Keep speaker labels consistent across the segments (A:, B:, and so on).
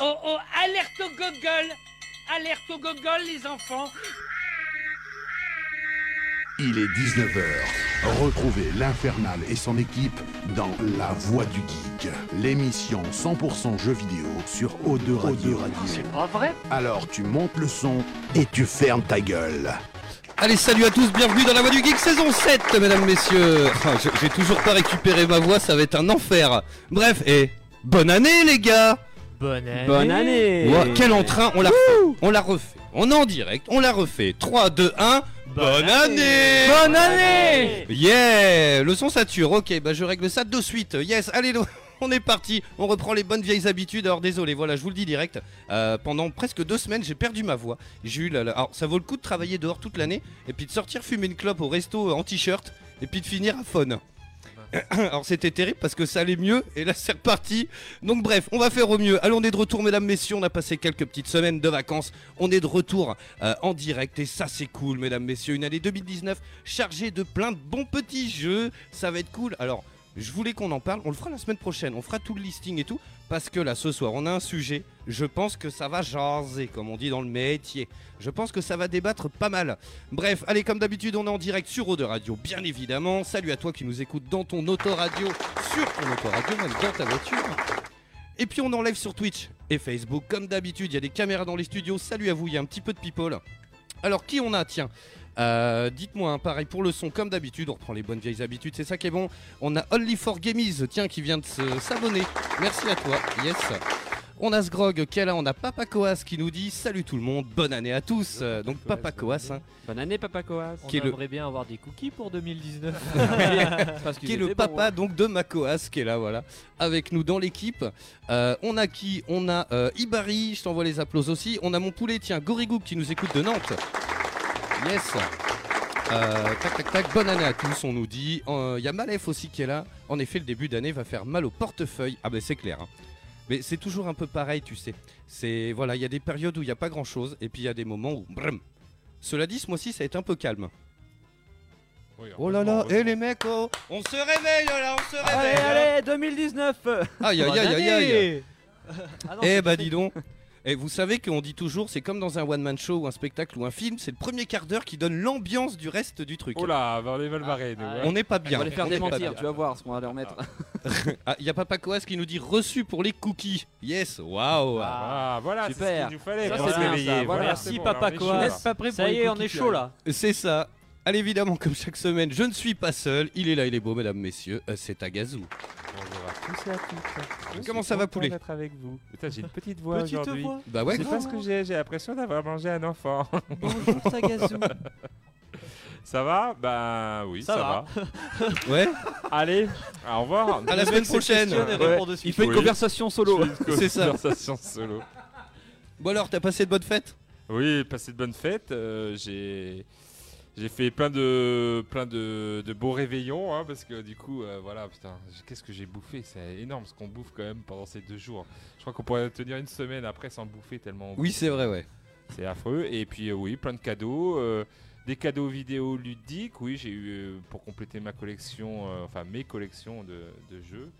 A: Oh, gogol Alerte au gogol, les enfants
B: Il est 19h. Retrouvez l'Infernal et son équipe dans La Voix du Geek, l'émission 100% jeux vidéo sur O2 Radio.
C: C'est pas vrai
B: Alors tu montes le son et tu fermes ta gueule.
D: Allez, salut à tous, bienvenue dans la Voix du Geek saison 7, mesdames, messieurs. Ah, je- J'ai toujours pas récupéré ma voix, ça va être un enfer. Bref, et bonne année, les gars
E: Bonne année.
F: Bonne année
D: Ouah, Quel entrain, on l'a refait, on l'a refait. On est en direct, on l'a refait. 3, 2, 1, bonne, année,
F: Bonne année
D: Yeah Le son sature, ok, bah je règle ça de suite. Yes, allez, on est parti. On reprend les bonnes vieilles habitudes. Alors désolé, voilà, je vous le dis direct. Euh, pendant presque deux semaines, j'ai perdu ma voix. J'ai eu la, la- Alors ça vaut le coup de travailler dehors toute l'année et puis de sortir fumer une clope au resto en t-shirt et puis de finir à faune. Alors c'était terrible parce que ça allait mieux et là c'est reparti. Donc bref, on va faire au mieux. Allons, on est de retour mesdames, messieurs, on a passé quelques petites semaines de vacances. On est de retour euh, en direct et ça c'est cool mesdames, messieurs. Une année 2019 chargée de plein de bons petits jeux. Ça va être cool. Alors je voulais qu'on en parle, on le fera la semaine prochaine, on fera tout le listing et tout. Parce que là ce soir on a un sujet, je pense que ça va jaser comme on dit dans le métier. Je pense que ça va débattre pas mal. Bref, allez, comme d'habitude, on est en direct sur Eau de Radio, bien évidemment. Salut à toi qui nous écoutes dans ton autoradio, sur ton autoradio, même dans ta voiture. Et puis on enlève sur Twitch et Facebook, comme d'habitude, il y a des caméras dans les studios. Salut à vous, il y a un petit peu de people. Alors, qui on a Tiens, euh, dites-moi, hein, pareil pour le son, comme d'habitude, on reprend les bonnes vieilles habitudes, c'est ça qui est bon. On a only for gamies tiens, qui vient de se- s'abonner. Merci à toi, yes. On a Sgrog, qui est là, on a Papa Coas qui nous dit Salut tout le monde, bonne année à tous. Euh, donc, Papa Coas, hein,
F: Bonne année, Papa Coas
E: On
D: Qui est le-
E: aimerait bien avoir des cookies pour 2019.
D: qui est le
E: hein.
D: papa donc de Makoas qui est là voilà avec nous dans l'équipe. Euh, on a qui On a euh, Ibari, je t'envoie les applauses aussi. On a mon poulet, tiens, Gorigou qui nous écoute de Nantes. Yes. Euh, tac tac tac, bonne année à tous, on nous dit. Euh, Il y a Malef aussi qui est là. En effet, le début d'année va faire mal au portefeuille. Ah ben c'est clair. hein. Mais c'est toujours un peu pareil, tu sais. C'est voilà, il y a des périodes où il n'y a pas grand chose, et puis il y a des moments où. brrm. Cela dit, ce mois-ci, ça a été un peu calme. Oh là là, et les mecs, oh, on se réveille oh là, on se réveille. hein.
F: Allez, allez, 2019
D: Aïe aïe aïe aïe aïe.
E: Ah non,
D: Eh
E: c'est-
D: bah dis donc. Et vous savez qu'on dit toujours, c'est comme dans un one man show ou un spectacle ou un film, c'est le premier quart d'heure qui donne l'ambiance du reste du truc.
G: Oh là, on est mal barré,
E: Ah,
G: nous,
E: ah,
G: hein.
D: On n'est pas
F: On
D: bien.
F: va les faire
D: on n'est pas
F: démentir,
D: bien.
F: tu vas voir ce qu'on va leur mettre.
D: Ah, y a Papa Coas qui nous dit reçu pour les cookies. Yes, waouh.
E: Ah.
G: Ah, voilà, c'est ce
F: Super.
G: qu'il nous fallait
F: Ça,
G: pour
F: c'est
G: se
F: bien, ça.
G: réveiller.
F: Voilà.
E: Merci,
G: c'est
E: Papa
G: là, on est chaud,
E: Coas.
G: là.
F: Laisse pas prêt
E: Ça y est, on est chaud là.
D: C'est ça. Allez évidemment, comme chaque semaine, je ne suis pas seul. Il est là, il est beau, mesdames, messieurs. euh, c'est Agazou.
G: Bonjour à tous.
E: Tous et à toutes.
G: Je
D: Comment
G: suis
D: ça va,
G: content
D: poulet
G: d'être avec vous. Putain, j'ai une petite voix
E: Petite
G: aujourd'hui.
E: voix.
D: Bah ouais.
G: C'est
D: grave.
G: pas ce que j'ai, j'ai l'impression d'avoir mangé un enfant.
E: Bonjour Sagazou.
G: Ça va Bah oui,
E: Ça
G: ça,
E: va.
G: va.
D: Ouais.
G: Allez, au revoir.
D: À la semaine prochaine.
E: questionne et
G: Ouais.
E: réponds de
F: Il
E: suite.
F: fait une
G: Oui.
F: conversation solo.
D: C'est ça.
G: Conversation solo.
D: Bon alors, t'as passé de bonnes fêtes
G: Oui, passez de bonnes fêtes. euh, j'ai j'ai fait plein de plein de, de beaux réveillons hein, parce que du coup euh, voilà putain j'ai- qu'est-ce que j'ai bouffé c'est énorme ce qu'on bouffe quand même pendant ces deux jours. Je crois qu'on pourrait tenir une semaine après sans bouffer tellement on
D: Oui,
G: bouffe.
D: c'est vrai, ouais.
G: c'est affreux et puis euh, oui plein de cadeaux euh, des cadeaux vidéo ludiques oui j'ai eu euh, pour compléter ma collection euh, enfin mes collections de, de jeux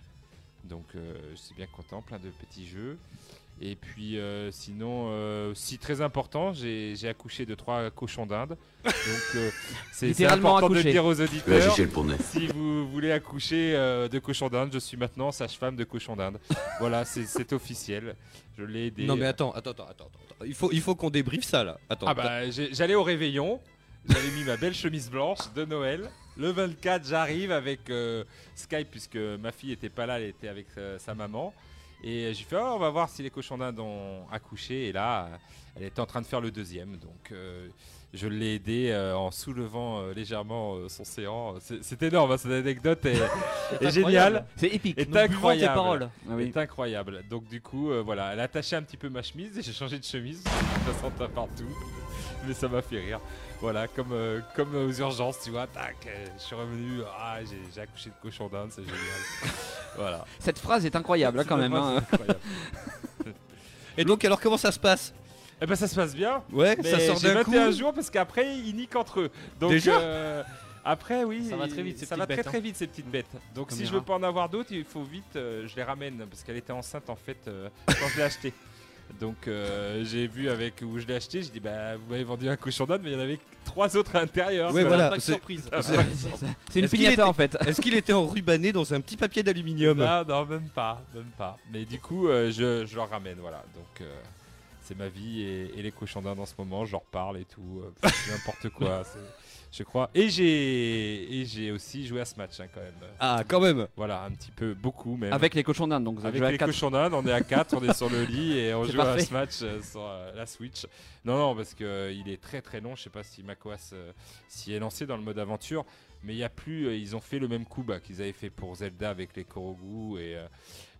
G: donc euh, je suis bien content plein de petits jeux et puis euh, sinon euh, si très important j'ai j'ai accouché de trois cochons d'Inde donc euh, c'est- c'est
F: Littéralement
G: important de
F: accouché.
G: le dire aux auditeurs
B: le poney.
G: si vous voulez accoucher euh, de cochons d'Inde je suis maintenant sage-femme de cochons d'Inde voilà c'est- c'est officiel je l'ai aidé
D: Non mais attends, attends, attends, attends, attends. Il faut, il faut qu'on débriefe ça là. Attends.
G: Ah bah j'ai- j'allais au réveillon, j'avais mis ma belle chemise blanche de Noël. Le 24, j'arrive avec euh, Skype puisque ma fille était pas là, elle était avec euh, sa maman. Et j'ai fait oh, on va voir si les cochons d'Inde ont accouché et là euh, elle était en train de faire le deuxième donc euh, je l'ai aidé euh, en soulevant euh, légèrement euh, son séant. C'est c'est énorme, hein, cette anecdote est, est géniale.
F: C'est épique.
G: Est
E: Nous buvons tes
G: incroyable.
E: paroles.
F: Ah oui.
G: C'est incroyable. Donc du coup, euh, voilà, elle a attaché un petit peu ma chemise et j'ai changé de chemise. Ça sentait partout, mais ça m'a fait rire. Voilà, comme euh, comme aux urgences, tu vois. Tac, euh, je suis revenu. Ah, j'ai, j'ai accouché de cochon d'Inde, c'est génial. voilà.
F: Cette phrase est incroyable hein, quand même. hein.
G: C'est incroyable.
D: Et donc alors comment ça se passe
G: Eh ben ça se passe bien.
D: Ouais,
G: Mais
D: ça sort
G: j'ai
D: d'un coup.
G: 21 jours parce qu'après ils niquent entre eux. Donc
D: Déjà
G: euh, après oui,
E: Ça va très vite, ces
G: ça
E: petites
G: va très
E: bêtes, hein.
G: très vite ces petites bêtes. Donc si
F: Caméra.
G: je veux pas en avoir d'autres, il faut vite euh, je les ramène parce qu'elle était enceinte en fait euh, quand je l'ai acheté. Donc euh, j'ai vu avec où je l'ai acheté, je dis bah vous m'avez vendu un cochon d'âne, mais il y en avait que trois autres à l'intérieur.
D: Ouais,
G: Ça-
D: voilà,
E: Pas de
D: c'est-
E: surprise.
F: C'est une
D: Est-ce qu'il
F: pignata
D: était-
F: en fait.
D: Est-ce qu'il était enrubané dans un petit papier d'aluminium
G: Ah, non, même pas, même pas. Mais du coup, euh, je, je leur ramène, voilà. Donc euh, c'est ma vie et, et les cochons d'Inde en ce moment, je leur parle et tout, euh, c'est n'importe quoi, c'est- je crois. Et j'ai et j'ai aussi joué à ce match hein, quand même.
D: Ah, quand même
G: Voilà, un petit peu, beaucoup même.
F: Avec les cochons d'Inde, donc vous
G: Avec
F: avez joué à
G: les
F: quatre.
G: cochons d'Inde, on est à 4, on est sur le lit et on
F: C'est
G: joue à
F: parfait.
G: ce match euh, sur euh, la Switch. Non, non, parce que euh, il est très très long. Je sais pas si Makoas euh, s'y est lancé dans le mode aventure, mais il y a plus. euh, ils ont fait le même coup bah, qu'ils avaient fait pour Zelda avec les Korogu et, euh,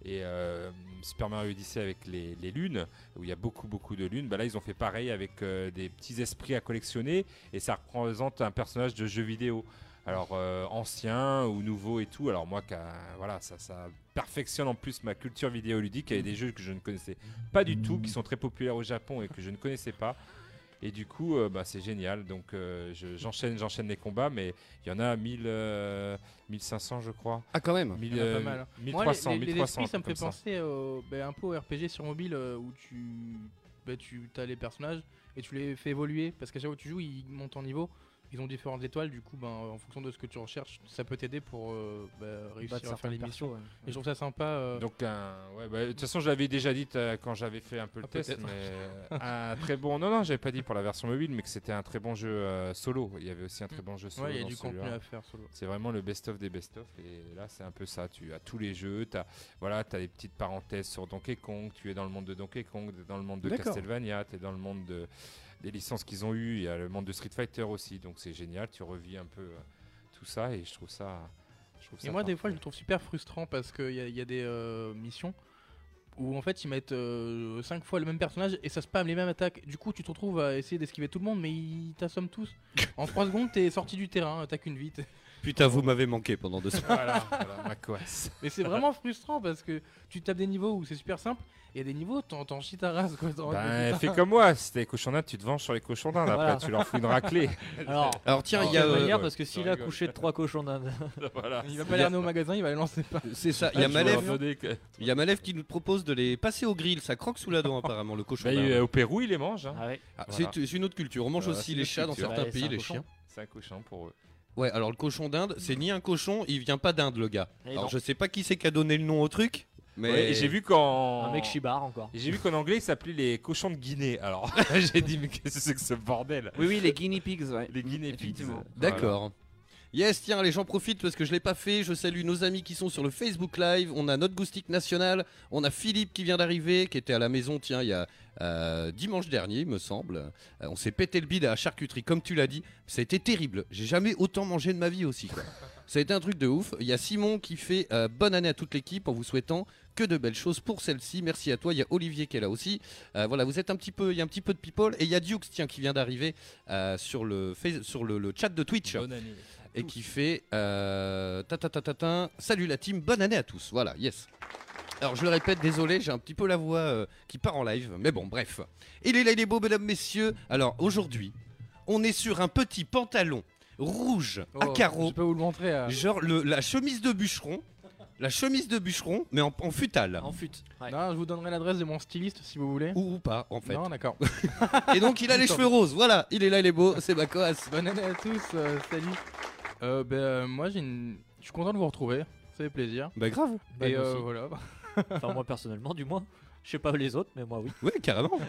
G: et euh, Super Mario Odyssey avec les, les lunes, où il y a beaucoup beaucoup de lunes. Bah, là, ils ont fait pareil avec euh, des petits esprits à collectionner et ça représente un personnage de jeu vidéo. Alors euh, ancien ou nouveau et tout. Alors moi, qu'à- voilà, ça, ça perfectionne en plus ma culture vidéoludique avec des jeux que je ne connaissais pas du tout, qui sont très populaires au Japon et que je ne connaissais pas. Et du coup, euh, bah, c'est génial. Donc euh, je- j'enchaîne, j'enchaîne les combats, mais il y en a 1000, euh, 1500 je crois.
D: Ah, quand même
A: Il y en a pas
G: 1000,
A: mal.
G: euh, 1300,
A: Moi, les- les, les
G: 1300,
A: esprits, ça me
G: comme
A: fait penser au, ben, un peu au RPG sur mobile euh, où tu, ben, tu as les personnages et tu les fais évoluer parce qu'à chaque fois que tu joues, ils montent en niveau. Ils ont différentes étoiles, du coup, ben, en fonction de ce que tu recherches, ça peut t'aider pour euh, ben, réussir à faire les missions. Et je trouve ça sympa. euh,
G: Donc un- ouais, bah, de toute façon, je l'avais déjà dit euh, quand j'avais fait un peu le
A: Ah,
G: test,
A: peut-être.
G: mais euh, un très bon. Non, non, j'avais pas dit pour la version mobile, mais que c'était un très bon jeu euh, solo. Il y avait aussi un très bon jeu solo.
A: ouais, il y a
G: dans
A: du
G: celui-là.
A: contenu à faire solo.
G: C'est vraiment le best-of des best-of. Et là, c'est un peu ça. Tu as tous les jeux. Tu as, voilà, as des petites parenthèses sur Donkey Kong. Tu es dans le monde de Donkey Kong. Tu es dans le monde de
D: D'accord.
G: Castlevania. Tu es dans le monde de- des licences qu'ils ont eues. Il y a le monde de Street Fighter aussi. Donc, c'est génial. Tu revis un peu euh, tout ça. Et je trouve ça. Je trouve
A: Et
G: ça
A: moi, des fois,
G: parfait.
A: je le trouve super frustrant parce qu'il y, a- y a des euh, missions où en fait ils mettent 5 fois le même personnage et ça spam les mêmes attaques. Du coup, tu te retrouves à essayer d'esquiver tout le monde, mais ils t'assomment tous. en 3 secondes, t'es sorti du terrain, t'as qu'une vite.
D: Putain, vous m'avez manqué pendant deux semaines.
G: Voilà, voilà, ma coasse.
A: Mais c'est vraiment frustrant parce que tu tapes des niveaux où c'est super simple et à des niveaux, t'en t'en chies ta race. Quoi.
D: Bah,
A: T'en-
G: Ben, fais comme moi. Si t'es cochon d'Inde, tu te venges sur les cochons d'Inde. Après,
E: Voilà.
G: tu leur fous une raclée.
E: Alors,
D: Alors, tiens, il
E: il
D: y a.
G: Ouais,
D: euh,
G: ouais,
E: parce que
G: je
E: s'il a
G: rigole.
E: couché de trois cochons d'Inde.
D: Bah,
G: voilà.
A: Il va pas aller au magasin, il va les lancer pas.
D: c'est ça,
E: Ah,
D: il y a
G: Tu vas leur
D: Malef.
G: donner que-
D: Il y a Malef qui nous propose de les passer au grill, ça croque sous la dent apparemment le cochon.
G: Ben,
D: d'Inde.
G: euh, au Pérou, ils les mangent. hein.
E: Ah ouais.
D: Ah,
G: voilà.
D: c'est, c'est une autre culture. On mange
G: Euh, c'est
D: aussi
G: une
D: les
G: autre
D: chats dans
G: culture.
D: certains
E: Ouais, c'est
D: pays,
E: un
D: les
E: cochon.
D: chiens.
G: C'est un cochon pour eux.
D: Ouais, alors le cochon d'Inde, c'est ni un cochon, il vient pas d'Inde le gars.
E: Et
D: alors
E: Eh non.
D: je sais pas qui c'est qui a donné le nom au truc, mais
G: Ouais, et j'ai vu qu'en.
E: Un mec chibar encore.
G: Et J'ai vu qu'en anglais, ils s'appelaient les cochons de Guinée. Alors, j'ai dit, mais qu'est-ce que c'est que ce bordel
F: Oui, oui, les guinea pigs, ouais.
G: Les Guinée pigs.
F: Effectivement.
D: D'accord. Yes, tiens, allez, j'en profite parce que je l'ai pas fait. Je salue nos amis qui sont sur le Facebook Live. On a notre Goustic National. On a Philippe qui vient d'arriver, qui était à la maison, tiens, il y a euh, dimanche dernier, il me semble. Euh, on s'est pété le bide à la charcuterie, comme tu l'as dit. Ça a été terrible. J'ai jamais autant mangé de ma vie aussi. quoi. Ça a été un truc de ouf. Il y a Simon qui fait euh, bonne année à toute l'équipe en vous souhaitant que de belles choses pour celle-ci. Merci à toi. Il y a Olivier qui est là aussi. Euh, voilà, vous êtes un petit peu, il y a un petit peu de people. Et il y a Dukes, tiens, qui vient d'arriver euh, sur, le, face- sur le, le chat de Twitch
G: Bonne année.
D: et qui fait euh, ta ta ta ta ta. Salut la team, bonne année à tous. Voilà, yes. Alors je le répète, désolé, j'ai un petit peu la voix euh, qui part en live, mais bon, bref. Il est là, il est beau, mesdames, messieurs. Alors aujourd'hui, on est sur un petit pantalon rouge à
A: Oh,
D: carreaux,
A: Je peux vous le montrer. euh.
D: genre le- la chemise de bûcheron, la chemise de bûcheron, mais en, en futal.
E: En fut. Ouais.
A: Non, je vous donnerai l'adresse de mon styliste si vous voulez.
D: Ou, ou pas, en fait.
A: Non, d'accord.
D: Et donc il a les cheveux roses, voilà, il est là, il est beau, c'est Bacoas.
A: Bonne année à tous, euh, salut. Euh, ben, euh, moi, j'ai une... je suis content de vous retrouver, ça fait plaisir.
D: Bah grave.
E: Bah,
A: et
E: nous
A: euh,
E: aussi.
A: voilà.
E: Enfin, moi personnellement, du moins. Je sais pas les autres, mais moi oui.
D: Ouais, carrément.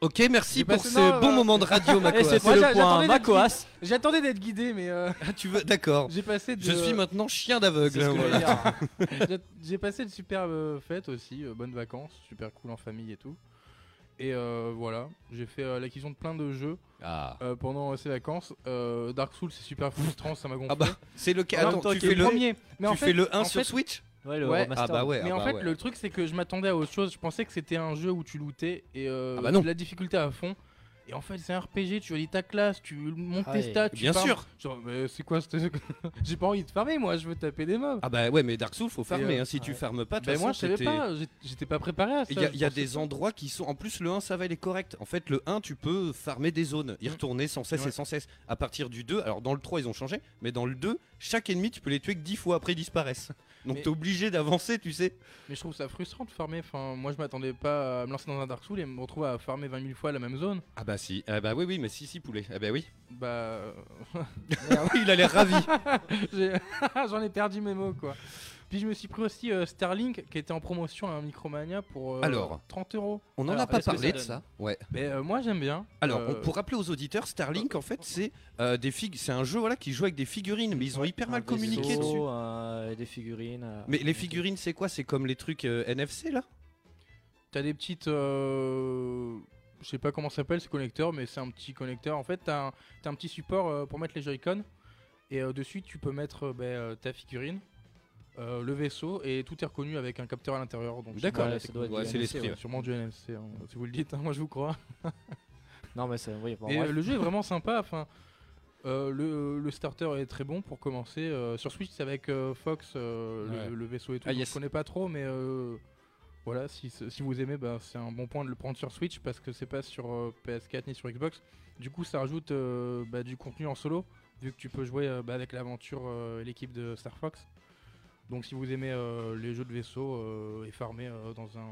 D: Ok, merci
A: Et
D: pour
A: bah,
D: ce
A: sinon, euh,
D: bon moment de radio,
E: Et
D: Macoas.
E: Eh, c'était le
A: Moi,
E: point
A: j'attendais d'être
E: Macoas.
A: J'attendais d'être guidé, mais euh,
D: Ah, tu veux D'accord.
A: j'ai passé de.
D: Je suis maintenant chien d'aveugle.
E: C'est ce que
D: voilà.
E: j'allais dire.
A: J'ai- J'ai passé de superbes euh, fêtes aussi, euh, bonnes vacances, super cool en famille et tout. Et euh, voilà, j'ai fait euh, l'acquisition de plein de jeux
D: Ah.
A: euh, pendant euh, ces vacances. Euh, Dark Souls, c'est super frustrant, ça m'a gonflé.
D: Ah bah, c'est le cas.
A: En
D: Attends,
A: même temps
D: tu
A: qu'il y
D: fais
A: a
D: le,
A: premier. Mais en
D: tu
A: fait,
D: fais le 1
A: en
D: sur
A: fait-
D: Switch
E: Ouais, le
A: Ouais.
E: remaster.
D: Ah bah ouais.
A: Mais
D: ah
A: en
D: bah
A: fait,
D: ouais.
A: le truc, c'est que je m'attendais à autre chose. Je pensais que c'était un jeu où tu lootais et euh,
D: Ah bah non.
A: de la difficulté à fond. Et en fait, c'est un RPG, tu valides ta classe, tu montes
E: Ah
A: tes
E: ouais.
A: stats. tu
D: Bien
A: farmes.
D: sûr.
A: Genre, mais c'est quoi ce. J'ai pas envie de farmer, moi, je veux taper des mobs.
D: Ah bah ouais, mais Dark Souls, faut farmer.
A: euh,
D: hein, Si tu
E: ouais.
D: farmes pas, de toute
A: Ben moi, je
D: façon,
A: savais
D: t'étais-
A: pas, j'ai- j'étais pas préparé à ça.
D: Il y a, il y a
A: je pensais
D: des endroits qui sont. En plus, le 1, ça va, il est correct. En fait, le 1, tu peux farmer des zones, y
A: Mm.
D: retourner sans cesse
A: Ouais.
D: et sans cesse. À partir du 2, alors dans le 3, ils ont changé, mais dans le 2, chaque ennemi, tu peux les tuer que 10 fois après ils disparaissent. Donc
A: Mais-
D: t'es obligé d'avancer, tu sais.
A: Mais je trouve ça frustrant de farmer. Enfin, moi, je m'attendais pas à me lancer dans un Dark Souls et me retrouver à farmer 20 000 fois la même zone.
D: Ah bah si, ah bah oui, oui, mais si, si, poulet. Ah bah oui.
A: Bah. euh,
D: il a l'air ravi.
A: j'ai- J'en ai... perdu mes mots, quoi. Puis je me suis pris aussi euh, Starlink qui était en promotion à Micromania pour euh,
D: Alors.
A: 30 euros.
D: On n'en
A: Alors,
D: a pas
E: qu'est-ce que
D: parlé
E: ça
D: de
E: donne
D: ça. Ouais.
A: Mais euh, moi j'aime bien.
D: Alors,
A: Euh,
D: on- pour rappeler aux auditeurs, Starlink, en fait, c'est euh, des fig- c'est un jeu voilà, qui joue avec des figurines, mais ils ont hyper mal communiqué
E: vaisseau,
A: euh,
D: dessus.
E: un- des figurines. euh,
D: Mais les
E: ok.
D: figurines, c'est quoi C'est comme les trucs euh, NFC là
A: T'as des petites. euh, Je sais pas comment ça s'appelle ce connecteur, mais c'est un petit connecteur. En fait, t'as un, t'as un petit support euh, pour mettre les Joy-Con. Et euh, dessus, tu peux mettre euh, bah, euh, ta figurine, euh, le vaisseau, et tout est reconnu avec un capteur à l'intérieur. Donc,
D: D'accord.
A: je sais pas,
E: Ouais, ça doit être
A: techno-
D: Ouais,
E: du
D: c'est
E: NFC,
D: l'esprit,
E: ouais.
A: Sûrement du NFC, hein, si vous le dites, hein, moi je vous crois.
E: Non, mais c'est. Oui, bon,
A: Et,
E: bref.
A: euh, le jeu est vraiment sympa. Enfin, euh, le, le starter est très bon pour commencer. Euh, sur Switch, c'est avec euh, Fox, euh, le-
G: Ouais.
A: le, vaisseau et tout.
D: Ah,
A: donc
D: yes.
A: Je connais pas trop, mais euh, voilà, si, si vous aimez, bah, c'est un bon point de le prendre sur Switch parce que c'est pas sur euh, PS4 ni sur Xbox. Du coup, ça rajoute euh, bah, du contenu en solo, vu que tu peux jouer euh, bah, avec l'aventure euh, et l'équipe de Star Fox. Donc, si vous aimez euh, les jeux de vaisseau euh, et farmer euh, dans un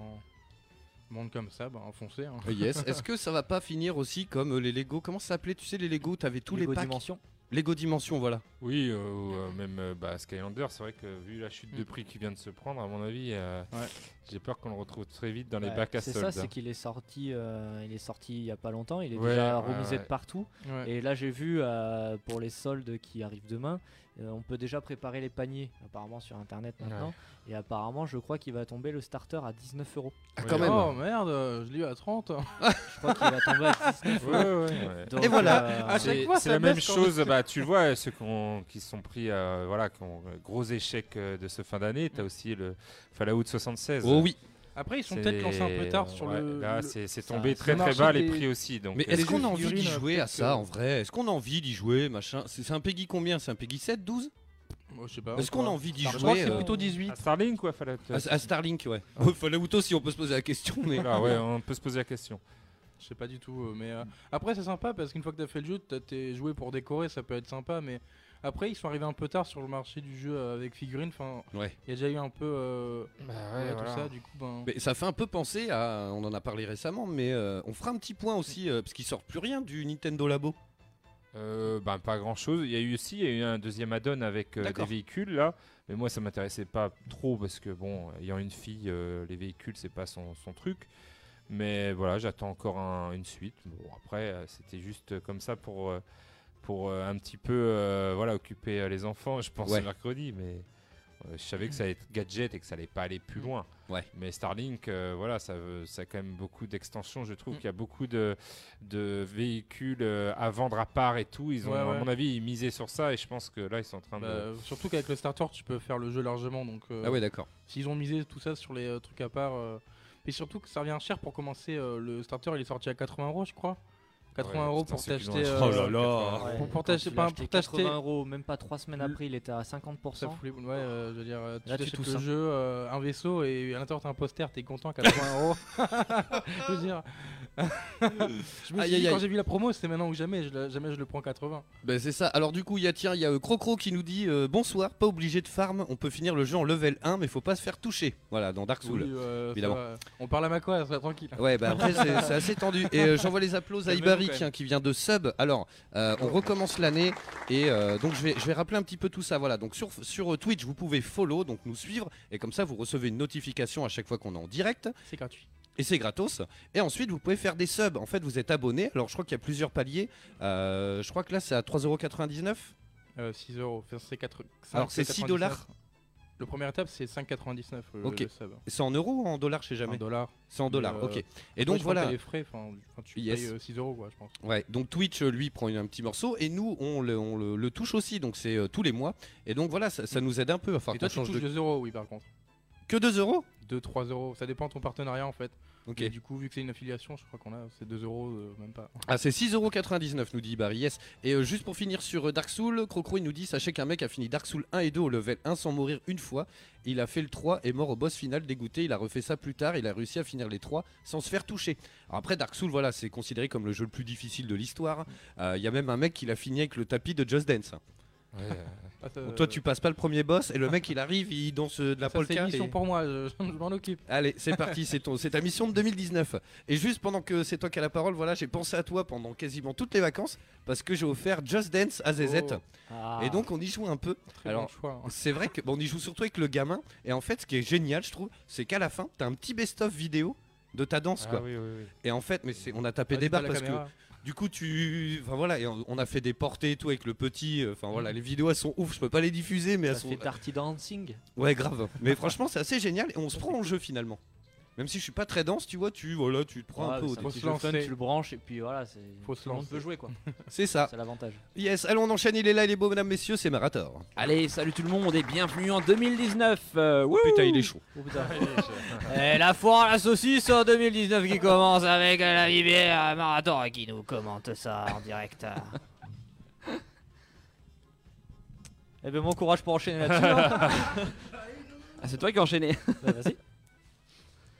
A: monde comme ça, bah, foncez. hein.
D: Ah, Yes. Est-ce que ça va pas finir aussi comme euh, les Lego Comment ça s'appelait Tu sais, les Lego, t'avais tous
E: Lego
D: les packs.
E: dimensions.
D: Lego Dimension, voilà.
G: Oui, euh, ou, euh, même euh, bah, Skylander, c'est vrai que vu la chute de
A: Mm.
G: prix qui vient de se prendre, à mon avis, euh,
A: Ouais.
G: j'ai peur qu'on le retrouve très vite dans les
E: Ouais,
G: bacs à
E: c'est ça,
G: soldes.
E: c'est qu'il est sorti, euh, il est sorti il y a pas longtemps. Il est
G: Ouais,
E: déjà
G: ouais,
E: remisé
G: ouais.
E: de partout.
A: Ouais.
E: Et là, j'ai vu euh, pour les soldes qui arrivent demain, euh, on peut déjà préparer les paniers apparemment sur internet maintenant. Et apparemment, je crois qu'il va tomber le starter à 19 euros.
D: Ah,
G: Oui,
D: quand même.
A: Oh merde, je l'ai eu à 30.
E: Je crois qu'il va tomber à 19 euros.
G: Ouais, ouais, ouais.
E: Donc,
D: Et voilà.
E: euh,
A: À chaque
G: C'est
A: fois,
G: c'est
A: ça
G: la même
A: baisse quand
G: chose, bah, tu le vois, ceux qui, ont- qui se sont pris, euh, voilà, qui ont euh, gros échec euh, de ce fin d'année. Tu as aussi le Fallout 76.
D: Oh oui.
A: Mm. Après, ils sont
G: C'est-
A: peut-être lancés un peu tard sur
G: ouais,
A: le.
G: Là,
A: le-
G: Ah, c'est c'est
E: Ça-
G: tombé
E: ça
G: très très
A: marche
G: bas
A: des-
G: les prix aussi. Donc, euh,
D: Mais
A: les
D: est-ce qu'on
A: jeux
D: a envie d'y
A: figurines,
D: jouer à
A: peut-être
D: ça
A: que-
D: en vrai Est-ce qu'on a envie d'y jouer, machin C'est c'est un Peggy combien C'est un Peggy 7, 12
A: Moi, je sais pas.
D: Est-ce qu'on a envie d'y
A: Je crois que
D: jouer
A: c'est
D: euh,
A: plutôt
G: euh,
A: 18.
G: à Starlink ou à Fallout
D: à, à Starlink, ouais. Bon, Fallout aussi, on peut se poser la question,
A: Ah
D: mais.
G: Voilà, ouais, on peut se poser la question.
A: Je sais pas du tout. euh, Mais euh, après, c'est sympa parce qu'une fois que t'as fait le jeu, t'as tes jouets pour décorer, ça peut être sympa. Mais après, ils sont arrivés un peu tard sur le marché du jeu euh, avec figurines. Enfin,
D: Ouais.
A: il y a déjà eu un peu. euh,
G: Bah
A: ouais, tout ça, du coup, ben.
D: Mais ça fait un peu penser à. On en a parlé récemment, mais euh, on fera un petit point aussi, euh, parce qu'il sort plus rien du Nintendo Labo.
G: Euh, ben, pas grand chose. Il y a eu aussi il y a eu un deuxième add-on avec euh, des
D: D'accord.
G: véhicules là, mais moi ça m'intéressait pas trop parce que bon, ayant une fille, euh, les véhicules c'est pas son, son truc. Mais voilà, j'attends encore un- une suite. Bon après, euh, c'était juste comme ça pour euh, pour euh, un petit peu euh, voilà occuper euh, les enfants. Je pense
D: Ouais.
G: le mercredi, mais euh, je savais que ça allait être gadget et que ça allait pas aller plus loin.
D: Mmh. Ouais.
G: Mais Starlink, euh, voilà, ça, veut- ça a quand même beaucoup d'extensions. Je trouve
A: Mm.
D: Mmh.
G: qu'il y a beaucoup de, de véhicules euh, à vendre à part et tout. Ils ont,
A: Ouais,
G: à
A: ouais.
G: mon avis, misé sur ça et je pense que là, ils sont en train
A: bah,
G: de.
A: surtout qu'avec le starter, tu peux faire le jeu largement. Donc, euh,
D: Ah ouais, d'accord.
A: s'ils ont misé tout ça sur les euh, trucs à part. euh, Et surtout que ça revient cher pour commencer. euh, le starter, il est sorti à 80 euros, je crois. 80
G: Ouais,
A: euros
G: putain,
A: pour
G: ceux qui l'ont
A: t'acheter.
G: acheté,
D: Oh
A: euh,
D: là là.
E: Ouais,
A: Pour- pour
E: quand
A: t'acheter-
E: tu
A: pas-
E: l'as
A: pour
E: acheté
A: t'acheter-
E: 80 euros, même pas 3 semaines après, il était à 50%.
A: Ça fout les boules, ouais, euh, je veux dire, euh, tu
E: Là, tu
A: t'achètes
E: tousses,
A: le
E: hein.
A: jeu, euh, un vaisseau et à l'intérieur t'as un poster, t'es content, 80
D: oh.
A: euros. je veux dire. je me
D: Aïe,
A: suis dit,
D: aïe,
A: quand
D: aïe.
A: j'ai vu la promo, c'était maintenant ou jamais, je, le- jamais je le prends 80.
D: Ben c'est ça. Alors du coup, il y a tiens, il y a euh, Crocro qui nous dit euh, bonsoir, pas obligé de farm, on peut finir le jeu en level 1 mais faut pas se faire toucher. Voilà, dans Dark Souls.
A: Oui, euh, ça
D: évidemment.
A: va. On parle à Makoa, ça va tranquille.
D: Ouais, bah après c'est c'est assez tendu. Et euh, j'envoie les applauses à
A: Calmez-vous,
D: Ibari
A: quand même.
D: tiens, qui vient de sub. Alors, euh, on recommence l'année et euh, donc je vais, je vais rappeler un petit peu tout ça. Voilà, donc sur, sur euh, Twitch, vous pouvez follow, donc nous suivre et comme ça vous recevez une notification à chaque fois qu'on est en direct.
A: C'est gratuit.
D: Et c'est gratos. Et ensuite, vous pouvez faire des subs. En fait, vous êtes abonné. Alors, je crois qu'il y a plusieurs paliers. Euh, je crois que là, c'est à 3,99€.
A: Euh, 6 euros, enfin, c'est 4
D: Alors, c'est 6 dollars.
A: Le premier étape, c'est 5,99 euh,
D: Ok.
A: le sub.
D: C'est en euros ou en dollars Je sais
A: Un
D: jamais.
A: dollar.
D: C'est en dollars,
A: Euh,
D: ok.
A: moi,
D: Et
A: Après, je
D: donc,
A: crois que t'as
D: voilà.
A: les frais, enfin, enfin, tu
D: Yes.
A: payes euh, 6 euros, quoi, je pense.
D: Ouais, donc Twitch, euh, lui, prend une- un petit morceau. Et nous, on le, on le- le touche aussi. Donc, c'est euh, tous les mois. Et donc, voilà, ça, ça nous aide un peu. Enfin,
A: Mm. et toi,
D: qu'on
A: tu
D: change
A: touches
D: de-
A: 2 euros, oui, par contre.
D: Que 2 euros
A: 2-3 euros, ça dépend de ton partenariat en fait.
D: Ok.
A: Et du coup, vu que c'est une affiliation, je crois qu'on a, c'est 2 euros, euh, même pas.
D: Ah, c'est 6,99€ nous dit Barry, yes. Et euh, juste pour finir sur euh, Dark Souls, Crocro il nous dit Sachez qu'un mec a fini Dark Souls 1 et 2 au level 1 sans mourir une fois. Il a fait le 3 et mort au boss final dégoûté. Il a refait ça plus tard. Il a réussi à finir les 3 sans se faire toucher. Alors après, Dark Souls, voilà, c'est considéré comme le jeu le plus difficile de l'histoire. Euh, Il y a même un mec qui l'a fini avec le tapis de Just Dance.
A: Ah, ça-
D: Toi, tu passes pas le premier boss et le mec il arrive, il danse euh, de la
A: ça, c'est
D: polka.
A: une mission
D: et-
A: pour moi, je, je m'en occupe.
D: Allez, c'est parti, c'est ton- c'est ta mission de 2019. Et juste pendant que c'est toi qui as la parole, voilà, j'ai pensé à toi pendant quasiment toutes les vacances parce que j'ai offert Just Dance à ZZ.
A: Oh.
E: Ah.
D: Et donc on y joue un peu.
A: Très
D: Alors,
A: bon choix. hein.
D: C'est vrai que bon, on y joue surtout avec le gamin. Et en fait, ce qui est génial, je trouve, c'est qu'à la fin, t'as un petit best-of vidéo de ta danse, quoi.
G: oui, oui, oui.
D: Et en fait, mais c'est- on a tapé
A: Ah,
D: des
A: dis pas
D: barres
A: la
D: parce
A: caméra.
D: que du coup, tu, enfin voilà, et on, on a fait des portées et tout avec le petit. euh, Enfin voilà, les vidéos elles sont ouf. Je peux pas les diffuser, mais elles
E: Mhm. ça
D: sont,
E: fait Dirty Dancing.
D: ouais, grave. mais franchement, c'est assez génial. Et on se prend en jeu finalement. Même si je suis pas très dense, tu vois, tu voilà, tu te prends
E: Ouais,
D: un peu.
E: c'est
D: au
E: un
A: Faut
E: petit
A: se
E: jeu fun,
A: lancer.
E: tu le branches et puis voilà, c'est
A: Faut se
E: tout le monde
A: lancer.
E: peut jouer quoi.
D: C'est ça.
E: C'est l'avantage.
D: Yes, allons on enchaîne. Il est là, il est beau, mesdames, messieurs, c'est Marator.
F: Allez, salut tout le monde et bienvenue en 2019. euh, wouh
D: Putain, il est chaud.
E: Oh, putain.
F: Et la foire à la saucisse en 2019 qui commence avec euh, la bibière euh, Marathon euh, qui nous commente ça en direct. euh.
E: Eh ben bon courage pour enchaîner là-dessus. hein.
F: Ah, c'est toi qui as enchaîné.
E: Bah, vas-y.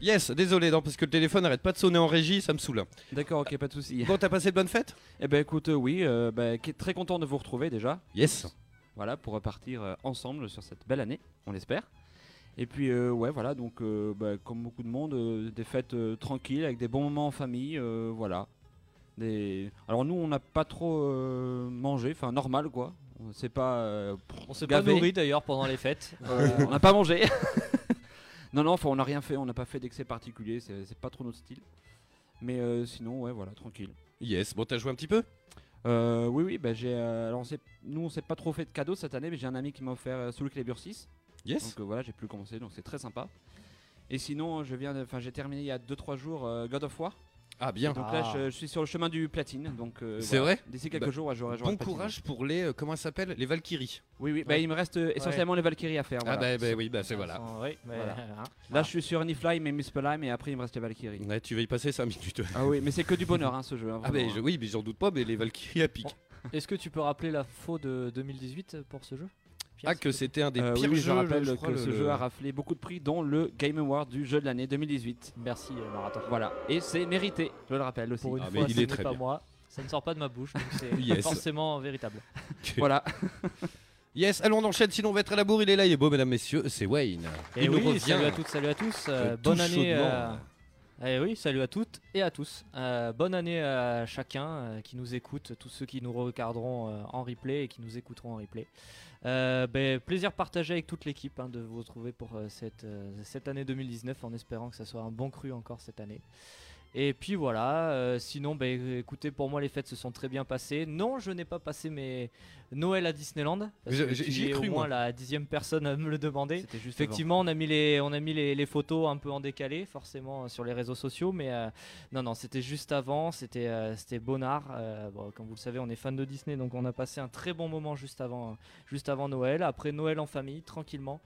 D: Yes, désolé, non, parce que le téléphone arrête pas de sonner en régie, ça me saoule.
F: D'accord, ok, pas de souci.
D: Bon, t'as passé de bonnes fêtes
F: Eh ben écoute, euh, oui, euh, bah, qui- très content de vous retrouver déjà.
D: Yes.
F: Voilà, pour repartir euh, ensemble sur cette belle année, on l'espère. Et puis, euh, ouais, voilà, donc, euh, bah, comme beaucoup de monde, euh, des fêtes euh, tranquilles, avec des bons moments en famille, euh, voilà. Des... Alors, nous, on n'a pas trop euh, mangé, enfin, normal, quoi. On s'est pas. euh,
E: On s'est pas
F: gavé.
E: nourri d'ailleurs pendant les fêtes.
F: Euh, on n'a pas mangé. non, non, enfin, on n'a rien fait, on n'a pas fait d'excès particulier, c'est c'est pas trop notre style. Mais euh, sinon, ouais, voilà, tranquille.
D: Yes, bon, t'as joué un petit peu
F: Euh, oui, oui, bah, j'ai. euh, alors, on s'est- nous, on s'est pas trop fait de cadeaux cette année, mais j'ai un ami qui m'a offert euh, Soul Calibur 6.
D: Yes.
F: Donc euh, voilà, j'ai plus commencé, donc c'est très sympa. Et sinon, je viens, de- enfin, j'ai terminé il y a 2-3 jours euh, God of War.
D: Ah, bien.
F: Et donc là, je, je suis sur le chemin du platine. Donc euh,
D: C'est
F: voilà.
D: vrai
F: D'ici quelques
D: Bah,
F: jours, ouais, j'aurai j'aurai
D: Bon
F: le platine.
D: courage pour les. euh, comment ça s'appelle Les Valkyries.
F: Oui, oui. bah,
E: Ouais.
F: il me reste euh, essentiellement les Valkyries à faire.
D: Ah,
F: voilà.
D: bah, bah oui, bah c'est
E: Elles
D: voilà.
E: sont- oui, mais-
F: Voilà.
E: hein.
F: euh, Là, je suis sur Niflheim et Muspelheim, et après, il me reste les Valkyries.
D: Ouais, tu vas y passer 5 minutes.
F: Ah oui, mais c'est que du bonheur, hein, ce jeu. hein,
D: Ah, bah
F: vraiment,
D: je-
F: hein.
D: oui, mais j'en doute pas, mais les Valkyries ah, à pic.
E: Est-ce que tu peux rappeler la faux de 2018 pour ce jeu Pierre,
D: Ah, que
E: s'il te
D: c'était un des
F: Euh, oui,
D: pires
F: oui,
D: jeux.
F: je rappelle
D: je
F: que
D: crois, le-
F: ce
D: le-
F: jeu a raflé beaucoup de prix, dont le Game Award du jeu de l'année 2018.
E: plaît Merci euh, Marathon.
F: Voilà, et c'est mérité, je le rappelle aussi.
E: Pour une
D: Ah, mais
E: fois,
D: il
E: ce
D: est
E: n'est
D: très
E: pas
D: bien.
E: moi. Ça ne sort pas de ma bouche, donc c'est
D: Yes.
E: forcément véritable.
F: Voilà,
D: Yes, allons, on enchaîne, sinon on va être à la bourre. Il est là, il est beau, mesdames, messieurs, c'est Wayne.
E: Et
D: Il nous
E: Eh oui,
D: revient.
E: salut à toutes, salut à tous. euh,
D: Je
E: bonne
D: touche
E: année.
D: chaudement. hein.
E: eh oui, salut à toutes et à tous. Euh, bonne année à chacun euh, qui nous écoute, tous ceux qui nous regarderont euh, en replay et qui nous écouteront en replay. Euh, ben, plaisir partagé avec toute l'équipe hein, de vous retrouver pour euh, cette, euh, cette année 2019 en espérant que ça soit un bon cru encore cette année. Et puis voilà, euh, sinon, ben, écoutez, pour moi les fêtes se sont très bien passées. Non, je n'ai pas passé mes Noël à Disneyland. parce
D: Je-
E: que
D: j'ai-
E: tu
D: j'y ai
E: es au
D: cru,
E: moins
D: moi.
E: la dixième personne à me le demander.
F: c'était juste. avant.
E: Effectivement, on a mis les, on a mis les, les photos un peu en décalé, forcément, euh, sur les réseaux sociaux. Mais euh, non, non, c'était juste avant, c'était euh, c'était Bonnard. Euh, bon, comme vous le savez, on est fan de Disney, donc on a passé un très bon moment juste avant, euh, juste avant Noël. Après Noël en famille, tranquillement.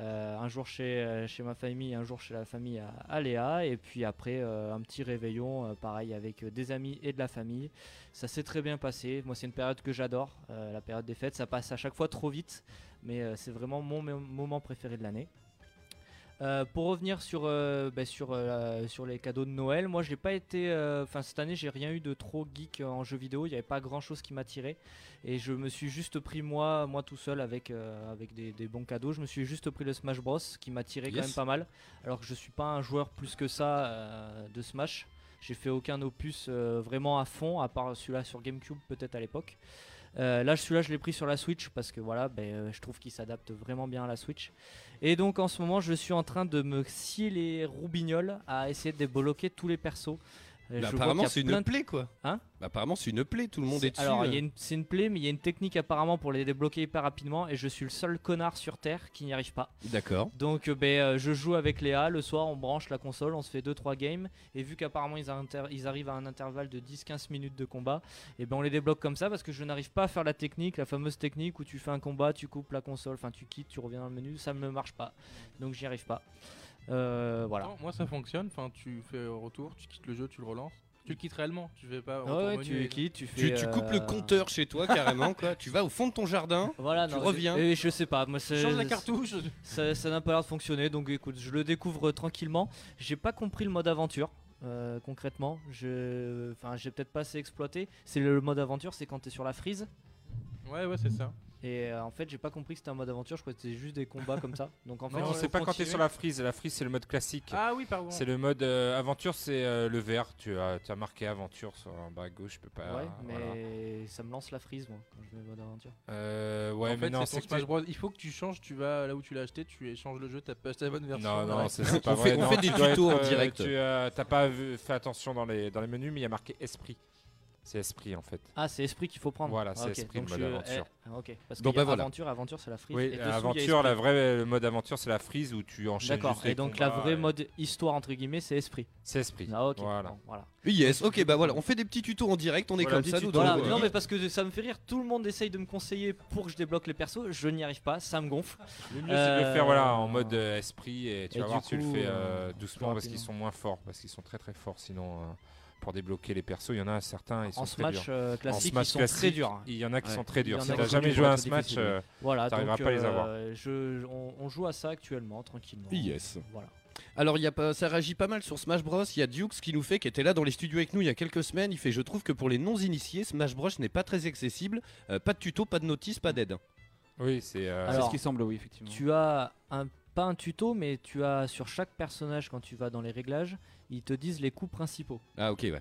E: Euh, un jour chez, euh, chez ma famille, un jour chez la famille à, à Léa. Et puis après, euh, un petit réveillon, euh, pareil, avec euh, des amis et de la famille. Ça s'est très bien passé. Moi, c'est une période que j'adore, euh, la période des fêtes. Ça passe à chaque fois trop vite mais euh, c'est vraiment mon mo- moment préféré de l'année. Euh, pour revenir sur, euh, bah, sur, euh, sur les cadeaux de Noël, moi j'ai pas été. euh, Enfin, cette année j'ai rien eu de trop geek euh, en jeu vidéo, il n'y avait pas grand chose qui m'attirait. Et je me suis juste pris moi, moi tout seul avec, euh, avec des, des bons cadeaux. Je me suis juste pris le Smash Bros qui m'attirait quand
D: Yes.
E: même pas mal. Alors que je suis pas un joueur plus que ça euh, de Smash. J'ai fait aucun opus euh, vraiment à fond, à part celui-là sur GameCube peut-être à l'époque. Euh, là, celui-là, je l'ai pris sur la Switch parce que voilà, ben, euh, je trouve qu'il s'adapte vraiment bien à la Switch. Et donc, en ce moment, je suis en train de me scier les roubignoles à essayer de débloquer tous les persos. Euh, je vois
D: Bah,
E: qu'il y
D: apparemment,
E: a
D: c'est
E: plein
D: une
E: de-
D: plaie, quoi.
E: Hein
D: Bah, apparemment, c'est une plaie, tout le monde est,
E: c'est-
D: dessus.
E: Alors,
D: euh.
E: il y a une- c'est une plaie, mais il y a une technique apparemment pour les débloquer hyper rapidement. Et je suis le seul connard sur Terre qui n'y arrive pas.
D: D'accord.
E: Donc euh, ben, euh, je joue avec Léa, le soir on branche la console, on se fait 2-3 games, et vu qu'apparemment ils, inter- ils arrivent à un intervalle de 10-15 minutes de combat, et ben on les débloque comme ça parce que je n'arrive pas à faire la technique, la fameuse technique où tu fais un combat, tu coupes la console, enfin tu quittes, tu reviens dans le menu, ça me marche pas, donc j'y arrive pas. Euh, voilà.
A: Attends, moi ça fonctionne, enfin tu fais retour, tu quittes le jeu, tu le relances. Tu le quittes réellement, tu fais pas. retour
E: Ouais,
A: menu
E: tu
A: et-
E: quittes, tu fais.
D: Tu, tu coupes le
E: euh,
D: compteur chez toi, carrément, quoi. Tu vas au fond de ton jardin.
E: Voilà,
D: tu
E: non,
D: reviens.
E: Je, et je sais pas, moi c'est-
A: Change la cartouche
E: Ça, ça n'a pas l'air de fonctionner, donc écoute, je le découvre tranquillement. J'ai pas compris le mode aventure. euh, concrètement, je, enfin, j'ai peut-être pas assez exploité. C'est le mode aventure, c'est quand t'es sur la frise
A: Ouais, ouais, c'est ça.
E: Et euh, en fait, j'ai pas compris que c'était un mode aventure, je crois que c'était juste des combats comme ça. Donc en fait,
A: Non,
E: il
G: Non, c'est
E: faut
G: pas quand t'es
E: continuer.
G: sur la frise. La frise, c'est le mode classique.
A: Ah oui, pardon.
G: C'est le mode euh, aventure, c'est euh, le vert. Tu as, tu as marqué aventure sur en bas à gauche, je peux pas.
E: Ouais, mais
G: Ah, voilà.
E: ça me lance la frise, moi, quand je mets mode aventure.
G: Euh, ouais,
A: En
G: mais
A: fait,
G: non,
A: c'est ton
G: que
A: Smash
G: t'es-
A: Bros. Il faut que tu changes, tu vas là où tu l'as acheté, tu échanges le jeu, t'as pas acheté la bonne
G: Non,
A: version.
G: non,
A: Ouais.
G: c'est c'est pas
D: On fait-
G: vrai.
D: on
G: Non,
D: fait des
G: tu dois
D: tutos
G: être,
D: en
G: euh,
D: direct.
G: Tu euh, t'as pas vu- fait attention dans les, dans les menus, mais il y a marqué esprit. C'est esprit en fait.
E: Ah, c'est esprit qu'il faut prendre.
G: Voilà,
E: Ah,
G: c'est
E: ok,
G: esprit,
E: donc
G: le
E: je-
G: mode aventure.
E: eh, ah, ok, parce que
D: Bon, bah, voilà.
E: aventure, aventure, c'est la frise. et
G: Oui,
E: dessous, il y a
G: aventure, la
E: esprit.
G: vraie, le mode aventure, c'est la frise où tu enchaînes.
E: D'accord,
G: juste les
E: et donc la
G: combats,
E: vraie
G: et-
E: mode histoire, entre guillemets, c'est esprit.
G: C'est esprit.
E: Ah, ok,
G: Voilà.
E: bon, voilà.
D: Yes, ok, bah voilà, on fait des petits tutos en direct, on est
G: Voilà,
D: comme
G: des
D: ça, nous,
G: tutos,
D: dans
E: Voilà,
D: le
G: euh,
E: non
D: Wodgeek.
E: mais parce que ça me fait rire, tout le monde essaye de me conseiller pour que je débloque les persos, je n'y arrive pas, ça me gonfle.
G: Le mieux, c'est de le
E: Euh,
G: faire voilà, en mode euh, esprit et tu
E: et
G: vas
E: du
G: voir, tu le
E: coup,
G: fais
E: euh,
G: euh, doucement parce
E: rapidement.
G: qu'ils sont moins forts, parce qu'ils sont très très forts sinon. euh, Pour débloquer les persos, il y en a certains, ils sont
E: en
G: très durs.
E: smash euh, classique,
G: Smash
E: ils sont très
G: classique,
E: durs. hein.
G: Il y en a qui
D: Ouais.
G: sont très
E: Il y en
G: durs. Si
E: a
G: t'as
E: qui
G: jamais
E: sont
G: joué à un
E: très durs,
G: Smash,
E: difficiles,
G: euh,
E: Voilà, donc
G: t'arriveras pas à les
E: euh,
G: avoir.
E: je- on, on joue à ça actuellement, tranquillement.
D: Yes.
E: Voilà.
D: Alors, il y a pas, ça réagit pas mal sur Smash Bros. Il y a Dukes qui nous fait, qui était là dans les studios avec nous il y a quelques semaines. Il fait Je trouve que pour les non-initiés, Smash Bros. n'est pas très accessible. Euh, pas de tuto, pas de notice, pas d'aide.
G: oui, c'est. euh,
F: C'est ce
E: Alors,
F: qui semble, oui, effectivement.
E: Tu as un, pas un tuto, mais tu as sur chaque personnage, quand tu vas dans les réglages, ils te disent les coups principaux.
D: Ah, ok, ouais.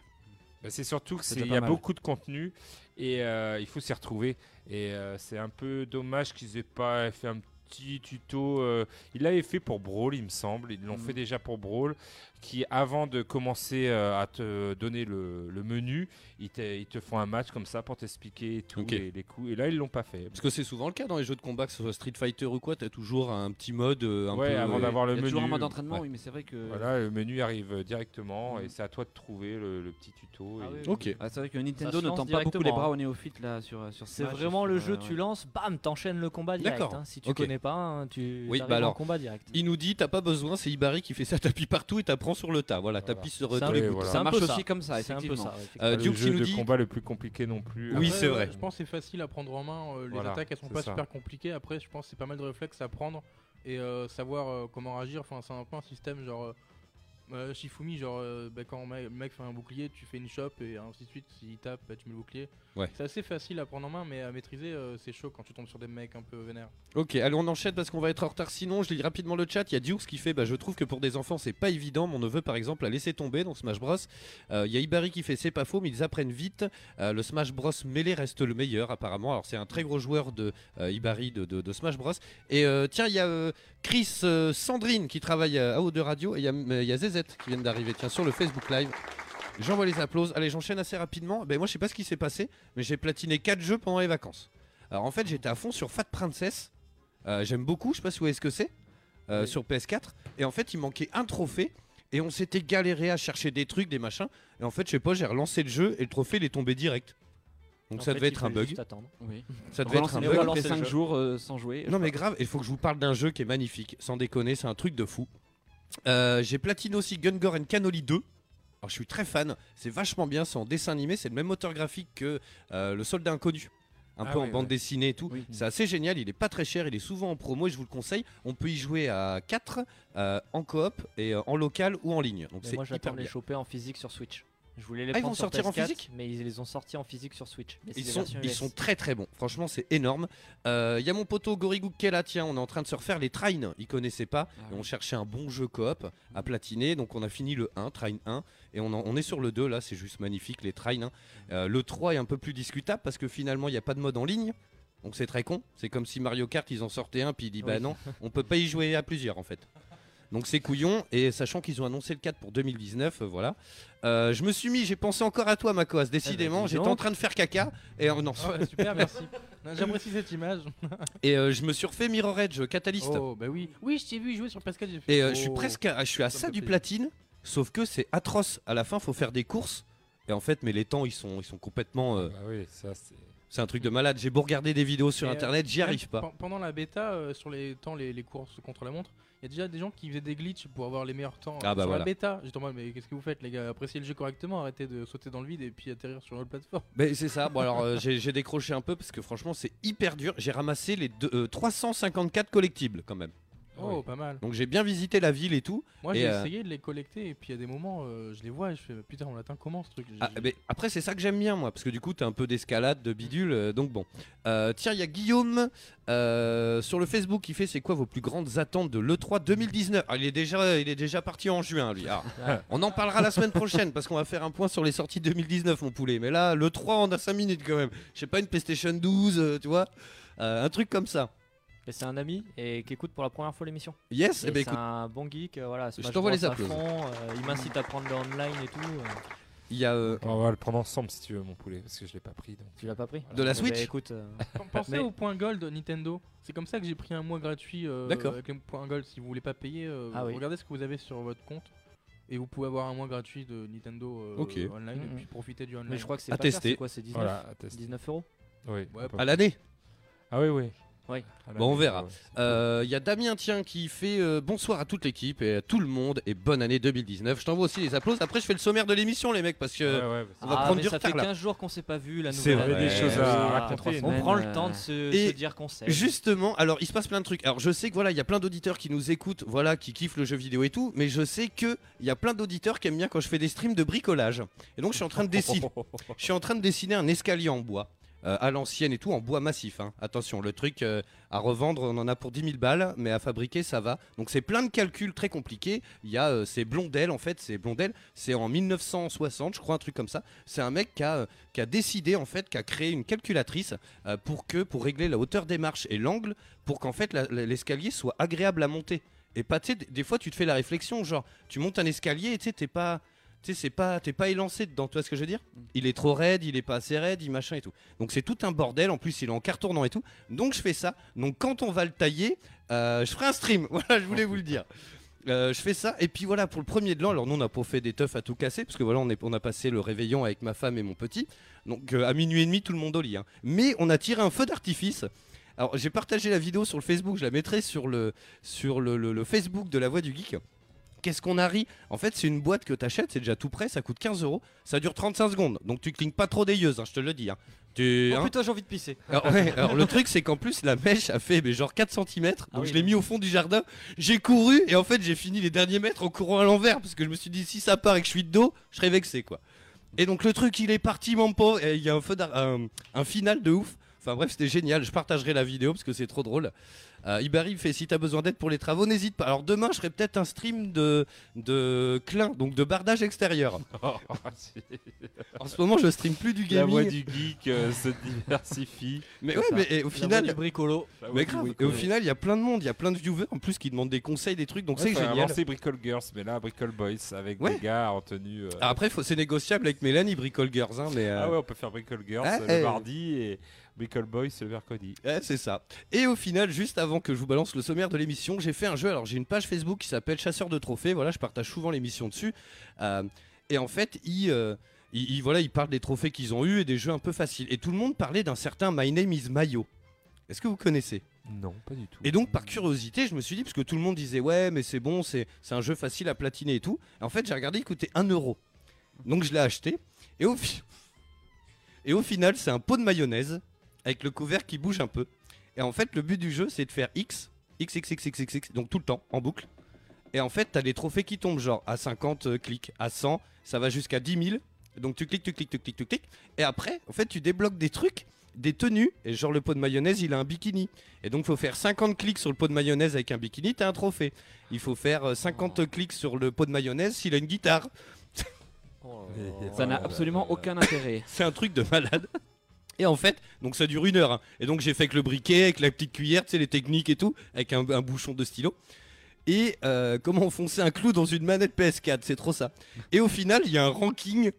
G: Bah, c'est surtout que
F: C'est
G: c'est-
F: déjà
G: il y a
F: pas mal.
G: beaucoup de contenu et euh, il faut s'y retrouver. Et euh, c'est un peu dommage qu'ils aient pas fait un petit tuto. euh, ils l'avaient fait pour Brawl, il me semble. Ils l'ont
F: Mhm.
G: fait déjà pour Brawl, qui avant de commencer euh, à te donner le, le menu, ils te, ils te font un match comme ça pour t'expliquer et tout
D: Ok.
G: les, les coups. Et là, ils l'ont pas fait.
D: Parce que c'est souvent le cas dans les jeux de combat, que ce soit Street Fighter ou quoi, t'as toujours un petit mode euh, un
G: Ouais,
D: peu.
G: avant d'avoir le
F: Il y a toujours un
G: menu,
F: mode d'entraînement,
D: ouais.
F: oui, mais c'est vrai que.
G: Voilà, le menu arrive euh, directement
F: Mhm.
G: et c'est à toi de trouver le, le petit tuto.
E: Ah
G: et-
E: oui, oui.
D: Ok.
F: Ah, c'est vrai que
E: Ça
F: Nintendo
E: se
F: ne
E: lance
F: tend pas beaucoup les
E: directement,
F: bras
E: hein.
F: aux néophytes là sur euh, sur
E: C'est
F: Smash,
E: vraiment le
F: sur,
E: jeu,
F: euh,
E: tu
F: ouais.
E: lances, bam, t'enchaînes le combat direct.
D: D'accord.
E: hein. Si tu
D: Ok.
E: connais pas, hein, tu
D: Oui,
E: t'arrives
D: bah
E: en
D: alors,
E: combat direct.
D: Il nous dit T'as pas besoin, c'est Ibarri qui fait ça, t'appuies partout et t'apprends sur le tas. Voilà,
G: Voilà.
D: t'appuies sur euh,
E: C'est
D: tous
E: un,
D: les
G: peu-
D: boutons.
G: voilà.
E: c'est un
F: Ça
E: peu
F: marche
E: ça.
F: aussi comme ça,
E: C'est un peu
F: effectivement.
E: ça, ouais,
D: Euh,
G: Pas le
D: Duke qui
G: jeu
D: nous
G: de
D: dit-
G: combat le plus compliqué non plus.
D: Oui,
A: Après,
D: c'est
A: euh,
D: vrai.
A: Je pense que c'est facile à prendre en main. euh, les
G: Voilà,
A: attaques, elles sont
G: c'est
A: pas
G: ça.
A: super compliquées. Après, je pense que c'est pas mal de réflexes à prendre et euh, savoir euh, comment agir. Enfin, c'est un peu un système genre. euh, euh, Shifumi, genre euh, bah, quand le mec fait un bouclier, tu fais une chope et ainsi de suite. S'il tape, bah, tu mets le bouclier.
D: Ouais.
A: C'est assez facile à prendre en main, mais à maîtriser, euh, c'est chaud quand tu tombes sur des mecs un peu vénères.
D: Ok, allez, on enchaîne parce qu'on va être en retard. Sinon, je lis rapidement le chat. Il y a Dukes qui fait bah, Je trouve que pour des enfants, c'est pas évident. Mon neveu, par exemple, a laissé tomber dans Smash Bros. Euh, Il y a Ibarri qui fait C'est pas faux, mais ils apprennent vite. Euh, le Smash Bros. mêlé reste le meilleur, apparemment. Alors, c'est un très gros joueur de euh, Ibarri de, de- de Smash Bros. Et euh, tiens, il y a euh, Chris euh, Sandrine qui travaille euh, à Haut de Radio. Et il y, a, euh, il y a ZZ qui vient d'arriver tiens, sur le Facebook Live. J'envoie les applauses. Allez, j'enchaîne assez rapidement. Ben, moi, je sais pas ce qui s'est passé, mais j'ai platiné 4 jeux pendant les vacances. Alors, en fait, j'étais à fond sur Fat Princess. Euh, J'aime beaucoup, je sais pas si vous voyez ce que c'est, euh,
E: Oui.
D: sur PS4. Et en fait, il manquait un trophée. Et on s'était galéré à chercher des trucs, des machins. Et en fait, je sais pas, j'ai relancé le jeu et le trophée, il est tombé direct. Donc
E: En
D: ça
E: fait,
D: devait
E: il
D: être un
E: fallait
D: bug.
E: juste attendre.
F: Oui.
D: Ça devait être
F: Relancer
D: un
E: Mais
F: le
D: bug.
F: jeu
E: on
F: après
E: relance le
F: 5
E: jeu.
F: jours euh, sans jouer.
D: Non mais grave, il faut que je vous parle d'un jeu qui est magnifique, sans déconner, c'est un truc de fou. Euh, j'ai platine aussi Gungor and Cannoli 2. Alors je suis très fan, c'est vachement bien, c'est en dessin animé, c'est le même moteur graphique que euh, Le Soldat Inconnu. Un
G: Ah
D: peu en
G: oui,
D: bande
G: ouais.
D: dessinée et tout.
F: Oui.
D: C'est assez génial, il est pas très cher, il est souvent en promo et je vous le conseille. On peut y jouer à 4, en coop et euh, en local ou en ligne. Donc
E: Mais
D: c'est
E: moi,
D: hyper
E: j'attends de
D: bien.
E: les choper en physique sur Switch. Je voulais les
D: Ah, ils
E: prendre
D: vont
E: sur
D: sortir en
E: PS4,
D: physique
E: mais ils les ont sortis en physique sur Switch. Mais c'est
D: Ils
E: des
D: sont,
E: versions
D: ils
E: US.
D: sont très très bons, franchement c'est énorme. Euh, Il y a mon poteau Gorigouk qui est là, tiens, on est en train de se refaire les trains, il connaissait pas.
F: Ah
D: Et
F: oui.
D: on cherchait un bon jeu coop à
E: Mmh.
D: platiner, donc on a fini le 1, Train 1, et on, en- on est sur le 2, là c'est juste magnifique, les Train 1. Euh, le 3 est un peu plus discutable parce que finalement il n'y a pas de mode en ligne, donc c'est très con, c'est comme si Mario Kart ils en sortaient un, puis ils disent bah
E: Oui.
D: non, on peut pas y jouer à plusieurs en fait. Donc c'est couillon, et sachant qu'ils ont annoncé le 4 pour 2019, euh, voilà. Euh, je me suis mis, j'ai pensé encore à toi Makoas,
E: Eh
D: décidément,
E: ben, dis
D: j'étais
E: donc.
D: en train de faire caca, et euh, non.
A: Ah ouais, super, merci. Non, J'apprécie cette image.
D: Et euh, je me suis refait Mirror Edge, Catalyst.
A: Oh, bah oui. Oui, je t'ai vu jouer sur PS4. j'ai fait,
D: Et euh, je suis
A: oh.
D: presque à, je suis à
A: Ça
D: ça
A: me
D: du
A: fait
D: platine, sauf que c'est atroce. À la fin, faut faire des courses. Et en fait, mais les temps, ils sont, ils sont complètement. euh,
A: Ah
G: Bah oui, ça c'est.
D: c'est un truc de malade. J'ai beau regarder des vidéos sur
A: Et, euh,
D: internet, j'y
A: Même
D: arrive pas.
A: pen- Pendant la bêta, euh, sur les temps, les, les courses contre la montre, il y a déjà des gens qui faisaient des glitches pour avoir les meilleurs temps.
D: Ah
A: euh,
D: bah
A: sur
D: voilà.
A: la bêta, j'étais en mode, mais qu'est-ce que vous faites, les gars Appréciez le jeu correctement, arrêtez de sauter dans le vide et puis atterrir sur notre plateforme.
D: Mais c'est ça. Bon alors, euh, j'ai j'ai décroché un peu parce que franchement, c'est hyper dur. J'ai ramassé les deux- euh, 354 collectibles quand même.
A: Oh,
D: Oui.
A: pas mal.
D: Donc j'ai bien visité la ville et tout.
A: Moi,
D: Et,
A: j'ai
D: euh,
A: essayé de les collecter, et puis il y a des moments, euh, je les vois, et je fais putain, en latin, comment ce truc J'ai-
D: Ah,
A: j'ai-
D: mais après, c'est ça que j'aime bien, moi, parce que du coup, t'as un peu d'escalade, de bidule, euh, donc bon. Euh, tiens, il y a Guillaume euh, sur le Facebook qui fait c'est quoi vos plus grandes attentes de l'E3 2019 Ah, il est, déjà, il est déjà parti en juin, lui. Ah, on en parlera la semaine prochaine, parce qu'on va faire un point sur les sorties 2019, mon poulet. Mais là, l'E3, on a 5 minutes quand même. Je sais pas, une PlayStation 12, euh, tu vois Euh, Un truc comme ça.
E: Et c'est un ami et qui écoute pour la première fois l'émission.
D: Yes,
E: Et
D: eh ben,
E: c'est
D: écoute,
E: un bon geek, euh, voilà. Smash
D: t'envoie
E: Bros
D: les
E: à
D: applauses.
E: fond, euh, il m'incite à prendre le online et tout. euh,
D: il y a. euh,
G: On va le prendre ensemble si tu veux, mon poulet, parce que je l'ai pas pris. donc.
E: tu l'as pas pris
D: De la
E: Eh ben,
D: Switch
E: écoute, euh,
A: Pen- Pensez
E: Mais-
A: au point gold Nintendo. C'est comme ça que j'ai pris un mois gratuit euh,
D: D'accord.
A: avec le point gold. Si vous voulez pas payer, euh,
E: Ah oui.
A: regardez ce que vous avez sur votre compte. Et vous pouvez avoir un mois gratuit de Nintendo euh,
D: Ok.
A: online
E: Mhm.
A: et puis profiter du online.
E: mais je crois que c'est
D: À
E: pas cher,
D: tester.
E: c'est quoi C'est 19,
G: Voilà, à tester.
E: 19 euros
G: Oui.
A: Ouais,
G: on peut-
D: à l'année.
G: Ah oui, oui.
E: Oui.
G: À
D: Bon, on
G: l'année,
D: verra.
G: ouais, c'est
D: Euh, Il y a Damien Tien qui fait euh, bonsoir à toute l'équipe et à tout le monde et bonne année 2019. Je t'envoie aussi les applauses. Après, je fais le sommaire de l'émission, les mecs, parce que.
G: cool. Ouais, ouais, bah,
D: On va
E: Ah,
D: prendre
E: mais
D: du
E: ça
D: retard,
E: fait
D: là.
E: 15 jours qu'on s'est pas vu la
G: C'est
E: nouvelle.
G: vrai,
E: année.
G: des choses à
E: Voilà,
G: raconter.
E: On
F: Semaine,
E: prend le
F: euh,
E: temps de se,
D: Et
E: se dire qu'on sait.
D: Justement, alors il se passe plein de trucs. Alors je sais que voilà, il y a plein d'auditeurs qui nous écoutent, voilà, qui kiffent le jeu vidéo et tout, mais je sais que il y a plein d'auditeurs qui aiment bien quand je fais des streams de bricolage. Et donc je suis en train de dessiner, je suis en train de dessiner un escalier en bois. euh, à l'ancienne et tout en bois massif. hein. Attention, le truc euh, à revendre, on en a pour 10 000 balles, mais à fabriquer, ça va. Donc c'est plein de calculs très compliqués. Il y a euh, ces blondelles, en fait, ces blondelles, c'est en 1960, je crois, un truc comme ça. C'est un mec qui a, euh, qui a décidé, en fait, qui a créé une calculatrice euh, pour que, pour régler la hauteur des marches et l'angle pour qu'en fait la- la- l'escalier soit agréable à monter. Et pas, tu sais, des- des fois tu te fais la réflexion, genre tu montes un escalier et tu sais, t'es pas, tu sais, c'est pas, t'es pas élancé dedans, tu vois ce que je veux dire Il est trop raide, il est pas assez raide, il machin et tout. Donc c'est tout un bordel, en plus il est en carton tournant et tout. Donc je fais ça, donc quand on va le tailler, euh, je ferai un stream, voilà, je voulais vous le dire. Euh, je fais ça et puis voilà pour le premier de l'an. Alors nous on a pas fait des teufs à tout casser parce que voilà on, est, on a passé le réveillon avec ma femme et mon petit. Donc euh, à minuit et demi tout le monde au lit. hein. Mais on a tiré un feu d'artifice alors j'ai partagé la vidéo sur le Facebook, je la mettrai sur le, sur le, le- le Facebook de la voix du geek. Qu'est-ce qu'on a ri En fait, c'est une boîte que t'achètes, c'est déjà tout prêt, ça coûte 15 euros, ça dure 35 secondes, donc tu clignes pas trop des yeux, hein, je te le dis. hein. Tu,
E: Oh
D: hein
E: putain, j'ai envie de pisser.
D: alors, ouais, alors, le truc c'est qu'en plus la mèche a fait mais genre 4 cm donc
E: Ah oui,
D: je l'ai
E: oui.
D: mis au fond du jardin, j'ai couru et en fait j'ai fini les derniers mètres en courant à l'envers parce que je me suis dit si ça part et que je suis de dos, je serais vexé quoi. Et donc le truc il est parti mon pauvre et il y a un feu d'ar- un, un final de ouf. Enfin bref c'était génial, je partagerai la vidéo parce que c'est trop drôle. Euh, Ibari me fait si t'as besoin d'aide pour les travaux n'hésite pas. Alors demain je ferai peut-être un stream de de clin donc de bardage extérieur.
G: bon. Oh,
D: En ce moment je stream plus du
G: La voix
D: gaming.
G: du geek euh, se diversifie.
D: Mais ouais
E: C'est
D: mais et au final
E: du bricolo.
G: La voix
D: Mais
G: du
D: grave,
G: geek,
D: et au
G: ouais.
D: final, il y a plein de monde, il y a plein de viewers en plus qui demandent des conseils, des trucs, donc c'est
G: Ouais, enfin,
D: génial.
G: Avant c'est Bricol Girls, mais là Bricol Boys avec
D: Ouais.
G: des gars en tenue. euh,
D: Ah, Après, faut- c'est négociable avec Mélanie, Bricole Girls, hein, mais. euh,
G: Ah ouais, on peut faire Bricol Girls
D: Ah,
G: euh,
D: eh.
G: le mardi et Bricol Boys le mercredi.
D: Ouais, c'est ça. Et au final, juste avant que je vous balance le sommaire de l'émission, j'ai fait un jeu. Alors, j'ai une page Facebook qui s'appelle Chasseur de trophées. Voilà, je partage souvent l'émission dessus. Euh, et en fait, ils, euh, ils- ils- voilà, ils parlent des trophées qu'ils ont eus et des jeux un peu faciles. Et tout le monde parlait d'un certain My Name is Mayo. Est-ce que vous connaissez
G: Non, pas du tout.
D: Et donc, par curiosité, je me suis dit, parce que tout le monde disait, ouais, mais c'est bon, c'est c'est un jeu facile à platiner et tout. en fait, j'ai regardé, il coûtait 1 euro. Donc, je l'ai acheté. Et au, fi- et au final, c'est un pot de mayonnaise avec le couvert qui bouge un peu. Et en fait, le but du jeu, c'est de faire X, X, X, X, X, X, X, donc tout le temps, en boucle. Et en fait, t'as des trophées qui tombent, genre à 50 euh, clics, à 100, ça va jusqu'à 10 000. Donc tu cliques, tu cliques, tu cliques, tu cliques. Et après, en fait, tu débloques des trucs, des tenues. Et genre, le pot de mayonnaise, il a un bikini. Et donc, faut faire 50 clics sur le pot de mayonnaise avec un bikini, t'as un trophée. Il faut faire euh, 50 clics sur le pot de mayonnaise s'il a une guitare.
F: Ça n'a absolument aucun intérêt.
D: C'est un truc de malade. Et en fait, donc ça dure une heure. hein. Et donc j'ai fait avec le briquet, avec la petite cuillère, tu sais, les techniques et tout, avec un, un bouchon de stylo. Et euh, comment enfoncer un clou dans une manette PS4, c'est trop ça. Et au final, il y a un ranking.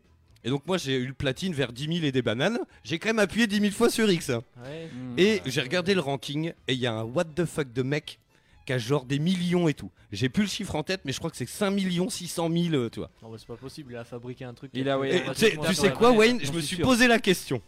D: Et donc moi, j'ai eu le platine vers 10 000 et des bananes. J'ai quand même appuyé 10 000 fois sur X. hein.
E: Ouais.
D: Et j'ai regardé le ranking et il y a un what the fuck de mec qui a genre des millions et tout. J'ai plus le chiffre en tête, mais je crois que c'est 5 600 000, euh, tu vois.
E: Non, bah, c'est pas possible, il a fabriqué un truc.
F: Il a, ouais,
D: Et
F: on va
D: tu sais-
F: sûrement
D: tu
F: avoir
D: sais
F: la
D: quoi,
F: manette,
D: Wayne
F: j'en
D: Je me
F: suis
D: suis
F: sûr.
D: posé la question.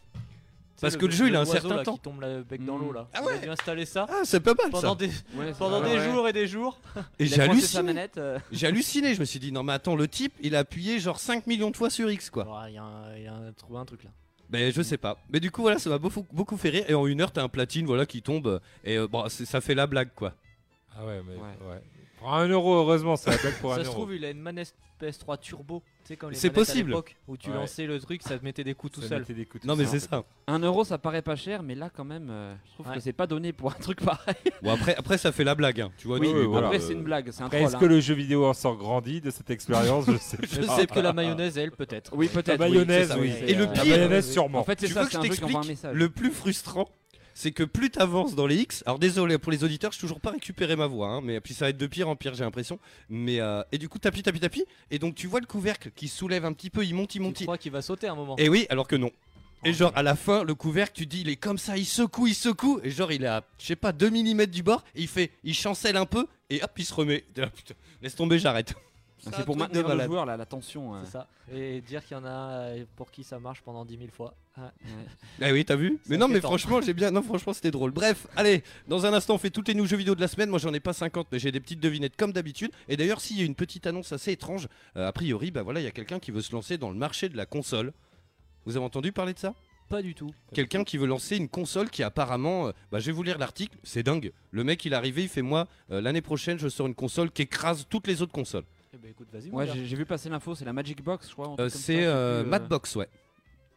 E: C'est
D: parce que le jeu, il a un
E: l'oiseau,
D: certain
E: là,
D: temps.
E: qui tombe le bec dans
F: Mm.
E: l'eau là.
D: Ah
E: Il
D: ouais.
E: a dû installer ça
D: Ah, c'est pas mal ça.
E: pendant des,
F: Ouais, c'est-
E: pendant
F: ouais,
E: des
F: ouais.
E: jours et des jours.
D: Et
F: Il
D: j'ai
F: a coincé sa
D: halluciné.
F: manette. euh,
D: J'ai halluciné. Je me suis dit, non, mais attends, le type, il a appuyé genre 5 millions de fois sur X, quoi.
E: Ouais, Il y a, un- il y a un- hein. trouvé un truc là.
D: Ben, je sais pas. Mais du coup, voilà, ça m'a beaucoup, beaucoup fait rire. Et en une heure, t'as un platine, voilà, qui tombe. Et euh, bon, c'est- ça fait la blague, quoi.
G: Ah ouais, mais
F: Ouais.
G: ouais. Pour Ah, un euro, heureusement, c'est la blague pour un
E: Ça se
G: euro.
E: trouve, il a une manette PS3 Turbo. Tu sais, comme les
D: C'est
E: manettes à
D: possible.
E: l'époque, Où tu
G: Ouais.
E: lançais le truc, ça te mettait des coups tout
G: Ça
E: seul.
G: mettait des coups tout
D: Non, mais
G: seul.
D: c'est ça.
F: Un euro, ça paraît pas cher, mais là, quand même, euh, je trouve
E: Ouais.
F: que c'est pas donné pour un truc pareil.
D: Bon, après, après, ça fait la blague. hein. Tu vois,
G: Oui,
D: tu-
G: oui, oui. voilà,
F: Après, c'est
G: euh,
F: une blague, c'est un
G: Après,
F: troll. hein.
G: est-ce que le jeu vidéo en sort grandi de cette expérience Je sais pas.
E: hein. Je sais que la mayonnaise, elle, peut-être.
F: Oui,
G: La
F: peut-être. oui, c'est
G: mayonnaise,
F: ça,
G: oui.
E: oui.
D: Et le
E: La
G: La
D: pire,
G: mayonnaise,
E: oui.
G: sûrement.
F: En fait, c'est
D: tu
F: ça,
D: veux que
F: c'est
D: je
F: un jeu qui envoie un
D: t'explique
F: message.
D: Le plus frustrant, c'est que plus t'avances dans les X, alors désolé pour les auditeurs, je toujours pas récupéré ma voix, hein, mais puis ça va être de pire en pire, j'ai l'impression. Mais euh, et du coup, tapis, tapis, tapis, et donc tu vois le couvercle qui soulève un petit peu, il monte, il
E: Je
D: monte, il...
E: crois qu'il va sauter un moment.
D: Et oui, alors que non. Et genre à la fin, le couvercle, tu dis, il est comme ça, il secoue, il secoue, et genre il est à, je sais pas, 2 mm du bord, et il fait, il chancelle un peu, et hop, il se remet. T'es là, putain, laisse tomber, j'arrête.
F: C'est
D: un truc
F: pour
D: de
F: maintenir le
D: malade.
F: joueur, là, la tension. euh.
E: C'est ça. Et dire qu'il y en a euh, pour qui ça marche pendant 10 000 fois. Ouais.
D: Ah oui, t'as vu
E: C'est
D: Mais non, mais
E: inquiétant.
D: franchement, j'ai bien. Non, franchement, c'était drôle. Bref, allez, dans un instant, on fait toutes les nouveaux jeux vidéo de la semaine. Moi, j'en ai pas 50, mais j'ai des petites devinettes comme d'habitude. Et d'ailleurs, s'il y a une petite annonce assez étrange, euh, a priori, bah voilà, il y a quelqu'un qui veut se lancer dans le marché de la console. Vous avez entendu parler de ça
E: Pas du tout.
D: Quelqu'un qui veut lancer une console qui apparemment, euh, bah, je vais vous lire l'article, c'est dingue. Le mec, il est arrivé, il fait moi, euh, l'année prochaine, je sors une console qui écrase toutes les autres consoles.
E: Eh ben écoute, vas-y. mon
F: Ouais,
E: gars.
F: j'ai j'ai vu passer l'info, c'est la Magic Box, je crois. un truc
D: Euh,
F: comme ça, je
D: c'est
F: sais
D: euh,
F: plus, euh.
D: Madbox, ouais.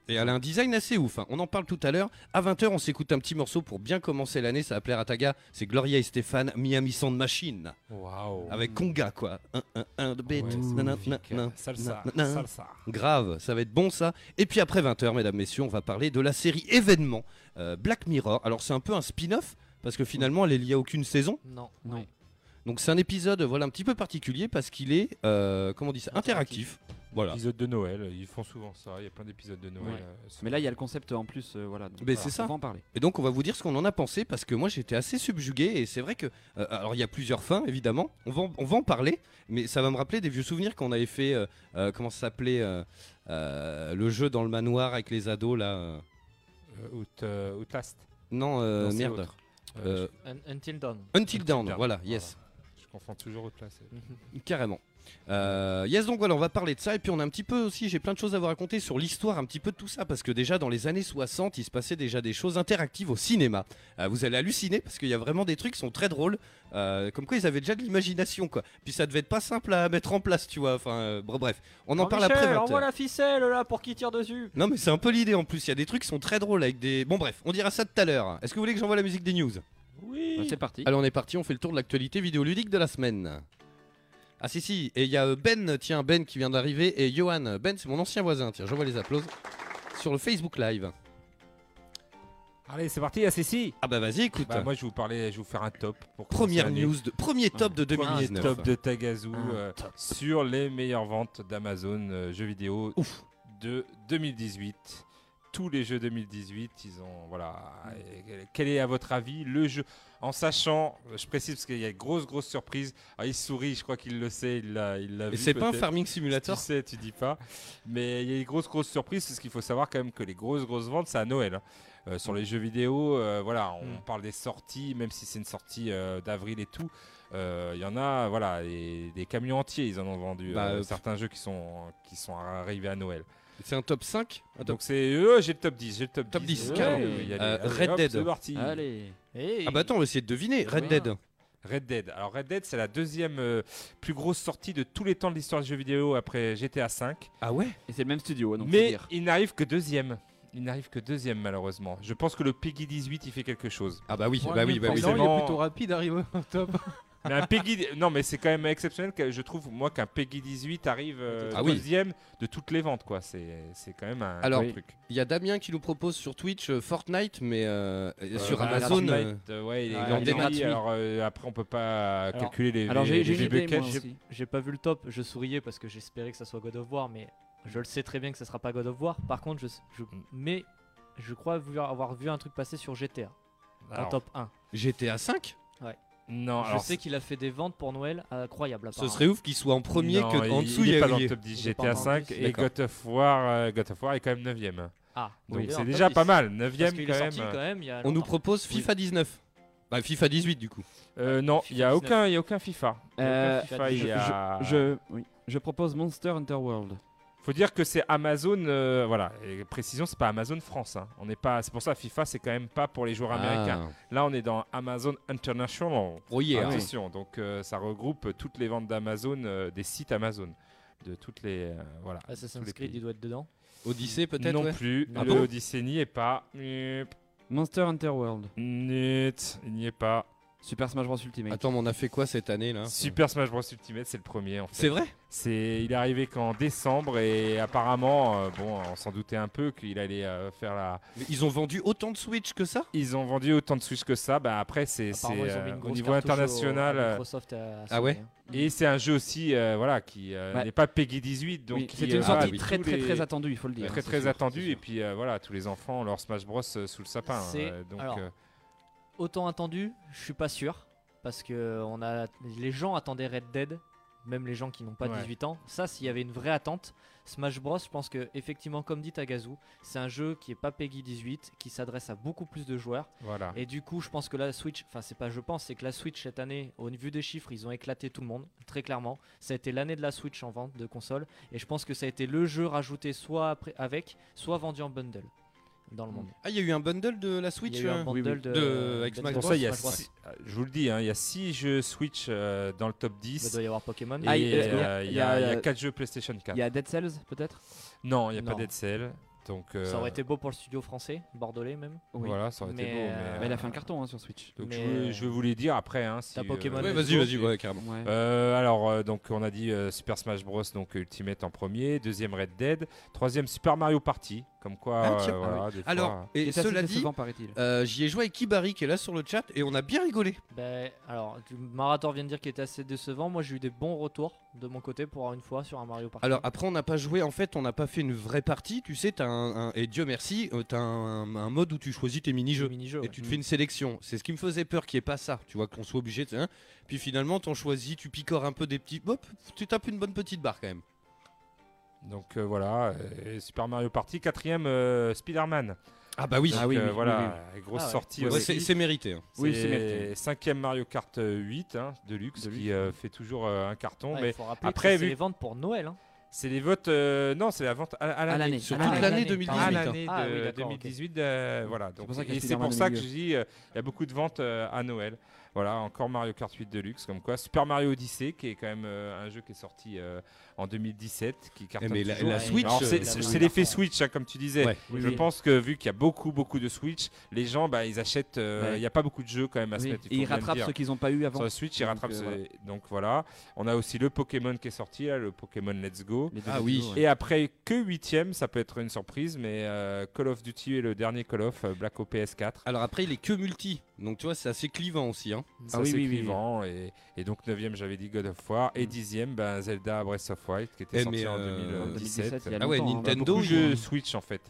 D: Et elle a un design assez ouf. hein. On en parle tout à l'heure. À 20h, on s'écoute un petit morceau pour bien commencer l'année. Ça va plaire à Taga. C'est Gloria et Stéphane, Miami Sound Machine.
G: Waouh.
D: Avec Conga, quoi. Un, un, un, de bête.
G: Ouais, c'est
D: Nan, nan,
G: magnifique.
D: nan, nan,
G: Salsa,
D: nan, nan.
G: salsa.
D: Grave, ça va être bon ça. Et puis après 20h, mesdames, messieurs, on va parler de la série événement euh, Black Mirror. Alors c'est un peu un spin-off parce que finalement elle est liée à aucune saison.
E: Non.
F: Non.
E: Ouais.
D: Donc c'est un épisode voilà un petit peu particulier parce qu'il est euh, comment on dit ça interactif. Voilà.
G: Épisode de Noël, ils font souvent ça. Il y a plein d'épisodes de Noël.
F: Ouais.
G: euh, sur-
F: Mais là, il y a le concept en plus, euh, voilà. donc
D: Mais
F: voilà,
D: Ben, c'est ça.
F: On va en parler.
D: Et donc on va vous dire ce qu'on en a pensé parce que moi j'étais assez subjugué et c'est vrai que euh, alors il y a plusieurs fins évidemment on va en- on va en parler mais ça va me rappeler des vieux souvenirs qu'on avait fait euh, euh, comment ça s'appelait euh, euh, le jeu dans le manoir avec les ados là euh.
G: Euh, Out, euh, Outlast.
D: non, euh,
G: Non, c'est
D: merde
G: autre.
D: Euh,
E: Un- Until Dawn.
D: Until Dawn
G: Dawn,
D: voilà yes
G: Je confonds toujours Outlast.
E: Mhm.
D: Carrément. Euh, yes, donc voilà, on va parler de ça. Et puis on a un petit peu aussi, j'ai plein de choses à vous raconter sur l'histoire un petit peu de tout ça. Parce que déjà dans les années 60, il se passait déjà des choses interactives au cinéma. Euh, vous allez halluciner parce qu'il y a vraiment des trucs qui sont très drôles. Euh, comme quoi ils avaient déjà de l'imagination, quoi. Puis ça devait être pas simple à mettre en place, tu vois. Enfin, euh, br- bref, on en parle après. 20.
E: envoie la ficelle là pour qu'il tire dessus.
D: Non, mais c'est un peu l'idée en plus. Il y a des trucs qui sont très drôles avec des. Bon, bref, on dira ça tout à l'heure. Est-ce que vous voulez que j'envoie la musique des news
F: Bah,
G: Oui.
F: c'est parti.
D: Allez, on est parti, on fait le tour de l'actualité vidéoludique de la semaine. Ah si si, et il y a euh, Ben, tiens Ben qui vient d'arriver et Johan. Ben c'est mon ancien voisin, tiens, j'envoie les applaudissements sur le Facebook Live.
G: Allez, c'est parti, ACC.
D: Ah bah vas-y, écoute.
G: Bah, moi, je vais vous parler, je vais vous faire un top. Pour commencer
D: Première
G: l'année.
D: news, de, premier top de
G: Premier
D: 2019.
G: top de Tagazu
F: Un
G: euh, sur les meilleures ventes d'Amazon euh, jeux vidéo
D: Ouf.
G: de 2018. Tous les jeux 2018, ils ont voilà. Et Quel est à votre avis le jeu En sachant, je précise parce qu'il y a une grosse grosse surprise. Ah, il sourit, je crois qu'il le sait, il l'a, il l'a
D: Et
G: vu.
D: c'est pas un
G: peut-être.
D: farming
G: Tu
D: simulator
G: sais, tu dis pas. Mais il y a des grosses, grosses surprises, parce qu'il faut savoir quand même que les grosses, grosses ventes, c'est à Noël. hein. Euh, sur les jeux vidéo, euh, voilà, on
E: Mm.
G: parle des sorties, même si c'est une sortie euh, d'avril et tout. euh, Il y en a, voilà, et des camions entiers, ils en ont vendu.
D: Bah,
G: euh,
D: euh,
G: certains jeux qui sont, qui sont arrivés à Noël.
D: C'est un top 5 un top-
G: Donc c'est, euh, j'ai le top 10, j'ai le top,
D: Top 10,
F: carrément.
G: il y a des-
D: Euh,
G: allez,
D: Red
G: hop,
D: Dead.
G: c'est parti.
F: Allez.
E: Hey.
D: Ah bah attends, on va essayer de deviner. Red
F: Ouais.
D: Dead.
G: Red Dead. Alors Red Dead, c'est la deuxième euh, plus grosse sortie de tous les temps de l'histoire des jeux vidéo après GTA V.
D: Ah ouais
F: Et c'est le même studio, hein, donc c'est
G: Mais
F: dire.
G: il n'arrive que deuxième. Il n'arrive que deuxième malheureusement. Je pense que le Peggy 18 il fait quelque chose.
D: Ah bah oui,
A: Pour un
D: bah oui, bah
A: milieu de
D: oui.
G: c'est
A: terrain, il
G: bon.
A: est plutôt rapide arrive au top.
G: Mais un Peggy non mais c'est quand même exceptionnel que je trouve moi qu'un Peggy 18 arrive euh,
D: Ah oui.
G: deuxième de toutes les ventes quoi. C'est c'est quand même un
D: Alors,
G: gros truc.
D: Il y a Damien qui nous propose sur Twitch euh, Fortnite, mais euh, euh, sur
G: Euh,
D: Amazon.
G: Fortnite,
D: euh,
G: euh, ouais, il est
F: ouais,
G: gratuit,
F: il est gratuit.
G: Alors euh, après on peut pas
E: Alors-
G: calculer les
F: Alors, j'ai
G: les-
F: j'ai
G: les
F: une idée, moi
G: buckets.
F: aussi.
E: J'ai pas vu le top, je souriais parce que j'espérais que ça soit God of War, mais je le sais très bien que ça sera pas God of War. Par contre, je, je-
G: Mm.
E: mais je crois vu- avoir vu un truc passer sur GTA en
G: Alors,
E: top 1.
D: GTA 5
G: non,
E: je
G: alors,
E: sais qu'il a fait des ventes pour Noël incroyables.
D: Ce serait ouf qu'il soit en premier
G: non,
D: que en
G: il-
D: dessous
G: il
D: il y
G: est
D: a
G: pas dans le
D: Ulié.
G: top 10
E: Il est pas
G: GTA
E: dans le
G: 5
E: top
G: et
D: D'accord.
G: God of War euh, God of War est quand même 9ème.
E: Ah,
G: Donc
E: il est dans
G: c'est
E: le top
G: déjà
E: 10.
G: pas mal, 9
E: Parce
G: quand
E: qu'il est sorti
G: même. euh.
E: quand même. il y a
D: On nous
E: longtemps.
D: propose FIFA 19. Bah FIFA 18 du coup.
G: Euh, non, il n'y a,
E: FIFA
G: aucun- il y a aucun FIFA. Il y a
F: Euh,
G: aucun FIFA,
E: je-
G: il y a-
F: Je, oui, je propose Monster Hunter World.
G: Faut dire que c'est Amazon, euh, voilà. Et précision, c'est pas Amazon France. hein. On n'est pas. C'est pour ça FIFA, c'est quand même pas pour les joueurs américains. Là, on est dans Amazon International.
D: Brouillé, hein.
G: Attention, donc euh, ça regroupe toutes les ventes d'Amazon, euh, des sites Amazon, de toutes les euh, voilà. Tous
E: Ah, Assassin's
G: les
E: Creed,
G: pays.
E: il doit être dedans.
A: Odyssée peut-être
G: non
A: ouais.
G: plus,
E: Ah
G: le
E: bon
G: Odyssey n'y est pas. Nyep,
F: Monster Hunter World.
G: nyet, il n'y est pas.
F: Super Smash Bros Ultimate.
D: Attends, mais on a fait quoi cette année là
G: Super Smash Bros Ultimate, c'est le premier en fait.
D: C'est vrai
G: C'est, il est arrivé qu'en décembre et apparemment, euh, bon, on s'en doutait un peu qu'il allait euh, faire la.
D: Mais Ils ont vendu autant de Switch que ça
G: Ils ont vendu autant de Switch que ça. Bah après, c'est, c'est
E: Apparemment, ils ont mis
G: euh,
E: une
G: au
E: grosse
G: niveau
E: cartouche à
G: international. euh,
E: Microsoft et à
D: Ah ouais
E: Sony, hein.
G: et c'est un jeu aussi, euh, voilà, qui euh,
F: Mm. Ouais.
G: n'est pas Peggy 18, donc
F: Oui,
G: qui,
F: C'était
G: euh,
F: une
G: va
F: sortie
G: avec
F: très
G: tous
F: très
G: les-
F: très attendue, il faut le dire.
G: très
F: hein,
G: très
F: c'est sûr, c'est
G: attendu
F: sûr.
G: et puis euh, voilà tous les enfants ont leur Smash Bros euh, sous le sapin
E: C'est-
G: euh, donc
E: alors,
G: euh,
E: Autant attendu, je suis pas sûr. Parce que on a... les gens attendaient Red Dead, même les gens qui n'ont pas
G: Ouais.
E: 18 ans. Ça, s'il y avait une vraie attente, Smash Bros, je pense que, effectivement, comme dit Tagazu, c'est un jeu qui est pas Peggy 18, qui s'adresse à beaucoup plus de joueurs.
G: voilà
E: Et du coup, je pense que la Switch, enfin, c'est pas je pense, c'est que la Switch cette année, au vu des chiffres, ils ont éclaté tout le monde, très clairement. Ça a été l'année de la Switch en vente de console, et je pense que ça a été le jeu rajouté soit après, avec, soit vendu en bundle dans
G: Hmm.
E: le monde.
D: Ah, il y a eu un bundle de la
E: Il
D: Switch
E: y a eu un
D: euh,
E: bundle
F: oui, oui.
E: de,
D: de- avec
E: de
D: Smash
G: pour
D: Bros,
G: ça il y a
D: Smash Bros.
G: six- euh, je vous le dis hein, il y a 6 jeux Switch euh, dans le top
E: Il
G: 10
E: doit y avoir Pokémon.
G: et
F: Ah, il-
G: euh, il y
F: il y a-
G: a 4 jeux PlayStation 4
F: Il y a Dead Cells peut-être
G: non il n'y a
E: Non.
G: pas Dead Cell donc euh,
E: Ça aurait été beau pour le studio français, bordelais même.
G: voilà ça aurait été
E: Mais,
G: beau
E: euh,
G: mais,
F: Mais il
G: euh,
F: a fait un carton hein, sur Switch.
G: donc je,
E: mais,
G: voulais-
E: euh,
G: je vais vous les dire après hein, si,
E: t'as
G: euh,
E: Pokémon
D: Ouais,
E: Let's
D: vas-y,
E: Go,
D: vas-y, ouais, carrément.
F: Ouais.
G: Euh, alors, euh, donc on a dit euh, Super Smash Bros, donc Ultimate en premier, deuxième Red Dead, troisième Super Mario Party, comme quoi.
D: Ah, tiens.
G: euh, voilà, des fois, euh,
D: Alors, et
F: Et c'est assez
D: cela dit,
F: décevant, paraît-il.
D: euh, j'y ai joué avec Kibari qui est là sur le chat et on a bien rigolé.
E: Ben, alors, tu- Marator vient de dire qu'il était assez décevant. Moi, j'ai eu des bons retours de mon côté pour une fois sur un Mario Party.
D: Alors après on n'a pas joué, en fait on n'a pas fait une vraie partie, tu sais, t'as un, un- et Dieu merci, euh, t'as un, un mode où tu choisis tes
E: Des
D: mini-jeux.
E: mini-jeux,
D: Et
E: ouais.
D: tu te fais une sélection. C'est ce qui me faisait peur qu'il n'y ait pas ça, tu vois, qu'on soit obligé. de- hein. Puis finalement t'en choisis, tu picores un peu des petits... Hop, tu tapes une bonne petite barre quand même.
G: Donc euh, voilà, euh, Super Mario Party, quatrième euh, Spider-Man.
D: Ah bah oui,
G: Donc,
F: Ah oui,
G: euh,
F: oui,
G: voilà, grosse
E: Ah ouais.
G: sortie. euh,
D: Ouais,
G: aussi.
D: c'est c'est mérité. hein.
F: Oui,
G: C'est
F: c'est mérité.
G: Cinquième Mario Kart euh, 8 hein, de luxe
F: De
G: qui
F: luxe,
G: euh, fait toujours euh, un carton,
E: Ouais,
G: mais
E: faut rappeler que
G: après,
E: c'est
G: vu-
E: les ventes pour Noël. hein.
G: c'est les votes. euh, non, c'est la vente à, à
F: À
G: l'année.
F: l'année.
D: Sur
E: Ah,
D: toute
E: à
D: l'année
E: l'année,
D: 2018.
G: À
E: pardon.
D: hein.
G: l'année
E: Ah,
G: de
E: oui, d'accord, ok.
G: 2018 euh, voilà.
F: C'est
G: Donc,
F: pour ça qu'il y a
G: et c'est
F: Spider-Man
G: pour
F: au
G: ça que je
F: milieu.
G: dis, euh, il y a beaucoup de ventes euh, à Noël. Voilà, encore Mario Kart 8 Deluxe, comme quoi. Super Mario Odyssey, qui est quand même euh, un jeu qui est sorti euh, en 2017, qui cartonne
D: Eh, mais la-
G: toujours.
D: la
G: Ouais.
D: Switch,
G: Alors, c'est-
D: euh,
G: c'est
D: la-
G: c'est l'effet Switch, hein, comme tu disais.
D: Ouais.
G: Je
E: Oui.
G: pense que vu qu'il y a beaucoup, beaucoup de Switch, les gens, bah, ils achètent. euh, Il
F: Ouais.
G: n'y a pas beaucoup de jeux quand même à se
F: Oui.
G: mettre. il
F: Et ils
G: faut bien le
F: rattrapent
G: dire.
F: ceux qu'ils n'ont pas eu avant.
G: Sur la Switch, ils
F: Donc,
G: rattrapent.
F: euh,
G: ce-
F: voilà.
G: Donc voilà. On a aussi le Pokémon qui est sorti, là, le Pokémon Let's Go.
F: Les deux
D: Ah
F: jeux
D: oui.
F: vidéo, ouais.
G: Et après, que huitième, ça peut être une surprise, mais euh, Call of Duty est le dernier Call of, euh, Black Ops PS4.
D: Alors après il est que multi, donc tu vois c'est assez clivant aussi. hein.
G: Ça,
F: Ah oui,
G: c'est
F: oui, oui, oui.
G: clivant. Et, et donc neuvième, j'avais dit God of War. Et
F: Mm.
G: dixième, ben, Zelda Breath of Wild, qui était
D: Eh,
G: sorti
D: mais,
G: en
D: euh,
G: 2017.
F: 2017, il y a
D: Ah ouais,
F: longtemps, hein.
D: Nintendo,
G: Beaucoup de
D: ils
G: jeux
D: ont-
G: Switch, en fait.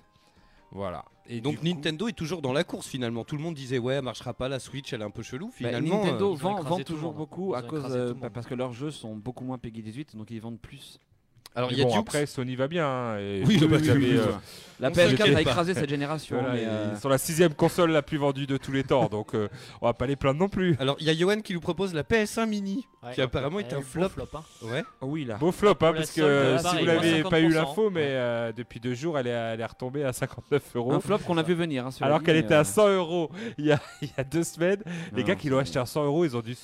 G: Voilà. Et
D: Et donc
G: du coup-
D: Nintendo est toujours dans la course finalement. Tout le monde disait ouais, elle marchera pas la Switch, elle est un peu chelou
F: Bah,
D: finalement. euh,
F: Nintendo
E: euh, ils ont
F: vend,
E: écrasé
F: vend
E: tout le
F: toujours
G: hein.
E: monde. hein.
F: beaucoup
E: Ils
F: à
E: ont
F: cause
E: écrasé
F: euh,
E: tout le
F: bah,
E: monde.
F: parce que leurs jeux sont beaucoup moins Peggy 18 donc ils vendent plus.
D: euh, Alors
G: Mais
D: il y a
G: bon,
D: Dukes.
G: après, Sony va bien. hein, et
D: Oui,
G: vous
D: bah,
G: avez,
D: oui, oui,
G: euh,
D: oui.
F: La
D: On
F: PS4 a
D: s'inquiète pas.
F: écrasé cette génération
G: voilà,
F: mais
G: ils
F: euh,
G: sont la sixième console la plus vendue de tous les temps, donc euh, on va pas les plaindre non plus.
D: Alors il y a Johan qui nous propose la PS1 mini,
E: Ouais.
D: qui apparemment
E: Elle
D: est
E: a
D: un
E: eu beau
D: flop.
E: hein.
D: Ouais.
F: oh oui là.
G: Beau flop, hein,
E: Pour la
G: parce que
E: solde,
G: euh,
E: pareil,
G: si vous
E: moins
G: l'avez pas eu
E: 50%,
G: l'info, mais euh, depuis deux jours, elle est, elle est retombée à 59 euros.
F: Un flop qu'on a vu venir hein, cela
G: Alors
F: dit,
G: qu'elle
F: mais,
G: était
F: euh,
G: à 100 euros il y a, il y a deux semaines. les
F: non,
G: gars qui l'ont
F: c'est-
G: acheté à 100 euros, ils ont dû se.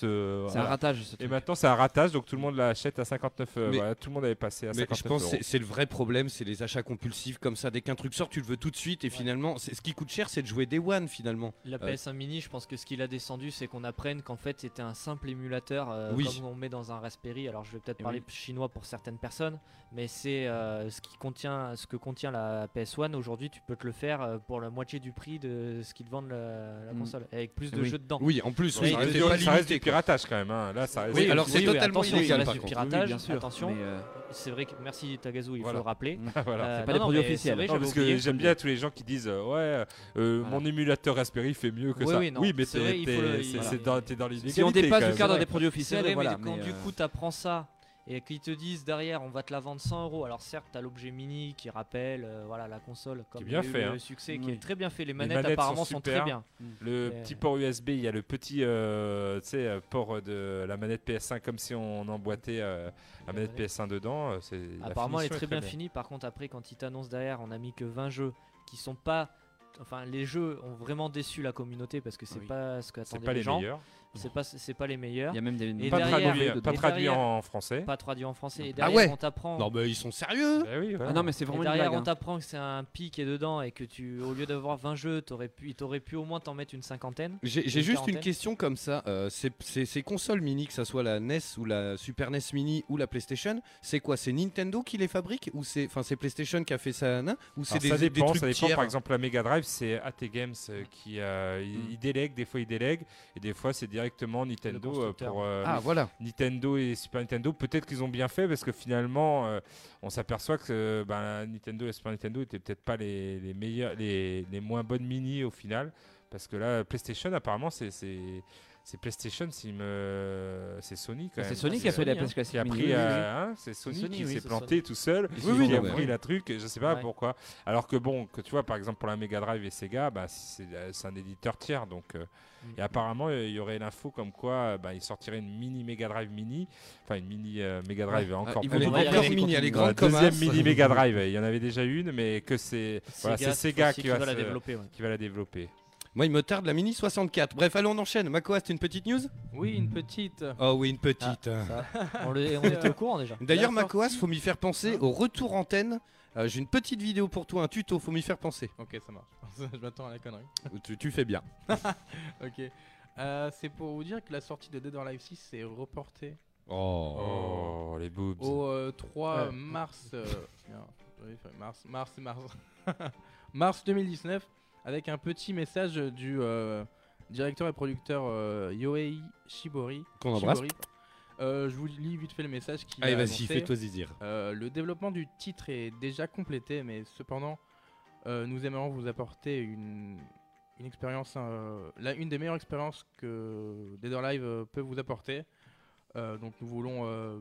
F: C'est un
G: voilà.
F: ratage ce
G: Et
F: truc.
G: maintenant, c'est un ratage, donc tout le monde l'achète à 59 euros.
D: Mais-
G: Voilà, tout le monde avait passé à
D: Mais
G: 59
D: je pense que
G: euros.
D: c'est- c'est le vrai problème, c'est les achats compulsifs comme ça. Dès qu'un truc sort, tu le veux tout de suite et finalement, c'est- ce qui coûte cher, c'est de jouer Day One finalement. Euh,
E: La
D: Ouais.
E: PS1 mini, je pense que ce qu'il a descendu, c'est qu'on apprenne qu'en fait c'était un simple émulateur euh,
D: Oui.
E: comme on met dans un Raspberry. Alors je vais peut-être
F: Eh
E: parler chinois pour certaines personnes, mais c'est euh, ce qui contient, ce que contient la PS1 aujourd'hui. Tu peux te le faire euh, pour la moitié du prix de ce qu'ils te vendent la, la
F: Mm.
E: console, avec plus
F: Eh
E: de
F: oui.
E: jeux dedans.
D: Oui, en plus,
E: Oui,
D: ça
G: Ça reste du-
D: restait pas
G: ça reste du
D: limité. quoi.
G: piratage quand même. hein. Là, ça reste-
D: Oui, alors c'est totalement
E: attention, ça
D: illégal,
E: reste
D: par
E: du
D: contre.
E: piratage.
F: Oui, bien sûr.
E: attention,
F: Mais, euh,
E: c'est vrai que merci Tagazu, il
G: Voilà.
E: faut le rappeler.
G: voilà.
E: Euh,
F: c'est pas
E: non,
F: des
E: non,
F: produits
E: mais c'est
F: officiels.
E: vrai,
G: Non,
E: j'avais
G: parce que
E: oublié.
G: j'aime bien tous les gens qui disent euh, ouais euh,
F: Voilà.
G: mon émulateur Raspberry fait mieux que
E: Oui,
G: ça.
E: oui, non,
G: mais
E: c'est
G: t'es-
E: vrai, il faut
G: t'es-
E: le-
G: c'est-
E: il-
G: c'est dans, t'es dans
F: Si on
G: l'illégalité,
F: dépasse
G: quand
F: du
G: même.
F: cadre
E: Ouais.
F: des produits
E: C'est
F: officiels
E: vrai,
F: voilà,
E: mais quand
F: mais,
E: du
F: euh,
E: coup t'apprends ça et qu'ils te disent derrière on va te la vendre 100 euros. Alors certes, t'as l'objet mini qui rappelle euh, voilà la console comme
G: bien
E: il y a eu
G: fait,
E: le
G: hein.
E: succès qui
F: Oui.
E: est très bien fait. Les manettes,
G: manettes sont
E: apparemment sont, très
G: super.
E: bien.
F: Mm.
G: Le
E: Et- euh,
G: petit port USB, il y a le petit euh, tu sais, euh, port de la manette PS5 comme si on emboîtait euh, la manette PS1 dedans. euh, c'est- la
E: Apparemment, elle est
G: finition
E: très bien finie. Par contre, après, quand ils t'annoncent derrière, on a mis que 20 jeux qui sont pas. Enfin, les jeux ont vraiment déçu la communauté parce que c'est
F: Oui.
E: pas ce que
G: C'est
E: attendaient
G: pas
E: les,
G: les
E: gens.
G: meilleurs.
E: C'est pas, c'est pas les meilleurs.
F: Il y a même des.
E: Et
G: Pas
E: derrière-
G: traduit,
F: dedans.
G: pas
E: et
G: traduit
E: derrière-
G: en français.
E: Pas traduit en français. Et
F: Ah
E: derrière,
F: ouais
E: on t'apprend.
D: Non, mais ils sont sérieux
G: Bah oui, voilà.
F: Ah non, mais c'est
E: Et
F: vraiment
E: derrière, on
F: une blague. hein.
E: t'apprend que c'est un pi qui est dedans et que tu, au lieu d'avoir 20 jeux, t'aurais pu, il t'aurait pu au moins t'en mettre une cinquantaine.
D: J'ai j'ai
E: Une
D: juste
E: quarantaine.
D: une question comme ça. euh, c'est- c'est- ces consoles mini, que ça soit la NES ou la Super NES mini ou la PlayStation, c'est quoi C'est Nintendo qui les fabrique ou c'est enfin c'est PlayStation qui a fait ça nana ou c'est
G: Alors,
D: des,
G: ça
D: des
G: dépend,
D: trucs
G: ça dépend.
D: tiers
G: Par exemple, la Mega Drive, c'est AT Games euh, qui euh,
F: Mm.
G: il, il délègue, des fois il délègue, et des fois c'est directement Nintendo euh,
E: constructeur.
G: pour euh,
D: Ah voilà.
G: Nintendo et Super Nintendo. Peut-être qu'ils ont bien fait parce que finalement, euh, on s'aperçoit que euh, ben, Nintendo et Super Nintendo étaient peut-être pas les, les meilleurs, les, les moins bonnes mini au final, parce que là, PlayStation, apparemment, c'est c'est- c'est PlayStation, s'il me- c'est Sony quand même.
F: C'est Sony qui a fait
G: C'est-
F: la
E: Sony, hein,
F: PS
G: qui
F: Classic
G: a
F: Mini.
G: pris,
F: Oui, oui, oui.
G: euh, hein, c'est Sony,
E: Sony,
G: qui
E: oui,
G: s'est
E: c'est
G: planté tout seul,
F: Ils
G: oui,
F: se sont
G: qui a
F: trompés.
G: pris la truc, je sais pas
E: Ouais.
G: pourquoi. Alors que bon, que tu vois par exemple pour la Mega Drive et Sega, bah, c'est euh, c'est un éditeur tiers, donc euh,
E: Mm.
G: et apparemment euh, il y aurait l'info comme quoi euh, bah, ils sortiraient une mini Mega Drive mini, enfin une mini euh, Mega Drive
D: Ah,
G: encore.
F: ils
G: plus
F: voulaient
G: grande.
E: pas y
D: encore
E: aller.
D: mini, elle est grande
G: Ouais,
D: comme
G: deuxième
D: as.
G: mini Mega Drive, il y en avait déjà une, mais que c'est voilà, c'est Sega
E: faut-
G: qui va,
E: la
G: se-
E: développer. ouais.
G: qui va la développer.
D: Moi, il me tarde la Mini 64. Bref, allons, on enchaîne. Makoas, t'as une petite news
A: Oui, une petite.
D: Oh oui, une petite.
E: Ah, On, le- on était au courant déjà.
D: D'ailleurs,
A: la
D: Makoas, faut m'y faire
E: Hein
D: penser au retour antenne. Euh, J'ai une petite vidéo pour toi, un tuto, faut m'y faire penser.
A: Ok, ça marche. Je m'attends à la connerie.
D: tu, tu fais bien.
A: Ok. Euh, c'est pour vous dire que la sortie de Dead or Alive 6 est reportée
D: Oh.
G: Oh les boobs.
A: au euh, 3
D: Ouais.
A: mars. euh, merde, j'aurais fait mars, mars, mars. mars 2019, avec un petit message du euh, directeur et producteur euh, Yohei Shibori.
D: Qu'on embrasse.
A: Shibori. Euh, je vous lis vite fait le message qui
D: Allez, vas-y, fais-toi zizir.
A: Euh, le développement du titre est déjà complété, mais cependant, euh, nous aimerions vous apporter une, une expérience, euh, la- une des meilleures expériences que Dead or Alive euh, peut vous apporter. Euh, donc nous voulons euh,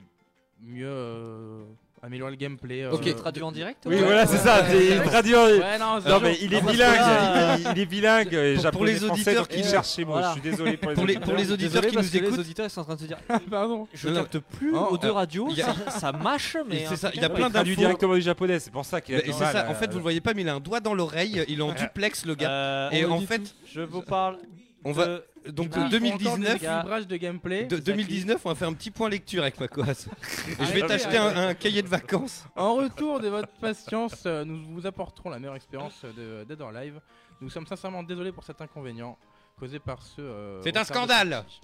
A: mieux euh, améliorer le gameplay. euh,
D: Ok,
E: Tu le traduis en direct
G: Oui
E: ou-
G: voilà c'est ça, c'est radio.
A: Ouais, non, c'est
G: Non
A: chaud.
G: mais il est
E: parce que
G: bilingue,
E: là,
G: il, il est bilingue. euh,
D: pour- pour
G: japonais,
D: les
G: français,
D: auditeurs
G: donc
D: qui-
G: il cherche chez moi.
E: Voilà.
G: Je suis désolé pour les
D: Pour les-
G: auditeurs.
D: pour les auditeurs
E: Désolé,
D: qui
E: parce
D: nous
E: que
D: écoutent-
E: Les auditeurs ils sont en train de se dire
A: Pardon.
E: je
D: Non, non.
E: capte plus
D: Oh,
E: aux deux
D: euh,
E: radios,
D: il y a-
E: ça, ça mâche, mais. hein.
D: C'est ça, il y a
G: Il
D: plein
G: traduit
D: d'infos.
G: directement du japonais, c'est pour ça qu'il a
D: Bah,
G: du
D: et c'est
G: mal,
D: ça, en
G: euh, Euh,
D: fait, vous le voyez pas, mais il a un doigt dans l'oreille, il est en duplex, le gars.
E: Et
D: et en fait,
E: je vous parle.
D: on
E: de-
D: va. Donc,
E: Ah,
A: Encore des
D: 2019,
A: équilibrages de gameplay.
D: de- 2019, on va faire un petit point lecture avec Makoas.
G: Ah
D: Et je
A: Arrêtez,
D: vais t'acheter un,
A: arrêtez.
D: un cahier de vacances.
A: En retour de votre patience, euh, nous vous apporterons la meilleure expérience euh, de Dead or Alive. Nous sommes sincèrement désolés pour cet inconvénient causé par ce. euh,
D: C'est un
A: retard de
D: scandale.
A: sortie.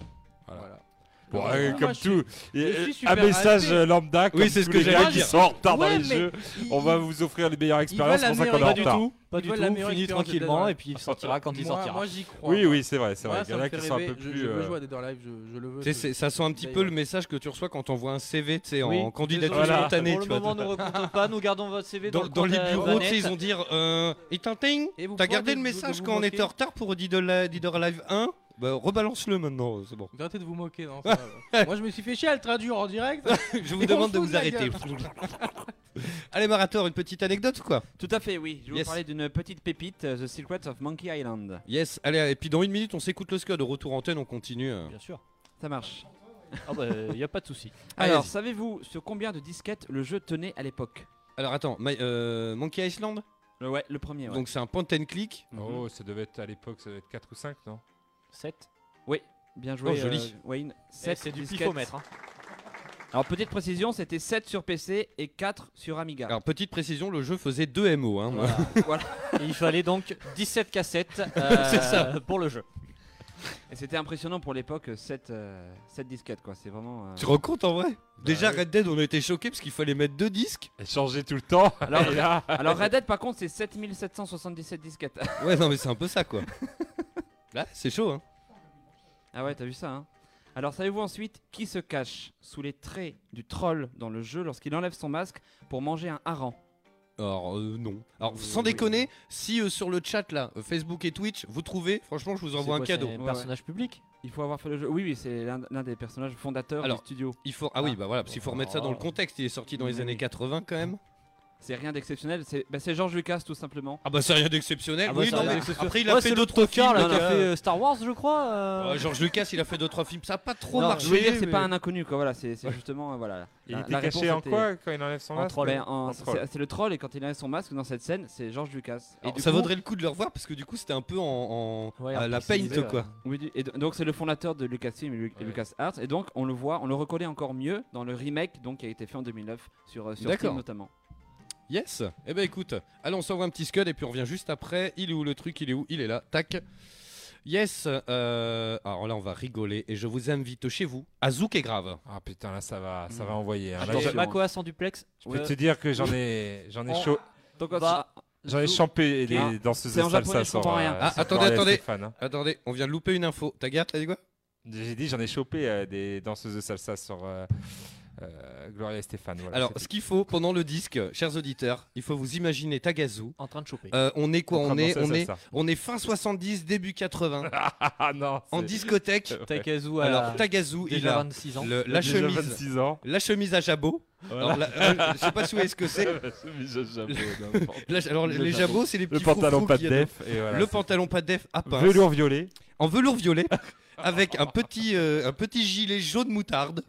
A: Voilà.
G: Bon,
A: Alors,
G: euh,
A: moi,
G: comme
A: je
G: tout, et,
A: suis
G: euh,
A: super
G: un message
A: hypé.
G: euh, lambda, comme
D: Oui, c'est ce
G: tous
D: que
G: les
D: j'allais
G: gars qui
D: dire.
G: sont en retard
A: Ouais,
G: dans les
A: mais
G: jeux.
A: il-
G: On va
A: il-
G: vous offrir les meilleures
A: veulent
G: expériences, c'est
A: la
G: pour ça qu'on est
A: meilleure
G: en
E: Pas du
G: retard.
E: tout, pas
A: Ils
E: du
A: veulent la
E: tout,
A: meilleure
E: fini
A: expérience de
E: tranquillement
A: Dead
E: et puis il sortira quand il
A: moi,
E: sortira.
A: Moi j'y crois.
G: Oui, oui, c'est vrai, c'est
A: Moi,
G: vrai. Il y
A: ça
G: en
A: me
G: a
A: fait
G: qui sont un
A: rêver.
G: peu
A: Je-
G: plus.
A: Je veux
G: euh,
A: jouer à Dead or Alive, je, je le veux.
D: Tu sais, c'est- ça sent un petit peu le message que tu reçois quand on voit un CV, tu sais, en
E: Oui.
D: candidature
E: Désolé,
G: Voilà.
D: spontanée.
E: Pour
D: tu
E: Ah, le
D: vois,
E: moment, nous recomptons pas, nous gardons votre CV dans,
D: dans,
E: le
D: dans
E: compte,
D: les
E: euh,
D: bureaux, tu
E: Vanette.
D: sais, ils ont dire euh, Et tintin,
A: Et vous
D: T'as
A: pouvez
D: gardé
A: de- de
D: le message
A: vous
D: quand on était
A: moquer
D: en retard pour Diddle Live 1 Bah, rebalance-le maintenant, c'est bon.
A: Vous Arrêtez de vous moquer, non ça va. Moi je me suis fait chier à le traduire en direct.
D: Je vous
A: On
D: demande de
A: fout de
D: vous
A: la
D: arrêter. Allez, Marator, une petite anecdote ou quoi
F: Tout à fait, oui. Je vais
D: Yes.
F: vous parler d'une petite pépite, euh, The Secrets of Monkey Island.
D: Yes, allez, et puis dans une minute, on s'écoute le SCUD. De retour antenne, on continue. euh.
E: Bien sûr.
F: Ça marche.
E: Ah bah, y a pas de souci.
D: Allez,
F: Alors,
D: vas-y.
F: savez-vous sur combien de disquettes le jeu tenait à l'époque
D: Alors attends, Ma- euh, Monkey Island
F: Le- Ouais, le premier. ouais.
D: Donc c'est un point and click.
F: Mhm.
G: Oh, ça devait être à l'époque, ça devait être 4 ou 5, non
E: 7.
F: Bien joué,
D: Oh, joli.
F: euh, Wayne.
E: C'est
F: Sept
E: du
F: disquettes.
E: pifomètre. Hein.
F: Alors, petite précision, c'était 7 sur PC et 4 sur Amiga.
D: Alors petite précision, le jeu faisait 2 MO. Hein,
E: Voilà.
F: Voilà.
E: Et il fallait donc 17 cassettes euh, pour le jeu.
F: Et c'était impressionnant pour l'époque, 7, disquettes, quoi. C'est vraiment. euh,
D: Tu te rends compte en vrai Déjà
G: Bah oui.
D: Red Dead, on était choqués parce qu'il fallait mettre deux disques.
G: Elle changeait tout le temps.
F: Alors-
G: et là,
F: Alors, Red Dead, par contre, c'est 7777 disquettes.
D: Ouais, non mais c'est un peu ça quoi. Là, c'est chaud. Hein.
F: Ah ouais, t'as vu ça, hein Alors, savez-vous ensuite qui se cache sous les traits du troll dans le jeu lorsqu'il enlève son masque pour manger un hareng
D: Alors euh, non. Alors sans déconner, si euh, sur le chat là, euh, Facebook et Twitch, vous trouvez, franchement, je vous envoie un cadeau.
F: Ouais,
E: personnage public.
F: Il faut avoir fait le jeu. Oui, oui, c'est l'un l'un des personnages fondateurs
D: Alors,
F: du studio.
D: Il faut Ah oui, bah voilà, parce qu'il faut remettre ça dans le contexte, il est sorti dans les
F: Oui.
D: années 80 quand même.
F: C'est rien d'exceptionnel. C'est bah, c'est George Lucas tout simplement.
D: Ah bah c'est rien d'exceptionnel.
E: Ah bah,
D: oui,
E: c'est
D: non,
E: rien
D: mais
E: d'exceptionnel.
D: après il a
E: Ouais,
D: fait
E: c'est
D: d'autres films.
E: Car là,
D: le
E: qui a
D: gars.
E: fait euh, Star Wars, je crois. euh.
G: Ah.
D: Ouais, George Lucas, il a fait d'autres films, ça a pas trop
F: Non,
D: marché.
F: je veux dire, c'est
D: mais-
F: pas un inconnu quoi. Voilà, c'est c'est justement euh, voilà.
G: Il
F: La-
G: était
F: la
G: caché
F: réponse
G: en
F: était-
G: quoi quand il enlève son
F: En
G: masque
F: troll, hein, en-
G: En troll.
F: c'est- C'est le troll Ah, et quand il a son masque dans cette scène, c'est George Lucas. Et
D: Alors,
F: du
D: ça
F: coup-
D: vaudrait le coup de le revoir parce que du coup c'était un peu en, en-
E: Ouais,
D: à
E: en
D: la
E: pixelisé,
D: paint
E: ouais.
D: quoi.
F: Oui, du- et do- donc c'est le fondateur de Lucasfilm et Lu-
G: Ouais.
F: LucasArts et donc on le voit, on le reconnaît encore mieux dans le remake donc qui a été fait en 2009 sur euh, sur
D: D'accord.
F: Steam notamment.
D: Yes. Eh ben écoute, allons on s'envoie un petit scud et puis on revient juste après. Il est où le truc Il est où Il est là. Tac. Yes. euh, Alors là on va rigoler et je vous invite chez vous à Zouk et Grave.
G: Ah putain, là ça va, ça
F: Mm.
G: va envoyer. hein. Là,
E: Attends,
G: j'ai-
E: Makoas en duplex.
G: je peux
E: euh,
G: te dire que j'en ai, j'en ai
E: on-
G: chaud,
F: Donc
E: va-
G: j'en ai champé les
F: Ah,
G: danseuses
F: c'est en
G: de salsa
F: japonais, je
G: sur,
F: comprends
G: euh,
F: rien.
D: Ah,
G: sur
D: attendez,
G: Corel
D: attendez.
G: Stéphane, hein.
D: Attendez, on vient de louper une info. Tagar, t'as dit quoi
G: J'ai dit, j'en ai chopé euh, des danseuses de salsa sur euh, euh, Gloria et Stéphane. voilà,
D: Alors
G: c'est
D: ce qu'il faut pendant le disque, chers auditeurs, il faut vous imaginer Tagazu.
E: En train de choper.
D: Euh, on est quoi
G: En train
D: On
G: de
D: est
G: danser
D: on
G: la
D: est
G: salsa.
D: on est fin 70, début 80
G: Ah non,
D: en
G: c'est-
D: discothèque.
G: Ouais.
E: Taikazu a
D: Alors Tagazu, il
E: déjà
D: a
E: 26 ans.
D: le- la
G: Déjà
D: chemise
G: 26 ans.
D: La chemise à jabot.
G: Voilà.
D: Alors, la- euh, je sais pas si vous voyez ce que c'est.
G: Chemise à chapeau, n'importe.
D: La- alors,
F: Le
D: les
F: jabot.
D: jabots, c'est les
G: Le
D: petits
G: pantalon
D: froufrous
G: pas
D: qu'il
G: de
D: y a
G: def. Et
D: dedans.
G: voilà,
D: Le
G: c'est-
D: pantalon pas de def à pince.
G: Velours violet.
D: En velours violet, avec un petit, euh, un petit gilet jaune moutarde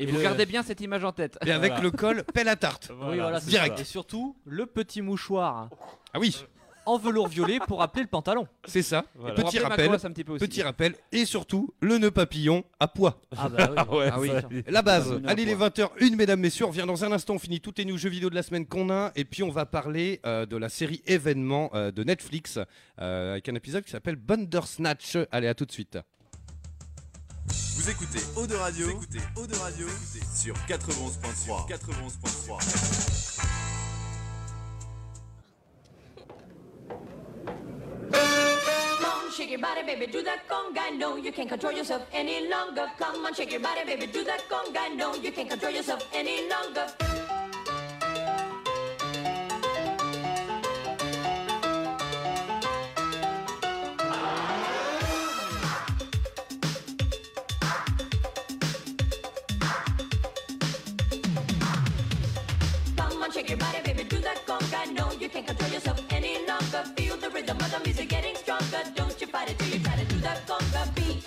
F: Et,
E: Et
F: vous
E: le-
F: gardez bien cette image en tête.
D: et avec
G: Voilà.
D: le col pelle à tarte.
E: oui, voilà, c'est
D: direct.
E: ça. Et surtout, le petit mouchoir
D: Ah oui,
E: en velours violet pour appeler le pantalon.
D: c'est ça.
G: Voilà.
D: Petit
F: Pour rappeler
D: rappel,
F: Macross un petit peu aussi.
D: Petit rappel et surtout le nœud papillon à poids.
E: Ah bah oui.
G: Ah ouais,
F: Ah oui.
G: ça, il-
D: La base.
F: Nœud à
D: Allez les
F: pois.
D: 20h01 mesdames messieurs, on revient dans un instant, on finit toutes les news jeux vidéo de la semaine qu'on a et puis on va parler euh, de la série événement euh, de Netflix euh, avec un épisode qui s'appelle Bandersnatch. Allez à tout de suite.
C: Vous écoutez Eau de Radio, vous écoutez Eau de Radio sur 91.3. 91.3.
H: Come on, shake your body, baby, do that conga. No, you can't control yourself any longer. Come on, shake your body, baby, do that conga. No, you can't control yourself any longer. Come on, shake your body, baby, do that conga. No, you can't control yourself any longer. Feel the rhythm of the music getting stronger. Don't you fight it till you try to do that conga beat.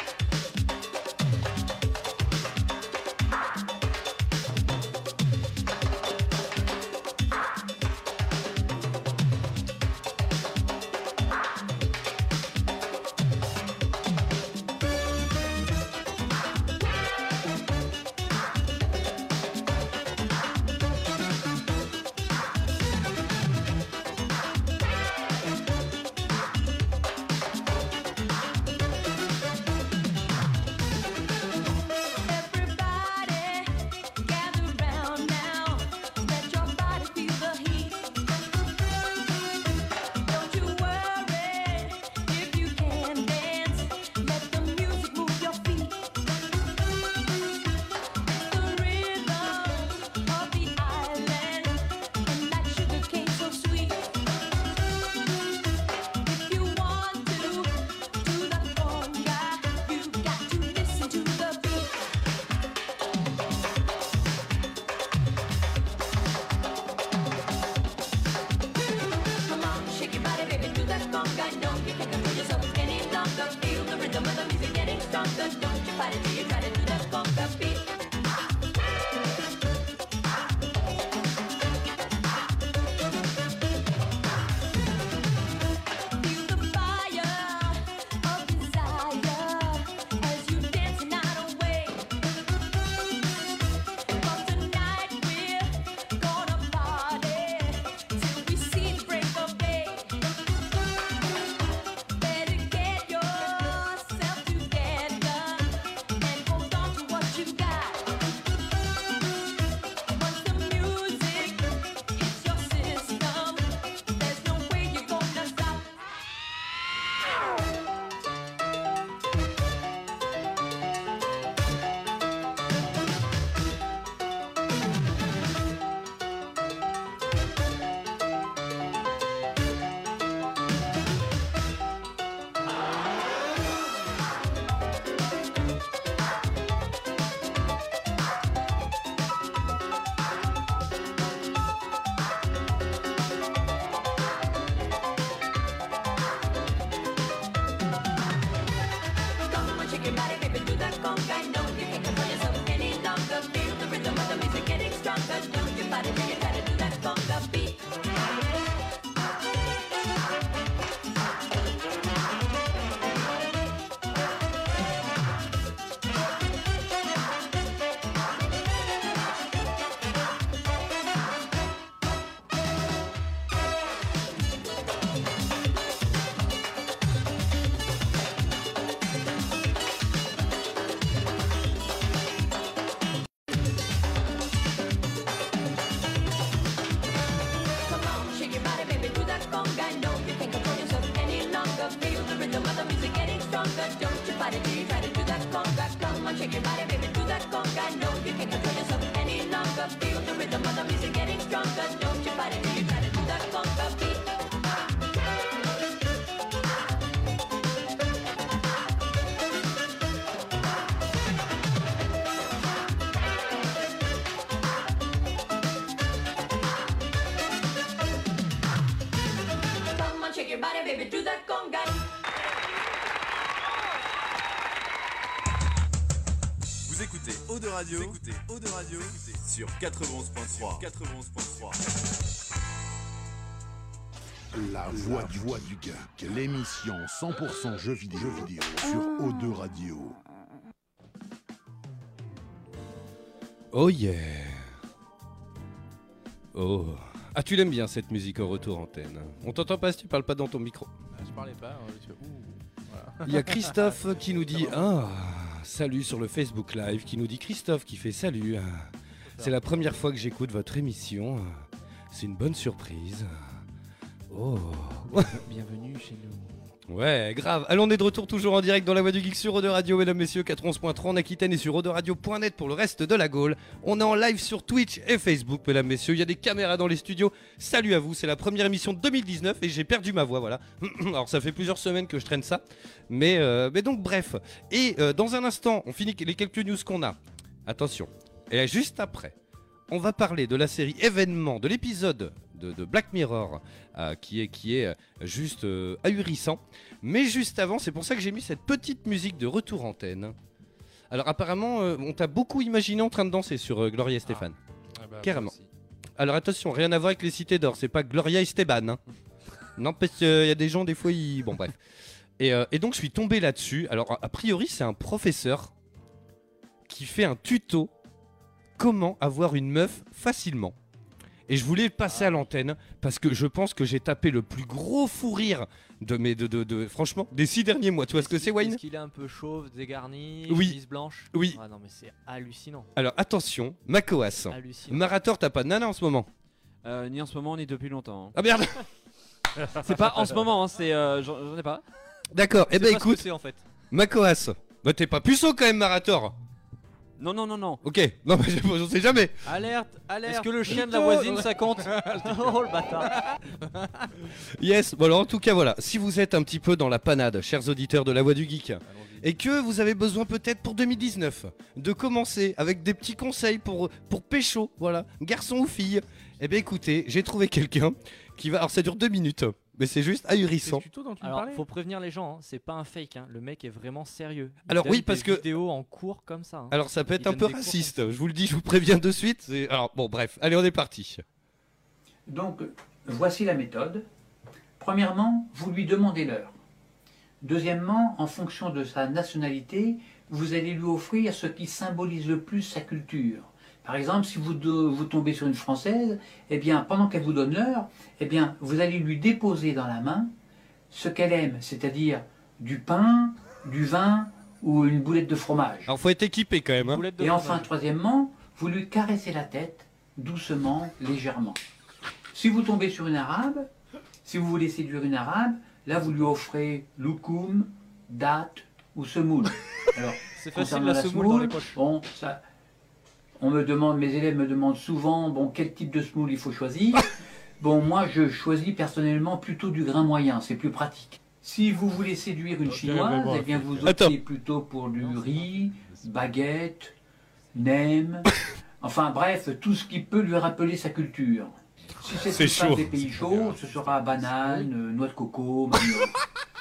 H: Everybody, gather round now. Let your body feel the heat. Don't you worry if you can dance. Let the music move your feet. The rhythm of the island and that sugar cane so sweet. If you want to do the conga, you got to listen to the beat. Come on, shake your body, baby, do that conga. No, you can't control yourself any longer. Feel the rhythm of the music getting stronger. Don't you fight it till you try to do that conga beat. Feel the fire of desire as you dance the night away. 'Cause tonight we're gonna party till we see the break of day. Better get yourself together and hold on to what you got. do that conga.
C: Vous écoutez Eau de Radio, Vous écoutez Eau de Radio Vous écoutez sur 91.3. 91.3.
B: La Voix du, voix du Geek, l'émission 100% jeux vidéo, jeux vidéo sur O2 Radio.
D: Oh yeah Oh Ah tu l'aimes bien cette musique au retour antenne. On t'entend pas si tu parles pas dans ton micro.
A: Ah, je parlais pas. hein, parce que- ouh, voilà.
D: Il y a Christophe qui nous dit Ah Salut sur le Facebook Live qui nous dit Christophe qui fait salut. C'est la première fois que j'écoute votre émission. C'est une bonne surprise. Oh
E: Bienvenue chez nous.
D: Ouais, grave. Allons, on est de retour toujours en direct dans la voie du geek sur Eau de Radio, mesdames, messieurs, 411.3 en Aquitaine et sur Radio.net pour le reste de la Gaule. On est en live sur Twitch et Facebook, mesdames, messieurs. Il y a des caméras dans les studios. Salut à vous, c'est la première émission de 2019 et j'ai perdu ma voix, voilà. Alors, ça fait plusieurs semaines que je traîne ça. Mais, euh, mais donc, bref. Et euh, dans un instant, on finit les quelques news qu'on a. Attention. Et là, juste après, on va parler de la série événement, de l'épisode de, de Black Mirror euh, qui est, qui est euh, juste euh, ahurissant. Mais juste avant, c'est pour ça que j'ai mis cette petite musique de retour antenne. Alors apparemment, euh, on t'a beaucoup imaginé en train de danser sur euh, Gloria Stéphane.
G: Ah bah,
D: Carrément.
G: moi aussi.
D: Alors attention, rien à voir avec les cités d'or, c'est pas Gloria Esteban. hein. Non, parce qu'il y a des gens, des fois, ils... Bon, bref. Et, euh, et donc, je suis tombé là-dessus. Alors, a- a priori, c'est un professeur qui fait un tuto comment avoir une meuf facilement. Et je voulais le passer à l'antenne parce que je pense que j'ai tapé le plus gros fou rire de mes... De, de, de- franchement, des six derniers mois. Tu vois ce que c'est, Wayne
E: Est-ce qu'il est un peu chauve, dégarni,
D: Oui.
E: chemise blanche
D: Oui.
E: Ah non, mais c'est hallucinant.
D: Alors, attention, Macoas.
E: Hallucinant.
D: Marator, t'as pas de nana en ce moment
F: Euh, ni en ce moment, ni depuis longtemps.
D: Ah merde
F: C'est pas en ce moment, hein, c'est. euh, J'en j'en ai pas.
D: D'accord, eh
E: C'est
D: ben
E: pas ce que
D: écoute,
E: c'est, en fait.
D: Macoas. Bah t'es pas puceau quand même, Marator
F: Non, non, non, non.
D: Ok, non mais je- on sait jamais.
E: Alerte, alerte. Est-ce que le chien de la voisine ça compte Oh le bâtard.
D: Yes, bon alors en tout cas voilà, si vous êtes un petit peu dans la panade, chers auditeurs de la voix du geek, et que vous avez besoin peut-être pour 2019 de commencer avec des petits conseils pour, pour pécho, voilà, garçon ou fille, eh bien écoutez, j'ai trouvé quelqu'un qui va... Alors ça dure deux minutes, mais c'est juste
A: C'est le
D: ahurissant.
A: tuto dont tu me
E: Alors
A: parlais
E: faut prévenir les gens, hein, c'est pas un fake, hein, le mec est vraiment sérieux. Il
D: Alors
E: donne
D: oui, parce
E: des
D: que-
E: vidéos en cours comme ça. hein.
D: Alors ça peut être
E: Il
D: un
E: donne
D: peu
E: des cours
D: raciste, je vous le dis, je vous préviens de suite. c'est- Alors bon bref, allez on est parti.
I: Donc, voici la méthode. Premièrement, vous lui demandez l'heure. Deuxièmement, en fonction de sa nationalité, vous allez lui offrir ce qui symbolise le plus sa culture. Par exemple, si vous, de- vous tombez sur une Française, eh bien, pendant qu'elle vous donne l'heure, eh bien, vous allez lui déposer dans la main ce qu'elle aime, c'est-à-dire du pain, du vin ou une boulette de fromage.
D: Alors faut être équipé quand même. hein.
E: Boulette de
I: Et enfin,
E: fromage.
I: troisièmement, vous lui caressez la tête doucement, légèrement. Si vous tombez sur une arabe, si vous voulez séduire une arabe, là vous lui offrez loukoum, date ou semoule. Alors,
E: c'est facile
I: concernant
E: la semoule dans les poches.
I: Bon, ça, on me demande, mes élèves me demandent souvent, bon, quel type de semoule il faut choisir. Bon, moi, je choisis personnellement plutôt du grain moyen, c'est plus pratique. Si vous voulez séduire une chinoise, eh bien, vous optez
D: Attends.
I: plutôt pour du riz, baguette, nem, enfin bref, tout ce qui peut lui rappeler sa culture. Si
D: C'est
I: c'est une femme
D: chaud.
I: des pays chauds, ce sera banane, euh, noix de coco, manioc.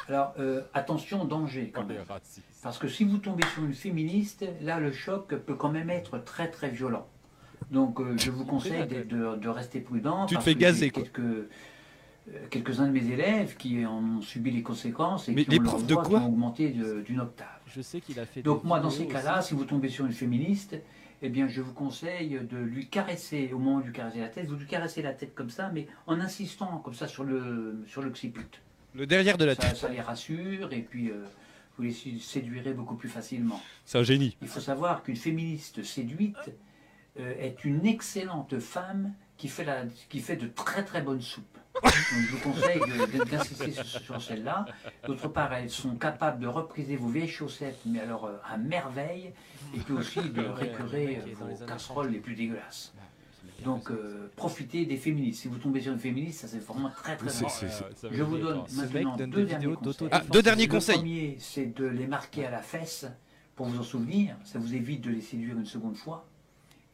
I: Alors, euh, attention, danger quand
G: On est
I: même.
G: raciste.
I: Parce que si vous tombez sur une féministe, là, le choc peut quand même être très très violent. Donc, euh, je vous conseille de, de- de rester prudent.
D: Tu te
I: parce
D: fais
I: que
D: gazer,
I: j'ai
D: quoi.
I: Quelques, euh, quelques-uns de mes élèves qui en ont subi les conséquences et
D: Mais
I: qui
D: les
I: ont leurs
D: profs de
I: voix qui
D: quoi
I: ont augmenté de- d'une octave.
E: Je sais qu'il a fait
I: Donc
E: des
I: moi, dans ces
E: vidéos
I: cas-là,
E: aussi.
I: si vous tombez sur une féministe, eh bien, je vous conseille de lui caresser, au moment de lui caresser la tête, vous lui caressez la tête comme ça, mais en insistant comme ça sur le, sur l'occiput.
D: Le derrière de la
I: Ça,
D: tête.
I: ça les rassure et puis euh, vous les sé- séduirez beaucoup plus facilement.
D: C'est un génie.
I: Il faut savoir qu'une féministe séduite euh, est une excellente femme qui fait, la, qui fait de très très bonnes soupes. Donc, je vous conseille de- de- d'insister sur, sur celle-là. D'autre part, elles sont capables de repriser vos vieilles chaussettes, mais alors euh, à merveille, et puis aussi de récurer
E: mec est dans
I: euh,
E: les
I: vos
E: années
I: casseroles les plus dégueulasses. Donc, euh, profitez des féministes. Si vous tombez sur une féministe, ça c'est vraiment très très
G: Oh,
I: bon.
G: euh, ça veut
I: Je vous
G: dire,
I: donne
G: attends,
E: Ce mec
I: maintenant
E: donne
I: deux
E: des
I: derniers
E: vidéos
I: conseils.
E: d'auto-défense.
D: Ah, deux derniers
I: Le
D: conseils.
I: premier, c'est de les marquer à la fesse pour vous en souvenir. Ça vous évite de les séduire une seconde fois.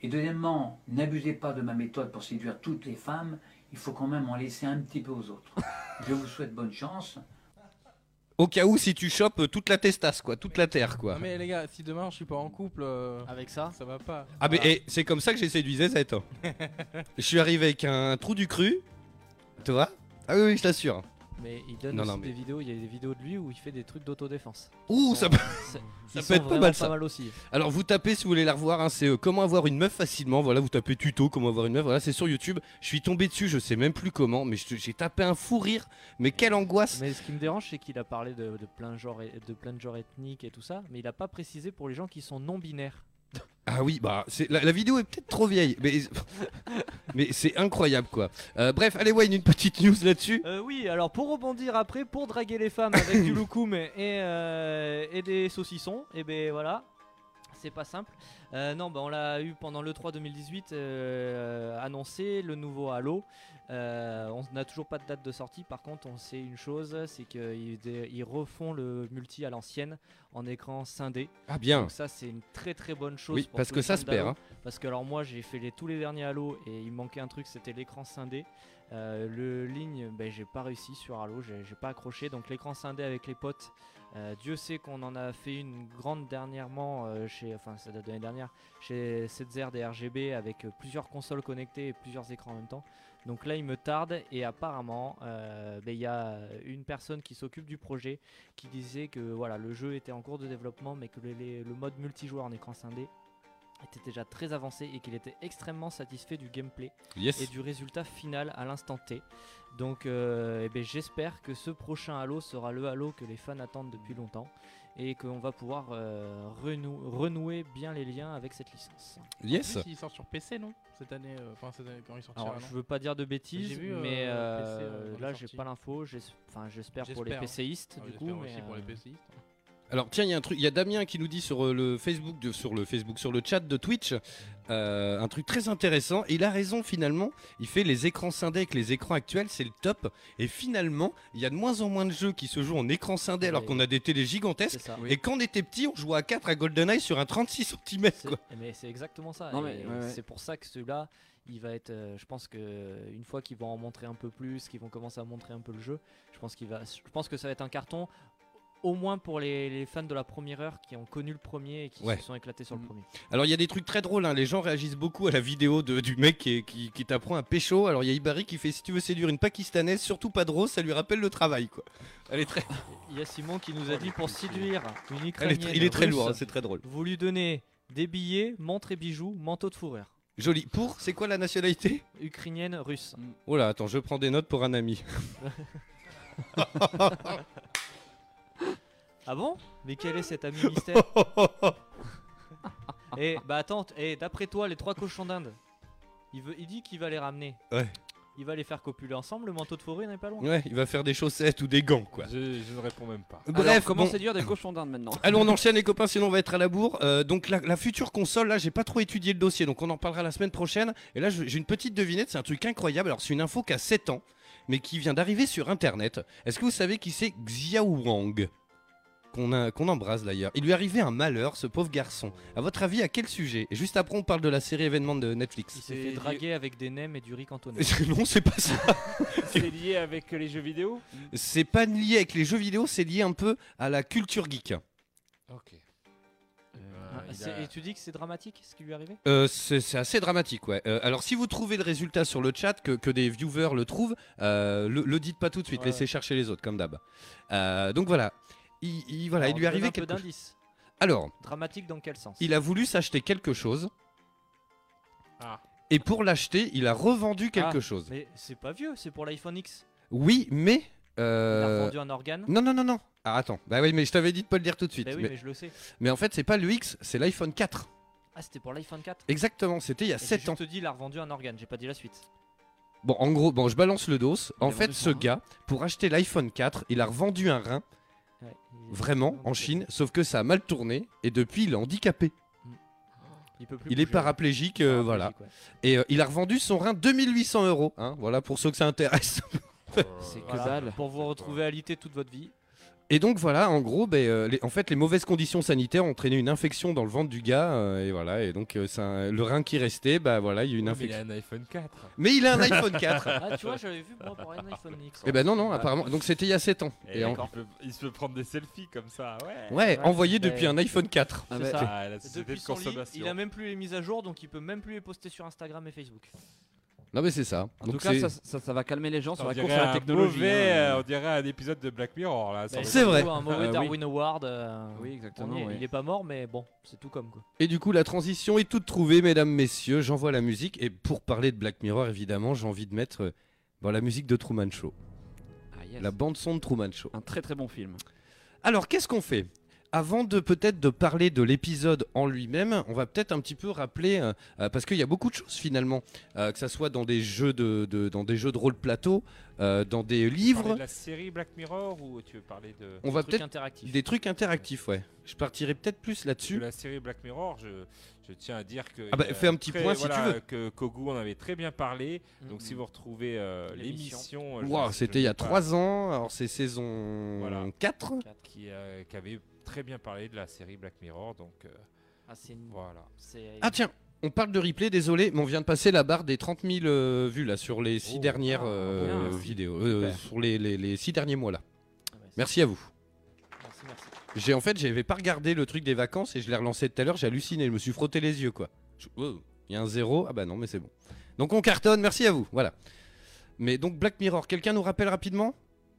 I: Et deuxièmement, n'abusez pas de ma méthode pour séduire toutes les femmes. Il faut quand même en laisser un petit peu aux autres. Je vous souhaite bonne chance.
D: Au cas où si tu chopes euh, toute la testasse, quoi, toute la terre, quoi.
A: Non, mais les gars, si demain je suis pas en couple, euh,
E: Avec ça
A: ça va pas.
D: Ah mais eh, c'est comme ça que j'ai séduit Zezette. je suis arrivé avec un trou du cru, tu vois Ah oui, oui, je t'assure.
E: Mais il donne
D: Non,
E: aussi
D: non, mais-
E: des vidéos, il y a des vidéos de lui où il fait des trucs d'autodéfense.
D: Ouh, ça peut...
E: Ça
D: peut être pas mal, ça.
E: Pas mal aussi.
D: Alors vous tapez si vous voulez la revoir, hein, c'est euh, comment avoir une meuf facilement. Voilà, vous tapez tuto comment avoir une meuf. Voilà, c'est sur YouTube. Je suis tombé dessus, je sais même plus comment, mais je- j'ai tapé un fou rire. Mais quelle angoisse
E: Mais ce qui me dérange, c'est qu'il a parlé de, de plein de genres et- de plein de genres ethniques et tout ça, mais il a pas précisé pour les gens qui sont non binaires.
D: Ah oui, bah c'est la, la vidéo est peut-être trop vieille, mais mais c'est incroyable quoi. Euh, bref, allez Wayne, une petite news là-dessus.
E: Euh, oui, alors pour rebondir après, pour draguer les femmes avec du loukoum et, et, euh, et des saucissons, et ben voilà. C'est pas simple. Euh, non, bah, on l'a eu pendant l'E3 2018 euh, annoncé, le nouveau Halo. Euh, on n'a toujours pas de date de sortie, par contre, on sait une chose c'est qu'ils dé- ils refont le multi à l'ancienne en écran scindé.
D: Ah bien.
E: Donc, ça, c'est une très très bonne chose.
D: Oui,
E: pour
D: parce
E: tout
D: que
E: le
D: ça
E: monde
D: se perd.
E: d'Halo.
D: hein.
E: Parce que alors moi j'ai fait les, tous les derniers Halo et il me manquait un truc, c'était l'écran scindé. Euh, le ligne, ben, j'ai pas réussi sur Halo, j'ai j'ai pas accroché. Donc l'écran scindé avec les potes, euh, Dieu sait qu'on en a fait une grande dernièrement, euh, chez, enfin ça date de l'année dernière, chez Setzer des RGB avec euh, plusieurs consoles connectées et plusieurs écrans en même temps. Donc là il me tarde et apparemment euh, ben, il y a une personne qui s'occupe du projet qui disait que voilà le jeu était en cours de développement mais que le, les- le mode multijoueur en écran scindé était déjà très avancé et qu'il était extrêmement satisfait du gameplay
D: Yes.
E: et du résultat final à l'instant T. Donc euh, eh ben, j'espère que ce prochain Halo sera le Halo que les fans attendent depuis longtemps et qu'on va pouvoir euh, renou- renouer bien les liens avec cette licence.
D: Yes.
A: En plus, il sort sur PC, non Cette année, euh, enfin cette année, quand il sortira.
E: Alors
A: non
E: je veux pas dire de
A: J'ai
E: bêtises,
A: vu, euh,
E: mais
A: PC, euh,
E: euh,
A: dans les
E: là j'ai
A: sorties.
E: pas l'info, j'es- enfin, j'espère pour les
A: J'espère, hein.
E: PCistes
A: Ah,
E: du coup.
A: j'espère
E: mais,
A: aussi pour les
E: euh,
A: PCistes.
D: Alors tiens, il y a un truc, il y a Damien qui nous dit sur euh, le Facebook, de- sur le Facebook, sur le chat de Twitch, euh, un truc très intéressant. Et il a raison finalement. Il fait les écrans scindés avec les écrans actuels, c'est le top. Et finalement, il y a de moins en moins de jeux qui se jouent en écran scindé alors
E: Oui.
D: qu'on a des télés
E: c'est
D: gigantesques.
E: ça.
D: Et quand on était petit, on jouait à 4 à GoldenEye sur un 36 cm.
E: C'est- eh, Mais c'est exactement ça.
F: Non,
E: et
F: mais, ouais, ouais.
E: C'est pour ça que celui-là, il va être. euh, je pense que euh, une fois qu'ils vont en montrer un peu plus, qu'ils vont commencer à montrer un peu le jeu, je pense qu'il va. Je pense que ça va être un carton. Au moins pour les, les fans de la première heure qui ont connu le premier et qui
D: Ouais. Mm.
E: se sont éclatés sur le premier.
D: Alors il y a des trucs très drôles, hein. les gens réagissent beaucoup à la vidéo de- du mec qui, est- qui- qui t'apprend à pécho. Alors il y a Ibari qui fait si tu veux séduire une Pakistanaise, surtout pas drôle, ça lui rappelle le travail quoi. Elle est très,
E: Il y a Simon qui nous a dit pour séduire une
D: elle est
E: Ukrainienne.
D: tr- il est très
E: russe,
D: lourd, hein, c'est très drôle.
E: Vous lui donnez des billets, montres et bijoux, manteau de fourrure.
D: Joli. Pour, c'est quoi la nationalité
E: Ukrainienne, russe.
D: Oh là, attends, je prends des notes pour un ami. Oh,
E: Ah bon Mais quel est cet ami mystère Et bah attends, t- eh, d'après toi, les trois cochons d'Inde, il, veut, il dit qu'il va les ramener.
D: Ouais.
E: Il va les faire copuler ensemble, le manteau de forêt n'est pas loin.
D: Ouais, il va faire des chaussettes ou des gants, quoi.
G: Je, je ne réponds même pas.
F: Alors,
D: Bref,
F: comment
D: bon.
F: séduire des cochons d'Inde maintenant
D: Allons, on enchaîne les copains, sinon on va être à la bourre. Euh, donc la, la future console, là, j'ai pas trop étudié le dossier, donc on en parlera la semaine prochaine. Et là, je- j'ai une petite devinette, c'est un truc incroyable. Alors c'est une info qui a 7 ans, mais qui vient d'arriver sur Internet. Est-ce que vous savez qui c'est Xiao Wang qu'on a- qu'on embrasse d'ailleurs. Il lui est arrivé un malheur, ce pauvre garçon. À votre avis, à quel sujet Et juste après, on parle de la série événement de
E: Il
D: Netflix.
E: s'est fait draguer avec des nems et du riz cantonais.
D: non, c'est pas ça.
G: C'est lié avec les jeux vidéo
D: C'est pas lié avec les jeux vidéo, c'est lié un peu à la culture geek.
G: Ok. Euh,
E: Ah, c'est- Et tu dis que c'est dramatique ce qui lui est arrivé
D: Euh, c'est c'est assez dramatique, ouais. Euh, alors, si vous trouvez le résultat sur le chat, que, que des viewers le trouvent, euh, le, le dites pas tout de suite,
E: Ouais.
D: laissez chercher les autres, comme d'hab. Euh, donc voilà. Il, il- voilà,
E: Alors,
D: il lui est
E: donne
D: arrivé
E: un peu
D: quelque chose.
E: d'indices.
D: Alors,
E: Dramatique dans quel sens
D: il a voulu s'acheter quelque chose.
G: Ah.
D: Et pour l'acheter, il a revendu quelque chose.
E: Ah, Mais c'est pas vieux, c'est pour l'iPhone X.
D: Oui, mais.
E: Il
D: euh,
E: a vendu un organe.
D: Non, non, non, non. Ah, attends. Bah oui, mais je t'avais dit de pas le dire tout de suite.
E: Bah oui,
D: mais,
E: mais... je le sais.
D: mais en fait, c'est pas le X, c'est l'iPhone 4.
E: Ah, c'était pour l'iPhone 4
D: Exactement, c'était il y a
E: Et j'ai
D: 7 ans.
E: juste dit, il a revendu un organe, j'ai pas dit la suite.
D: Bon, en gros, bon, je balance le dos. En
F: a
D: fait,
F: vendu
D: ce
F: son rein.
D: gars, pour acheter l'iPhone 4, il a revendu un rein,
E: Ouais, il-
D: vraiment, en Chine, sauf que ça a mal tourné, et depuis, il est handicapé.
E: Il, peut plus
D: Il est
E: bouger,
D: paraplégique,
E: ouais.
D: euh, voilà.
E: Paraplégique, ouais.
D: Et euh, il a revendu son rein 2800 euros, hein, voilà, pour ceux que ça intéresse.
F: C'est que
E: Voilà,
F: dalle.
E: Pour vous retrouver alité toute votre vie.
D: Et donc voilà, en gros, ben, euh, les- en fait, les mauvaises conditions sanitaires ont entraîné une infection dans le ventre du gars, euh, et voilà, et donc euh, ça- le rein qui restait, bah voilà, il y a eu une
G: Mais il
D: infection.
G: a un iPhone 4.
D: Mais il a un iPhone 4.
E: Ah, tu vois, j'avais vu moi pour un iPhone X. hein.
D: Eh ben non, non, apparemment. Donc c'était il y a 7 ans.
G: Et
D: Et en-
G: il, peut, il se peut prendre des selfies comme ça, ouais.
E: Ouais,
D: Ouais, envoyé
E: mais-
D: depuis un iPhone 4.
E: C'est
F: mais-
E: ça.
G: Ah, la société
E: Depuis
G: de
E: son lit,
G: consommation.
E: il a même plus les mises à jour, donc il peut même plus les poster sur Instagram et Facebook.
D: Non mais c'est ça.
F: En
D: Donc
F: tout cas,
D: c'est-
F: ça, ça- ça va calmer les gens
G: Ça,
F: sur
G: on
F: la
G: dirait
F: course à la
G: un
F: technologie.
G: mauvais,
F: hein.
G: euh, on dirait un épisode de Black Mirror là. ça
E: Bah,
G: me-
D: C'est vrai. Ah
E: Un
F: Euh,
E: mauvais
F: oui.
E: Darwin Award. euh,
F: Oui,
E: on y
F: exactement.
E: est.
F: oui.
E: Il est pas mort, mais bon, c'est tout comme quoi.
D: Et du coup, la transition est toute trouvée, mesdames, messieurs. J'envoie la musique. Et pour parler de Black Mirror, évidemment, j'ai envie de mettre euh, bon, la musique de Truman Show.
F: Ah, yes.
D: La bande-son de Truman Show.
F: Un très très bon film.
D: Alors, qu'est-ce qu'on fait avant de peut-être de parler de l'épisode en lui-même, on va peut-être un petit peu rappeler euh, euh, parce qu'il y a beaucoup de choses finalement, euh, que ça soit dans des jeux de, de- dans des jeux de rôle plateau, euh, dans
G: Tu veux
D: des
F: Ah,
G: parler
D: livres.
G: de la série Black Mirror ou tu veux parler de,
D: On va
E: Truc
D: peut-être
E: interactif.
D: des trucs interactifs, ouais. Je partirai peut-être plus
G: de
D: là-dessus.
G: la série Black Mirror Je, je tiens à dire que.
D: Ah bah,
G: il y a
D: fais un petit
G: très-
D: point si
G: voilà,
D: tu veux. Mm-hmm.
G: Que Kogu en avait très bien parlé. Donc
E: Mhm.
G: si vous retrouvez euh,
E: L'émission.
G: l'émission. euh, je
D: Waouh,
G: ne sais-
D: c'était
G: je
D: il y
G: ne
D: a
G: sais pas,
D: 3 ans, alors c'est saison
G: Voilà.
D: 4.
G: Qui, euh, qui avait très bien parlé de la série Black Mirror. Donc euh,
E: Ah, c'est une-
G: voilà.
E: c'est-
D: Ah tiens, on parle de replay, désolé, mais on vient de passer la barre des 30 000 euh, vues là sur les 6
G: Oh,
D: dernières
G: ah,
D: euh,
G: bien.
D: vidéos, euh,
G: Super. bah,
D: sur les, les, 6 derniers mois là.
E: Ah, ouais, c'est-
D: Merci à vous.
E: Merci, merci.
D: J'ai en fait, j'avais pas regardé le truc des vacances et je l'ai relancé tout à l'heure, j'ai halluciné, je me suis frotté les yeux quoi. Je- wow, Il y a un zéro, ah bah non mais c'est bon. Donc on cartonne, merci à vous, voilà. Mais donc Black Mirror, quelqu'un nous rappelle rapidement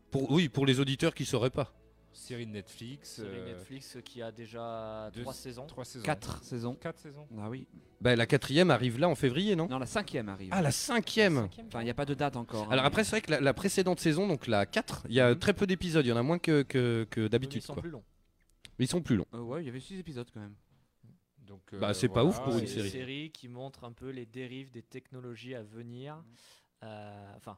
D: pour, Oui, pour les auditeurs qui sauraient pas.
G: Série de Netflix.
E: Série Netflix euh, qui a déjà
G: deux-
E: trois saisons.
G: 3 saisons.
F: 4 saisons.
G: 4 saisons.
F: Ah oui.
D: Bah la quatrième arrive là en février, non,
F: Non, la cinquième arrive.
D: Ah la cinquième
F: Enfin, il n'y a pas de date encore.
D: Alors
F: hein,
D: après,
F: mais-
D: c'est vrai que la, la précédente saison, donc la 4, il y a très peu d'épisodes, il y en a moins que, que, que d'habitude.
E: Ils sont
D: quoi.
E: plus longs.
D: Mais ils sont plus longs.
F: Euh, ouais, il y avait 6 épisodes quand même. euh,
G: Donc,
D: Bah, c'est pas ouf pour
E: Ah, C'est
D: une série.
E: qui montre un peu les dérives des technologies à venir. Euh, Enfin,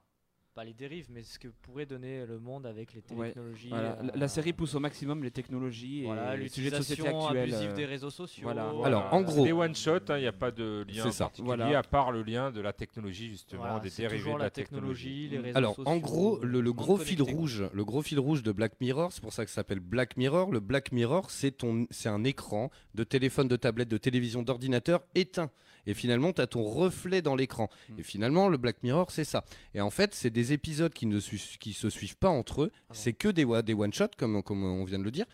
E: pas les dérives, mais ce que pourrait donner le monde avec les
F: Ouais,
E: technologies.
F: Voilà, la-
E: euh,
F: la série pousse au maximum les technologies
E: Voilà,
F: et les sujets de société
E: l'utilisation
F: actuels.
E: abusive
F: euh,
E: des réseaux sociaux. Euh,
F: voilà. Alors,
D: Alors, en gros-
G: Des one-shot, hein, il n'y a pas de lien
D: C'est ça.
G: particulier
F: Voilà.
G: à part le lien de la technologie, justement,
E: Voilà,
G: des
E: c'est
G: dérivés
E: toujours
G: de
E: la,
G: la technologie.
E: technologie, les
F: Mm.
E: réseaux
D: Alors,
E: sociaux.
D: en gros, le, le
E: monde
D: gros fil
E: connecté.
D: rouge, le gros fil rouge de Black Mirror, c'est pour ça que ça s'appelle Black Mirror. Le Black Mirror, c'est ton, c'est un écran de téléphone, de tablette, de télévision, d'ordinateur éteint. Et finalement, tu as ton reflet dans l'écran.
F: Mm.
E: Hmm.
D: Et finalement, le Black Mirror, c'est ça. Et en fait, c'est des épisodes qui ne su- qui se suivent pas entre eux.
E: Ah bon.
D: c'est que des, wa- des one-shots, comme, comme on vient de le dire.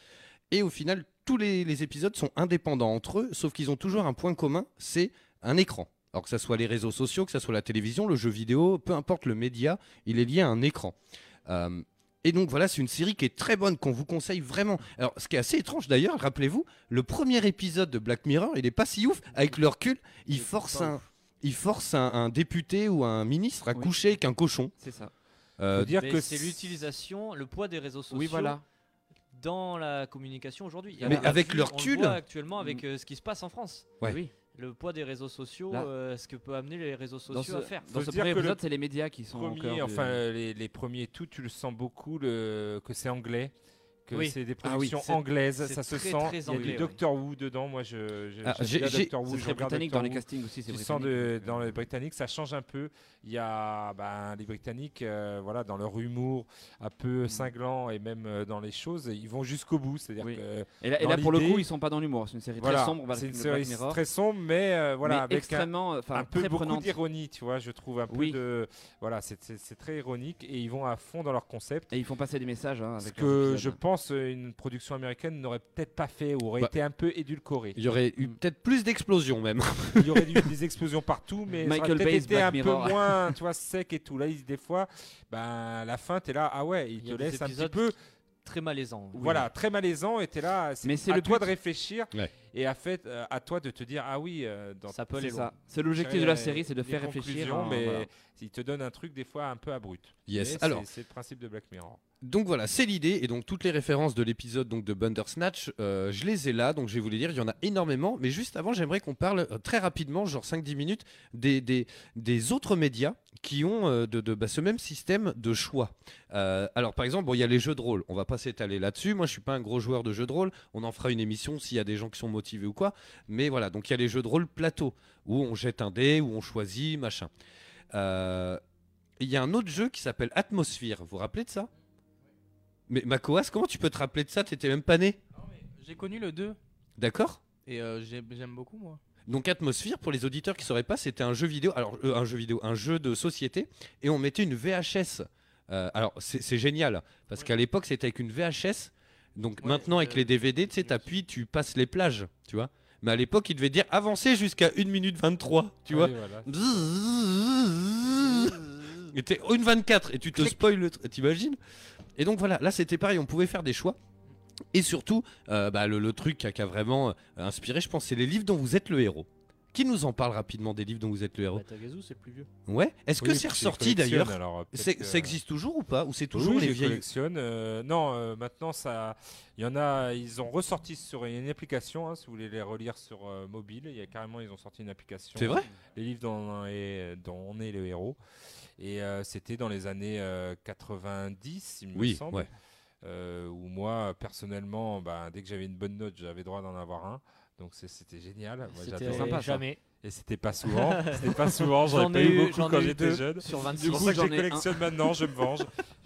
D: Et au final, tous les, les épisodes sont indépendants entre eux, sauf qu'ils ont toujours un point commun, c'est un écran. Alors que ça soit les réseaux sociaux, que ça soit la télévision, le jeu vidéo, peu importe le média, il est lié à un écran. Euh, et donc voilà, c'est une série qui est très bonne, qu'on vous conseille vraiment. Alors ce qui est assez étrange d'ailleurs, rappelez-vous, le premier épisode de Black Mirror, il est pas si ouf, avec le recul, il
F: Il est
D: force
F: pas
D: un... Il force un, un député ou un ministre à
F: Oui.
D: coucher avec un cochon.
F: C'est ça.
D: Euh,
G: Faut dire
E: Mais
G: que
E: c'est l'utilisation, le poids des réseaux sociaux
F: Oui, voilà.
E: dans la communication aujourd'hui.
F: Mais
E: On l'a
D: avec
E: vu-
D: leur
E: on le
D: tulle
E: voit actuellement avec euh, ce qui se passe en France.
D: Ouais.
F: Oui.
E: Le poids des réseaux sociaux,
F: Là.
E: euh, ce que peut amener les réseaux
F: Dans
E: sociaux
F: ce,
E: à faire.
F: dans
G: Faut
F: ce
G: dire
F: premier
G: que le
F: épisode, c'est les médias qui sont au cœur
G: Premier,
F: de-
G: enfin, les, les premiers tout, tu le sens beaucoup le, que c'est anglais, que
E: Oui.
G: c'est des
F: Ah oui,
G: productions
E: c'est-
G: anglaises,
E: c'est
G: ça se
E: très,
G: sent.
E: très
G: Il y a
E: anglais,
G: du
E: oui.
G: Doctor Who dedans. Moi, je, je-
D: Ah,
G: j'aime
D: j'ai-
G: bien
D: j'ai-
G: Doctor Who,
F: C'est
G: je
F: très
G: regarde
F: britannique
G: Doctor
F: dans les
G: Who.
F: castings aussi. c'est
G: Tu sens de,
F: britannique, donc,
G: dans
F: euh,
G: les Britanniques, ça change un peu. Il y a ben, les Britanniques, euh, voilà, dans leur humour un
F: Mm.
G: peu cinglant et même euh, dans les choses, ils vont jusqu'au bout. C'est-à-dire
F: Oui.
G: que
F: Et là, et
G: dans
F: là, pour le
G: l'idée-
F: coup, ils sont pas dans l'humour. C'est une série
G: voilà,
F: très sombre.
G: c'est une
F: Black
G: série
F: Mirror,
G: très sombre, mais euh, voilà,
F: mais
G: avec un,
F: extrêmement, enfin,
G: un peu
F: très
G: beaucoup
F: prenante.
G: d'ironie, tu vois, je trouve un peu
F: Oui.
G: de voilà, c'est- c'est c'est très ironique et ils vont à fond dans leur concept.
F: Et ils font passer des messages. hein,
G: Ce
F: avec leurs
G: que je
F: épisodes.
G: pense euh, une production américaine n'aurait peut-être pas fait ou aurait
D: Bah.
G: été un peu édulcorée.
D: Il y aurait eu
F: Mm.
D: peut-être plus d'explosions même.
G: Il y aurait eu des explosions partout, mais ça
F: Michael
G: aurait peut-être
F: Bay's
G: été
F: Black
G: un
F: Mirror.
G: peu moins, tu vois, sec et tout. Là, il- des fois, ben la fin, t'es là, ah ouais, il,
E: Il y
G: te
E: a des
G: laisse un petit
E: épisodes
G: peu,
E: Très malaisant.
G: voilà, très malaisant, et t'es là.
F: Mais c'est
G: à
F: le
G: toi
F: but.
G: de réfléchir
D: Ouais.
G: et à fait, euh, à toi de te dire, ah oui, euh, dans
E: Ça peut aller
F: C'est
E: loin.
F: ça. C'est l'objectif de la série, c'est de
G: les
F: faire réfléchir.
G: conclusions,
F: en-
G: mais
F: voilà.
G: il te donne un truc des fois un peu abrupt.
D: Yes.
G: Mais c'est-
D: Alors-
G: c'est le principe de Black Mirror.
D: Donc voilà, c'est l'idée. Et donc toutes les références de l'épisode donc de Bandersnatch, euh, je les ai là. Donc je vais vous les dire. Il y en a énormément. Mais juste avant, j'aimerais qu'on parle euh, très rapidement, genre 5-10 minutes, des, des, des autres médias qui ont euh, de, de- bah, ce même système de choix. Euh, alors par exemple, bon, il y a les jeux de rôle. On va pas s'étaler là-dessus. Moi, je suis pas un gros joueur de jeux de rôle. On en fera une émission s'il y a des gens qui sont motivés ou quoi. Mais voilà, donc il y a les jeux de rôle plateau où on jette un dé, où on choisit, machin. Euh, Il y a un autre jeu qui s'appelle Atmosphere. Vous vous rappelez de ça Mais Makoas, comment tu peux te rappeler de ça T'étais même pas né.
A: J'ai connu le 2
D: D'accord
A: et euh, j'ai- j'aime beaucoup moi.
D: Donc Atmosphere, pour les auditeurs qui ne sauraient pas, c'était un jeu vidéo, alors euh, un jeu vidéo, un jeu de société, et on mettait une VHS. Euh, alors c'est c'est génial, parce qu'à l'époque c'était avec une VHS, donc
A: Ouais,
D: maintenant avec
A: euh,
D: les DVD, tu sais, t'appuies, tu passes les plages, tu vois. Mais à l'époque, il devait dire avancer jusqu'à 1 minute 23,
H: Ah
D: tu vois.
G: Oui, voilà.
E: Mmh.
D: Et t'es une 24 et tu te spoil le truc, t'imagines Et donc voilà, là c'était pareil, on pouvait faire des choix. Et surtout, euh, bah, le, le truc qui a, qui a vraiment euh, inspiré, je pense, c'est les livres dont vous êtes le héros. Qui nous en parle rapidement des livres dont vous êtes le héros
E: Bah, Tagazu, c'est le plus vieux.
D: Ouais. Est-ce que
G: Oui,
D: c'est
G: je les
D: ressorti
G: collectionne,
D: d'ailleurs
G: alors, euh, peut-être
D: C'est-
G: que-
D: Ça existe toujours ou pas Ou c'est
G: Oui,
D: toujours
G: oui, je
D: les
G: les
D: vieilles
G: collectionne. euh, non, euh, maintenant ça, il y en a, ils ont ressorti sur une application. hein, si vous voulez les relire sur euh, mobile, il y a carrément ils ont sorti une application.
D: C'est vrai
G: Les livres dont, et, dont on est le héros. Et euh, c'était dans les années euh, 90, il me
D: Oui,
G: semble.
D: ouais.
G: euh, où moi personnellement, bah, dès que j'avais une bonne note, j'avais droit d'en avoir un. Donc c'est- c'était génial. Moi,
E: C'était
G: j'adorais.
E: sympa,
F: sympa, ça.
E: jamais.
G: Et c'était pas souvent. c'était pas souvent. J'en ai
E: J'en
G: pas
E: ai eu-
G: eu beaucoup
E: j'en ai
G: quand
E: eu
G: j'étais
E: deux
G: jeune.
E: Sur
G: C'est
E: 26,
G: pour ça que je
E: j'en
G: les
E: ai un.
G: collectionne maintenant. Je me venge.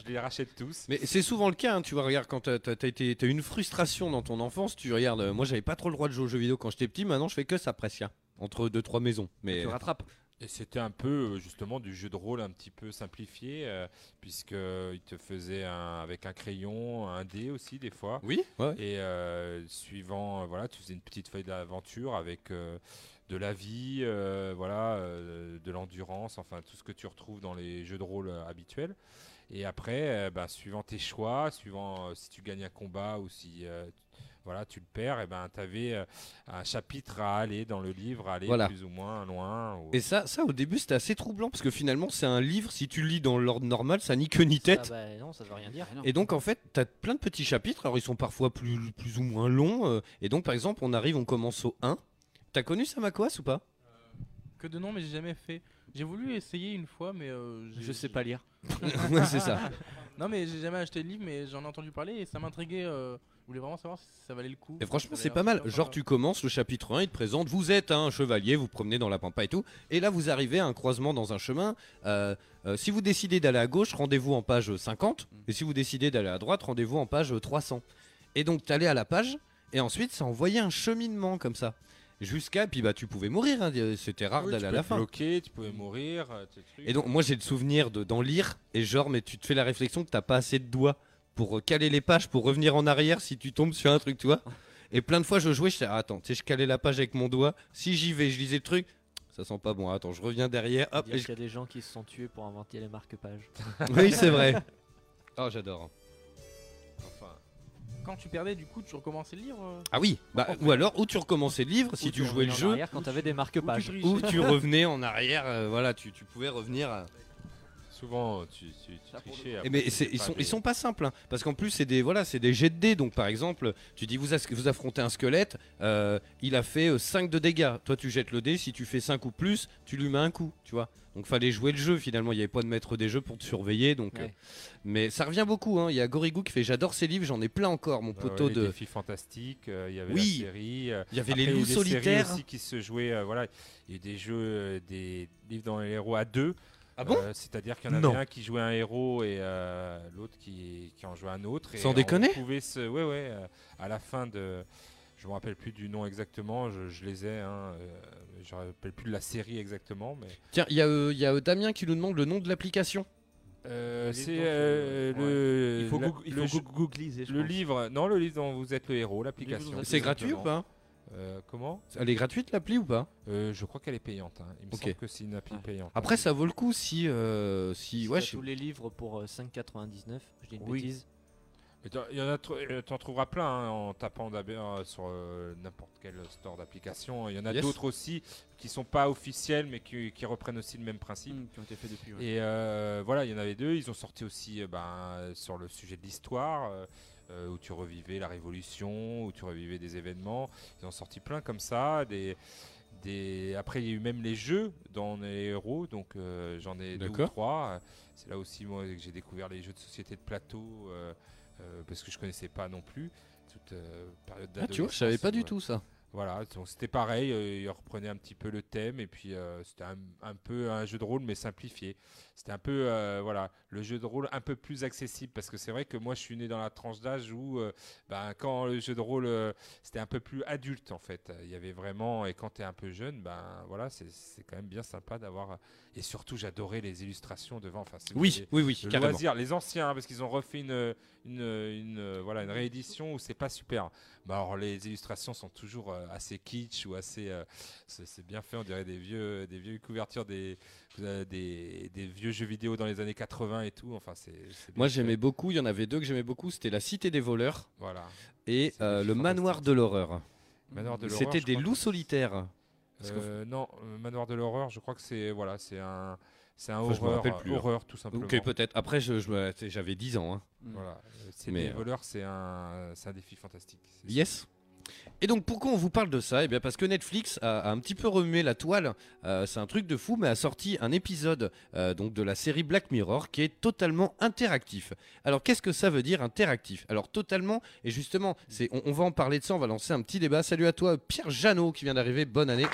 G: Je les rachète tous.
D: Mais c'est souvent le cas, hein, tu vois, regarde, quand t'as as, eu une frustration dans ton enfance, tu regardes, euh, moi j'avais pas trop le droit de jouer aux jeux vidéo quand j'étais petit, maintenant je fais que ça presque, hein, entre deux, trois maisons. Mais euh,
F: Tu rattrapes.
G: Et c'était un peu euh, justement du jeu de rôle un petit peu simplifié, euh, puisque euh, il te faisait un- avec un crayon, un dé aussi des fois.
D: oui, ouais, ouais.
G: Et euh, suivant, euh, voilà, tu faisais une petite feuille d'aventure avec euh, de la vie, euh, voilà, euh, de l'endurance, enfin tout ce que tu retrouves dans les jeux de rôle euh, habituels. Et après, euh, bah, suivant tes choix, suivant euh, si tu gagnes un combat ou si euh, voilà, tu le perds, et ben tu avais un chapitre à aller dans le livre, à aller
D: Voilà.
G: plus ou moins loin. ou-
D: Et ça, ça au début c'était assez troublant parce que finalement c'est un livre, si tu le lis dans l'ordre normal, ça nique ni tête.
E: Ah bah non, ça veut rien dire.
D: Et donc en fait, t'as plein de petits chapitres, alors ils sont parfois plus, plus ou moins longs. euh, et donc par exemple, on arrive, on commence au 1. T'as connu Samakoas ou pas
A: Que de nom mais j'ai jamais fait. J'ai voulu essayer une fois mais euh, j'ai-
E: Je sais pas lire.
D: Ouais, c'est ça.
A: Non mais j'ai jamais acheté le livre mais j'en ai entendu parler et ça m'intriguait. euh, Je voulais vraiment savoir si ça valait euh, le coup.
D: Et franchement,
A: Ça
D: c'est
A: avait
D: pas
A: l'air
D: mal.
A: super
D: Genre,
A: sympa.
D: tu commences le chapitre 1, il te présente, vous êtes un chevalier, vous promenez dans la pampa et tout. Et là, vous arrivez à un croisement dans un chemin. euh, euh, si vous décidez d'aller à gauche, rendez-vous en page 50. Et si vous décidez d'aller à droite, rendez-vous en page 300. Et donc, t'allais à la page, et ensuite, ça envoyait un cheminement comme ça. Jusqu'à, puis bah, tu pouvais mourir, hein, c'était rare
G: Oui, tu
D: d'aller à
G: pouvais
D: la
G: te
D: fin.
G: bloquer, tu pouvais mourir. euh, tes trucs.
D: Et donc moi j'ai le souvenir de d'en lire et genre mais tu te fais la réflexion que t'as pas assez de doigts pour euh, caler les pages pour revenir en arrière si tu tombes sur un truc tu vois. Et plein de fois je jouais je disais, ah, attends tu sais je calais la page avec mon doigt si j'y vais je lisais le truc ça sent pas bon attends je reviens derrière hop
E: dire
D: et
E: qu'il
D: je-
E: y a des gens qui se sont tués pour inventer les marque-pages.
D: oui c'est vrai. Oh j'adore.
G: Enfin,
A: Quand tu perdais du coup tu recommençais le livre. euh,
D: Ah oui bah, ou alors ou tu recommençais le livre si
E: Ou
D: tu jouais
E: revenais
D: le
E: en
D: jeu
E: arrière quand t'avais des marque-pages.
D: ou tu revenais en arrière euh, voilà tu, tu pouvais revenir. euh, à-
G: souvent, Oh, tu, tu, tu trichais.
D: Eh
G: après,
D: mais
G: tu
D: c'est-
G: faisais
D: ils
G: pas
D: sont
G: des-
D: ils sont pas simples hein, parce qu'en plus c'est des voilà c'est des jets de dés donc par exemple tu dis vous as- vous affrontez un squelette euh, il a fait euh, 5 de dégâts toi tu jettes le dé si tu fais 5 ou plus tu lui mets un coup tu vois donc fallait jouer le jeu finalement il n'y avait pas de maître des jeux pour te surveiller donc euh,
E: Ouais.
D: mais ça revient beaucoup hein. il y a Gorigou qui fait j'adore ces livres j'en ai plein encore mon
G: Ah
D: poteau
G: ouais, les
D: de
G: défis fantastiques, euh, il y avait
D: Oui.
G: la série. euh,
D: il y avait
G: après, il
D: les
G: y a eu
D: loups
G: des
D: solitaires
G: séries aussi qui se jouaient. euh, voilà, il y a eu des jeux, euh, des livres dans les héros à deux.
D: Ah bon
G: Euh, C'est-à-dire qu'il y en avait
D: Non.
G: un qui jouait un héros et euh, l'autre qui, qui en jouait un autre. Et
D: Sans
G: on
D: déconner
G: pouvait se, ouais, ouais. euh, à la fin de, je me rappelle plus du nom exactement. Je, je les ai. Hein, euh, je me rappelle plus de la série exactement, mais.
D: tiens il y a euh, il y a euh, Damien qui nous demande le nom de l'application
G: Euh,
F: Les
G: c'est
F: dents,
G: euh,
F: ouais.
G: le.
F: Il faut,
G: la-
F: goog- il
G: le
F: faut
G: jeu-
F: goog- googliser. je
G: le
F: pense.
G: livre, non, le livre dont vous êtes le héros, l'application.
E: vous êtes-
D: c'est
G: tout
D: gratuit ou
G: simplement.
D: pas
G: Euh, Comment
D: elle est gratuite l'appli ou pas
G: Euh, Je crois qu'elle est payante. hein. Il me
D: Ok.
G: semble que c'est une appli
E: Ouais.
G: payante.
D: après ça vaut le coup si euh, si
E: Si
D: ouais
E: t'as
D: je-
E: Ah. tous les livres pour euh, 5,99, je dis une
G: Oui.
E: bêtise.
G: Mais t'en- Il y en a, tr- euh, t'en trouveras plein hein, en tapant d'abord sur euh, n'importe quel store d'application. Il y en a
D: Yes.
G: d'autres aussi qui sont pas officiels, mais qui, qui reprennent aussi le même principe.
E: Hmm,
F: Mmh, qui ont été faits depuis. ouais.
G: Et euh, voilà, il y en avait deux. Ils ont sorti aussi euh, ben, sur le sujet de l'histoire, euh, euh, où tu revivais la Révolution, où tu revivais des événements. Ils ont sorti plein comme ça. Des, des... Après, il y a eu même les jeux dans les héros, donc euh, j'en ai deux ou
D: D'accord.
G: trois. C'est là aussi moi, que j'ai découvert les jeux de société de plateau, euh, euh, parce que je connaissais pas non plus. Toute euh, période
D: Ah, tu vois je savais pas du
G: d'adolescence où,
D: tout ça
G: Voilà, donc c'était pareil, euh, il reprenait un petit peu le thème et puis euh, c'était un, un peu un jeu de rôle mais simplifié. C'était un peu euh, voilà le jeu de rôle un peu plus accessible parce que c'est vrai que moi je suis né dans la tranche d'âge où euh, ben, quand le jeu de rôle euh, c'était un peu plus adulte en fait. Il y avait vraiment et quand tu es un peu jeune ben voilà c'est- c'est quand même bien sympa d'avoir et surtout j'adorais les illustrations devant. Enfin, si vous
D: Oui,
G: voulez,
D: oui, oui,
G: le
D: carrément.
G: loisir, les anciens, hein, parce qu'ils ont refait une, une, une, euh, voilà, une réédition où c'est pas super. Bah alors, les illustrations sont toujours euh, assez kitsch ou assez. euh, c'est c'est bien fait, on dirait des, vieux, des vieilles couvertures des, euh, des, des vieux jeux vidéo dans les années 80 et tout. Enfin, c'est. c'est bien
D: Moi
G: fait.
D: j'aimais beaucoup, il y en avait deux que j'aimais beaucoup, c'était La Cité des voleurs
G: Voilà.
D: et
G: C'est
D: euh, Le
G: fantastique.
D: Manoir de l'horreur.
G: Manoir de l'horreur,
D: C'était
G: je
D: des
G: crois que-
D: loups solitaires. Parce qu'au-
G: Euh, non, euh, Manoir de l'horreur, je crois que c'est voilà, c'est un, c'est un
D: Enfin, je me
G: horreur,
D: rappelle plus, hein.
G: horreur tout simplement.
D: Ok, peut-être. Après, je- je me- j'avais 10 ans. hein.
E: Hmm.
G: Voilà. Euh, C'est
D: Mais,
G: des
D: euh,
G: voleurs, c'est un, c'est un défi fantastique. C'est-
D: Yes. Et donc pourquoi on vous parle de ça Eh bien parce que Netflix a, a un petit peu remué la toile. Euh, c'est un truc de fou, mais a sorti un épisode euh, donc de la série Black Mirror qui est totalement interactif. Alors qu'est-ce que ça veut dire interactif Alors totalement et justement, c'est on, on va en parler de ça. On va lancer un petit débat. Salut à toi Pierre Janot qui vient d'arriver. Bonne année.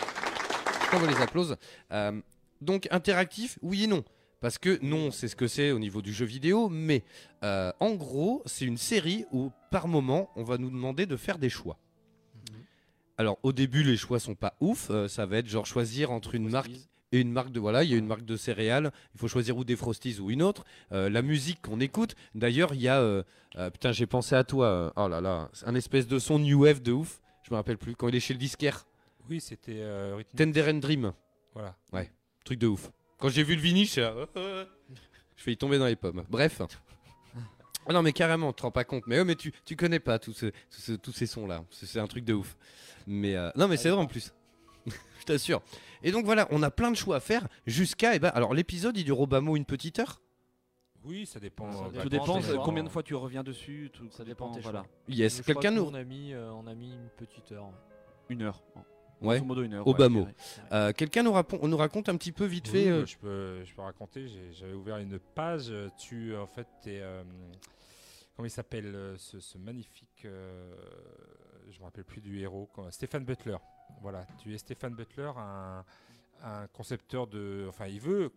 D: On vous les applause. Euh, donc interactif, oui et non. Parce que non, c'est ce que c'est au niveau du jeu vidéo, mais euh, en gros, c'est une série où par moment, on va nous demander de faire des choix. Alors au début, les choix sont pas ouf. euh, ça va être genre choisir entre une marque et une marque de voilà, il y a une marque de céréales. Il faut choisir ou des Frosties ou une autre. Euh, la musique qu'on écoute. D'ailleurs, il y a euh, euh, putain, j'ai pensé à toi. euh, oh là là, c'est un espèce de son new wave de ouf. Je me rappelle plus quand il est chez le disquaire.
G: Oui, c'était euh, rythmique,
D: Tender and Dream.
G: Voilà.
D: Truc de ouf. Quand j'ai vu le vinyle, je suis là, euh, euh, je fais y tomber dans les pommes. Bref. Ah non, mais carrément, tu te rends pas compte. Mais, ouais, mais tu, tu connais pas tous ce- tous ce- tous ces sons-là. C'est c'est un truc de ouf. Mais euh, non, mais c'est vrai en plus. je t'assure. Et donc voilà, on a plein de choix à faire jusqu'à. eh ben, alors l'épisode, il dure au bas mot une petite heure.
G: Oui, ça dépend.
E: Ah, Ça
G: euh,
E: dépend.
G: bah,
F: Tout dépend
E: des hein.
F: euh,
E: choix.
F: combien de fois tu reviens dessus. Tout,
E: Ça dépend tes
F: Voilà.
E: choix.
D: Yes.
E: Je crois
D: Quelqu'un
E: que
D: nous.
E: On a mis, euh, on a mis une petite heure.
F: Une heure.
D: Ouais.
F: Grosso modo, une heure.
D: Au
F: ouais,
D: bas
F: je
D: mot.
F: dirais.
D: euh, Quelqu'un nous, rapon- nous raconte un petit peu vite
G: oui,
D: fait. euh,
G: bah, je, peux, je peux raconter. j'ai- J'avais ouvert une page. euh, Tu, euh, en fait, t'es. euh, comment il s'appelle euh, ce, ce magnifique. euh, je me rappelle plus du héros. quand- Stéphane Butler. Voilà. Tu es Stéphane Butler, un, un concepteur de. Enfin, il veut.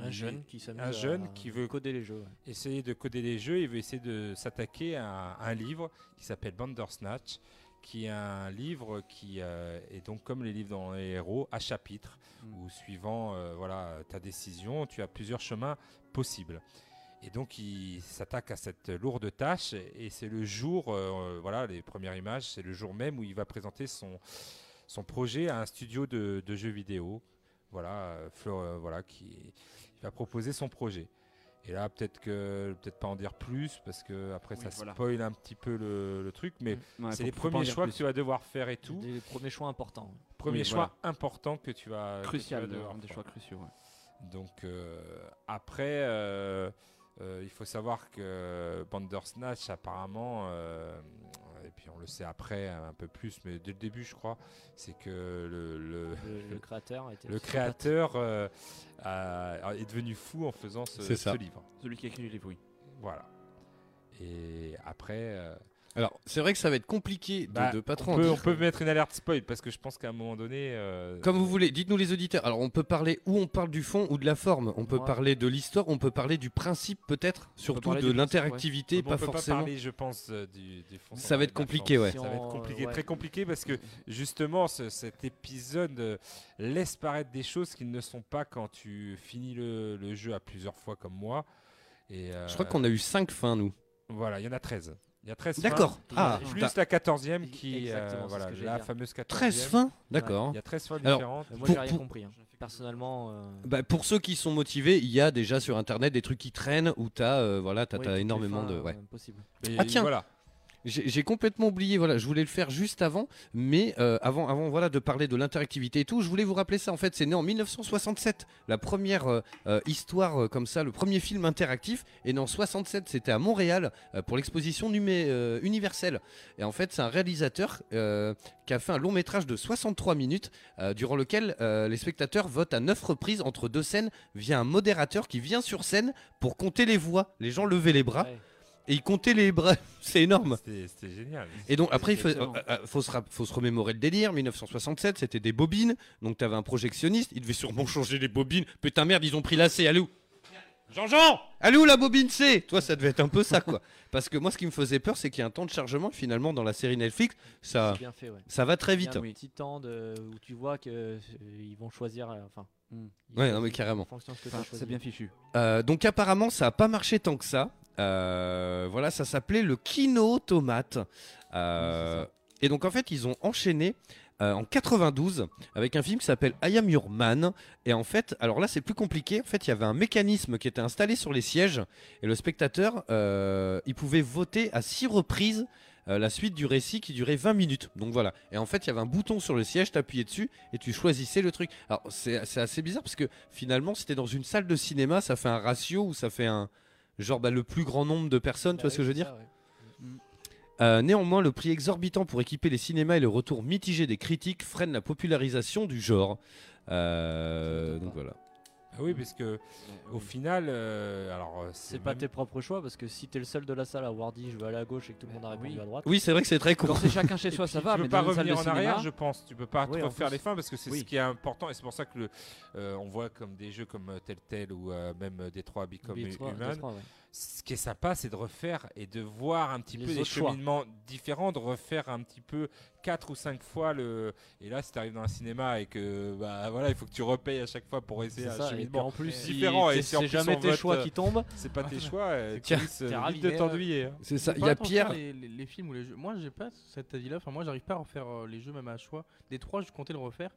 E: Un
G: il-
E: jeune qui s'amuse
G: un jeune
E: à
G: qui veut-
E: coder les jeux. ouais.
G: essayer de coder des jeux, il veut essayer de s'attaquer à un livre qui s'appelle Bandersnatch, qui est un livre qui euh, est donc comme les livres dans les héros, à chapitre,
F: Mm.
G: où suivant euh, voilà, ta décision, tu as plusieurs chemins possibles. Et donc il s'attaque à cette lourde tâche, et c'est le jour, euh, voilà, les premières images, c'est le jour même où il va présenter son, son projet à un studio de, de jeux vidéo, voilà, euh, Fleur- euh, voilà, qui il va proposer son projet. Et là, peut-être que peut-être pas en dire plus parce que après
F: Oui,
G: ça
F: voilà. Mm.
G: spoil un petit peu le, le truc, mais
F: Ouais,
G: c'est
F: faut-
G: les
F: faut pas en
G: premiers
F: dire
G: choix que
F: plus.
G: tu vas devoir faire et tout.
E: Des premiers choix importants.
G: Premiers
F: Oui,
G: choix
F: voilà.
G: importants que tu vas que tu vas
F: Crucial,
G: devoir
F: des
G: faire.
F: choix cruciaux. ouais.
G: Donc euh, après, euh, euh, il faut savoir que Bandersnatch, apparemment, euh, et puis on le sait après un peu plus, mais dès le début, je crois, c'est que le- le,
E: Le, le créateur était.
G: le créateur euh, a- est devenu fou en faisant ce,
D: C'est ça.
G: ce livre.
F: Celui qui a écrit les livres, oui.
G: Voilà. Et après, euh,
D: Alors, c'est vrai que ça va être compliqué de,
G: bah,
D: de pas trop
G: on,
D: en
G: peut,
D: dire.
G: on peut mettre une alerte spoil parce que je pense qu'à un moment donné, euh,
D: Comme vous voulez, dites-nous les auditeurs. Alors on peut parler ou on parle du fond ou de la forme. On peut
E: Ouais.
D: parler de l'histoire, on peut parler du principe peut-être, surtout
F: parler
D: de
F: du principe,
D: l'interactivité,
G: on
D: pas
G: peut
D: forcément.
G: pas parler, je pense, euh, du, du fond
D: ça
G: sans
D: va
G: parler de
D: être
G: la
D: compliqué, ouais.
E: Si
G: forme. Ça va
E: on-
G: être compliqué,
E: ouais.
G: très compliqué parce que justement, ce- cet épisode euh, laisse paraître des choses qui ne sont pas quand tu finis le, le jeu à plusieurs fois comme moi. Et,
D: Je crois
G: euh,
D: qu'on a eu 5 fins nous.
G: Voilà, il y en a 13. Il y a 13 fins.
D: D'accord.
E: il y
D: Ah,
E: a-
G: Plus
D: t'as
G: la 14e qui
E: Exactement,
G: euh,
E: c'est ce
G: voilà,
E: que j'allais
G: la
E: dire.
G: fameuse 14e.
D: 13 fins D'accord.
G: Il y a 13 fois
D: Alors,
G: différentes.
E: Moi,
D: Pour-
E: j'ai rien
D: pour-
E: compris. hein. Personnellement. euh,
D: Bah, pour ceux qui sont motivés, il y a déjà sur internet des trucs qui traînent où t'as euh, voilà, t'as,
E: ouais,
D: t'as
E: toutes les
D: énormément
E: fins,
D: de.
E: euh,
D: ouais.
E: possibles.
G: Et
D: Ah, tiens.
G: Voilà.
D: J'ai j'ai complètement oublié, voilà, je voulais le faire juste avant, mais euh, avant, avant voilà, de parler de l'interactivité et tout, je voulais vous rappeler ça, en fait, c'est né en 1967, la première euh, euh, histoire euh, comme ça, le premier film interactif, est né en 67, c'était à Montréal, euh, pour l'exposition numé- euh, universelle. Et en fait, c'est un réalisateur euh, qui a fait un long métrage de 63 minutes, euh, durant lequel euh, les spectateurs votent à 9 reprises entre deux scènes via un modérateur qui vient sur scène pour compter les voix, les gens levaient les bras.
E: Ouais.
D: Et il comptait les bras. C'est énorme.
G: C'était c'était génial.
D: Et donc après, il faut,
G: Excellent.
D: euh, euh, faut, se rap- faut se remémorer le délire. 1967, c'était des bobines. Donc t'avais un projectionniste. Il devait sûrement changer les bobines. Putain merde, ils ont pris la C. Allez où Jean-Jean Allez où la bobine C Toi, ça devait être un peu ça, quoi. Parce que moi, ce qui me faisait peur, c'est qu'il y a un temps de chargement. Finalement, dans la série Netflix, ça,
E: C'est bien fait, ouais.
D: bah, ça va très
E: Il y a
D: vite. hein.
E: un petit temps de- où tu vois que euh, ils vont choisir. euh, Enfin.
F: Hmm.
E: ils
D: Ouais,
E: choisissent
D: non, mais
E: En
D: carrément.
E: fonction de ce que t'as
F: Enfin,
E: choisi.
F: c'est bien fichu.
D: Euh, donc apparemment, ça a pas marché tant que ça. Euh, voilà, ça s'appelait le Kino Tomate. Euh, et donc en fait, ils ont enchaîné euh, en 92 avec un film qui s'appelle I Am Your Man. Et en fait, alors là, c'est plus compliqué. En fait, il y avait un mécanisme qui était installé sur les sièges et le spectateur, euh, il pouvait voter à six reprises. euh, la suite du récit qui durait 20 minutes. Donc voilà. Et en fait, il y avait un bouton sur le siège, t'appuyais dessus et tu choisissais le truc. Alors c'est c'est assez bizarre parce que finalement, c'était dans une salle de cinéma, ça fait un ratio ou ça fait un genre bah, le plus grand nombre de personnes, tu
E: Bah
D: vois ce que
E: oui,
D: je veux
E: c'est
D: dire
E: ça, ouais.
D: euh, néanmoins, le prix exorbitant pour équiper les cinémas et le retour mitigé des critiques freinent la popularisation du genre.
E: Ça
D: Euh,
E: m'étonne
D: donc
E: pas.
D: voilà.
G: Ah oui, parce que au final, euh, alors euh,
E: C'est pas
G: même-
E: tes propres choix parce que si t'es le seul de la salle à avoir dit je veux aller à gauche et que tout le monde a répondu
F: Ah oui.
E: à droite.
D: Oui, c'est vrai que c'est très con.
F: Quand c'est chacun chez
G: Et
F: soi,
G: puis,
F: ça va,
G: tu
F: mais
G: peux pas
F: dans une salle de
G: revenir en arrière,
F: cinéma.
G: je pense. Tu peux pas
E: Oui, en
G: refaire
E: plus.
G: les fins parce que c'est
F: Oui.
G: ce qui est important et c'est pour ça que le, euh, on voit comme des jeux comme euh, Telltale ou euh, même euh, Detroit Become
E: Oubliez trois-
G: Human.
E: deux, trois, ouais.
G: Ce qui est sympa, c'est de refaire et de voir un petit
E: Les
G: peu des
E: autres choix.
G: cheminements différents, de refaire un petit peu quatre ou cinq fois le. Et là, si t'arrives dans un cinéma et que bah voilà, il faut que tu repayes à chaque fois pour essayer
E: C'est
G: un
E: ça, et puis
G: cheminement.
E: en plus,
G: c'est
E: si
G: différent, et
E: c'est-
G: si en
E: c'est
G: plus on
E: jamais tes
G: vote,
E: choix
G: euh,
E: qui tombent.
G: C'est pas tes choix. euh,
D: Tiens.
G: tu risques
E: T'es
G: vite
E: ravi,
G: de
E: mais,
G: t'ennuyer. hein.
D: C'est ça.
A: Faut
D: Il
A: pas
D: y a
A: penser
D: Pierre.
A: Les, les- les films ou les jeux. Moi, j'ai pas cet avis-là. Enfin, moi, j'arrive pas à refaire euh, les jeux même à choix. Des trois, je comptais le refaire.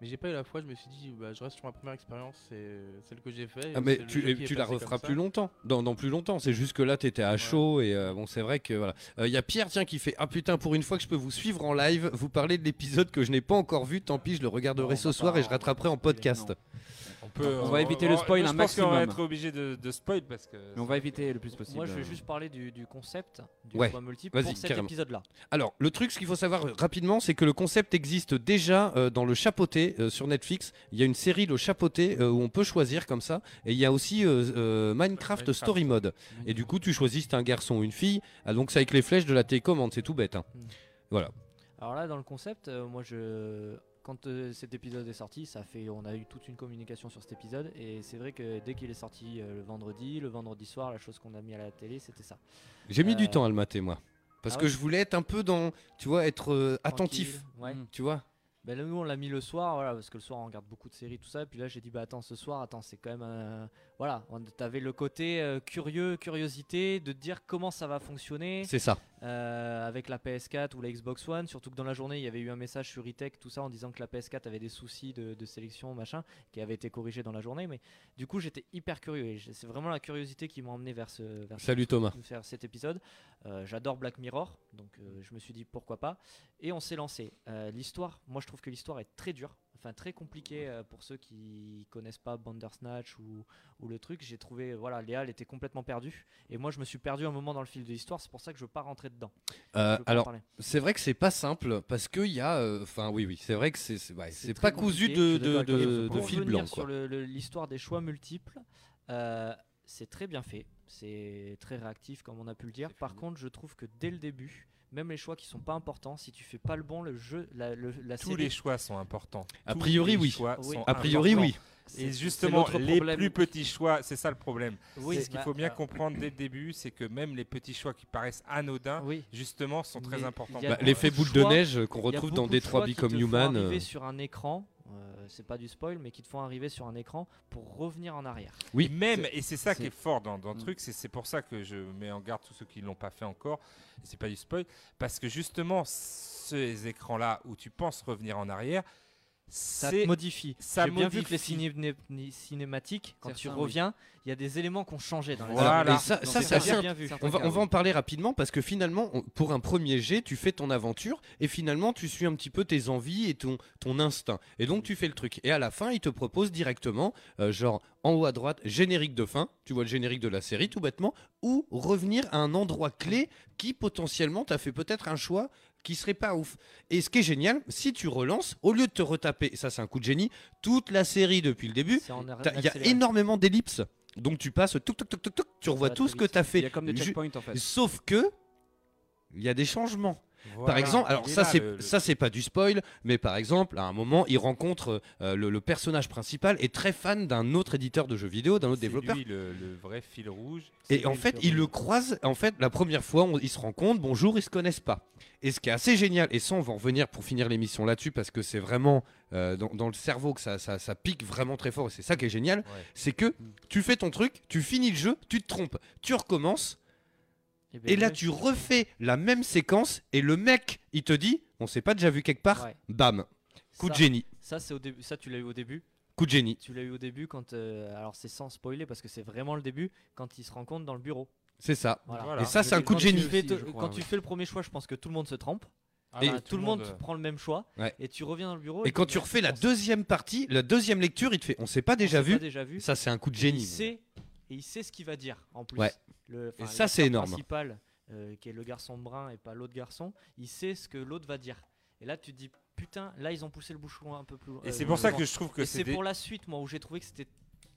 A: Mais j'ai pas eu la foi, je me suis dit, bah, je reste sur ma première expérience, c'est euh, celle que j'ai fait. et
D: Ah, mais
A: c'est le
D: tu,
A: jeu
D: et
A: qui est
D: tu la
A: passé comme
D: referas
A: ça.
D: plus longtemps. Dans, dans plus longtemps. C'est juste que là, t'étais à chaud et euh, bon, c'est vrai que voilà. Euh, Il y a Pierre, tiens, qui fait Ah putain, pour une fois que je peux vous suivre en live, vous parlez de l'épisode que je n'ai pas encore vu. Tant pis, je le regarderai
F: Non,
D: ce
F: on va
D: soir
F: pas-
D: et je rattraperai en podcast.
F: Non.
G: On, peut,
F: On va éviter le spoil
G: je
F: un
G: pense qu'on va
F: maximum.
G: être obligé de, de spoil parce que.
F: Mais on va éviter le plus possible.
E: Moi
F: euh.
E: je vais juste parler du, du concept du
D: Ouais.
E: choix multiple
D: Vas-y,
E: pour cet
D: carrément.
E: épisode là.
D: Alors, le truc, ce qu'il faut savoir euh, rapidement, c'est que le concept existe déjà euh, dans Le Chapoté euh, sur Netflix. Il y a une série Le Chapoté euh, où on peut choisir comme ça. Et il y a aussi euh, euh, Minecraft,
G: Minecraft.
D: Story Mode. Et du coup, tu choisis si t'es un garçon ou une fille. Ah, donc, c'est avec les flèches de la télécommande, c'est tout bête.
E: Hmm.
D: hein.
E: Alors là dans le concept, euh, moi je quand euh, cet épisode est sorti, ça fait on a eu toute une communication sur cet épisode et c'est vrai que dès qu'il est sorti euh, le vendredi, le vendredi soir, la chose qu'on a mis à la télé, c'était ça.
D: J'ai mis
E: Euh,
D: du temps à le mater, moi. Parce
E: ah
D: que
E: ouais
D: je voulais être un peu dans, tu vois, être euh, attentif,
E: Tranquille, Ouais.
F: Mm.
D: tu vois.
E: Ben là, nous, on l'a mis le soir, voilà, parce que le soir, on regarde beaucoup de séries, tout ça. Et puis là, j'ai dit, bah attends, ce soir, attends, c'est quand même. euh, Voilà, on- t'avais le côté euh, curieux, curiosité, de te dire comment ça va fonctionner
D: C'est ça.
E: euh, avec la PS4 ou la Xbox One. Surtout que dans la journée, il y avait eu un message sur E-Tech, tout ça, en disant que la PS4 avait des soucis de, de sélection, machin, qui avait été corrigé dans la journée. Mais du coup, j'étais hyper curieux. Et j'ai- c'est vraiment la curiosité qui m'a emmené vers ce. Vers ce
D: Salut Thomas.
E: de faire cet épisode. Euh, J'adore Black Mirror, donc euh, je me suis dit pourquoi pas. Et on s'est lancé. Euh, l'histoire, moi je trouve que l'histoire est très dure, enfin très compliquée euh, pour ceux qui connaissent pas Bandersnatch ou, ou le truc. J'ai trouvé, euh, voilà, Léa elle était complètement perdue. Et moi je me suis perdu un moment dans le fil de l'histoire, c'est pour ça que je veux pas rentrer dedans.
D: Euh,
E: Je veux pas en
D: alors,
E: parler.
D: c'est vrai que c'est pas simple parce qu'il y a, euh, enfin, oui, oui, c'est vrai que c'est, c'est, ouais,
E: C'est
D: c'est
E: très
D: pas cousu de,
E: compliqué.
D: de,
E: Et
D: de, de
E: pour
D: fil
E: revenir
D: blanc,
E: sur
D: quoi.
E: le- le- l'histoire des choix multiples, euh, c'est très bien fait, c'est très réactif comme on a pu le dire. Par contre, je trouve que dès le début, même les choix qui sont pas importants, si tu fais pas le bon, le jeu, la, le- la
G: Tous
E: série-
G: les choix sont importants.
D: A
G: Tous
D: priori,
G: les
D: oui.
G: choix
E: Oui.
G: sont
D: A priori,
G: importants.
D: oui.
E: c'est-
G: Et
E: c'est
G: justement,
E: l'autre
G: les
E: problème.
G: plus petits choix, c'est ça le problème.
E: Oui,
G: c'est ce qu'il faut bien
E: bah,
G: comprendre dès le début, c'est que même les petits choix qui paraissent anodins,
E: Oui.
G: justement, sont très
E: Mais
G: importants.
E: il y a-
D: Bah,
E: beaucoup
D: L'effet
E: de
D: boule de
E: choix.
D: neige qu'on
E: Il y a
D: retrouve dans
E: beaucoup de choix
D: Détroit
E: qui te
D: Become
E: font
D: Human. euh,
E: arriver sur un écran, euh, c'est pas du spoil, mais qui te font arriver sur un écran pour revenir en arrière.
D: Oui.
G: Et même, et c'est ça qui
F: c'est-
G: est fort dans, dans le
F: Mm.
G: truc, c'est- c'est pour ça que je mets en garde tous ceux qui ne l'ont pas fait encore, et c'est pas du spoil, parce que justement, ces écrans-là où tu penses revenir en arrière,
E: Ça
G: c'est
E: te modifie.
G: ça
E: J'ai bien vu que les
G: modifie.
E: ciné- ni- cinématiques, quand tu
F: Certains, oui.
E: reviens, il y a des éléments qui ont changé dans les
G: Voilà.
D: Alors, et ça,
E: Non,
D: ça,
E: c'est
D: c'est assez
E: bien, bien vu.
D: On va,
F: D'accord,
D: on va
F: oui.
D: en parler rapidement parce que finalement, on- pour un premier jet, tu fais ton aventure et finalement, tu suis un petit peu tes envies et ton, ton instinct. Et donc, tu fais le truc. Et à la fin, il te propose directement, euh, genre en haut à droite, générique de fin, tu vois le générique de la série tout bêtement, ou revenir à un endroit clé qui potentiellement t'a fait peut-être un choix qui serait pas ouf. Et ce qui est génial, si tu relances, au lieu de te retaper, ça c'est un coup de génie, toute la série depuis le début,
E: C'est en
D: T'as- Il y a
E: accéléré.
D: énormément d'ellipses. Donc tu passes, toc, toc, toc, toc, toc, tu revois
E: va
D: tout
E: très
D: ce que
E: vite.
D: tu as
F: Il y a
D: fait.
F: comme des
D: Ju-
F: checkpoints en fait.
D: Sauf que il y a des changements.
G: Voilà,
D: par exemple, alors
G: il est
D: ça
G: là,
D: c'est
G: le- le-
D: ça c'est pas du spoil, mais par exemple à un moment il rencontre euh, le, le personnage principal est très fan d'un autre éditeur de jeux vidéo, d'un autre
G: c'est
D: développeur.
G: lui le, le vrai fil rouge.
D: Et en fait, il le croise. En fait, la première fois, on- ils se rencontrent, bonjour, ils se connaissent pas. Et ce qui est assez génial, et ça, on va en revenir pour finir l'émission là-dessus, parce que c'est vraiment euh, dans, dans le cerveau que ça, ça- ça pique vraiment très fort, et c'est ça qui est génial, c'est que tu fais ton truc, tu finis le jeu, tu te trompes, tu recommences,
E: ben,
D: et là,
E: ouais.
D: tu refais la même séquence, et le mec, il te dit, on s'est pas déjà vu quelque part,
E: Ouais.
D: bam, coup de
E: Ça-
D: génie,
E: Ça, c'est au début. Ça, tu l'as eu au début.
D: coup de génie.
E: Tu l'as eu au début quand. euh, alors, c'est sans spoiler parce que c'est vraiment le début quand ils se rencontrent dans le bureau.
D: C'est ça.
E: Voilà.
G: Voilà.
D: Et ça, c'est un coup de
E: Quand tu
D: génie.
E: fais
G: Aussi,
E: te-
G: je crois,
E: quand
G: oui.
E: tu fais le premier choix, je pense que tout le monde se trompe.
G: Ah
D: Et-
G: bah,
E: Enfin, tout le monde
G: euh,
E: prend le même choix.
D: Ouais.
E: Et tu reviens dans le bureau.
D: Et quand tu refais la deuxième partie, la deuxième lecture, il te fait, on s'est pas déjà vu,
E: déjà vu.
D: ça, c'est un coup de
E: Et
D: génie.
E: Il sait, et il sait ce qu'il va dire en plus.
D: Ouais.
E: Le, enfin,
D: ça, c'est
E: l'acteur
D: énorme.
E: principal, euh, qui est le garçon brun et pas l'autre garçon, il sait ce que l'autre va dire. Et là, tu te dis putain, là ils ont poussé le bouchon un peu plus loin.
G: Et
E: euh,
G: c'est pour ça
E: loin.
G: que je trouve que
E: Et c'est
G: c'était.
E: pour la suite, moi, où j'ai trouvé que c'était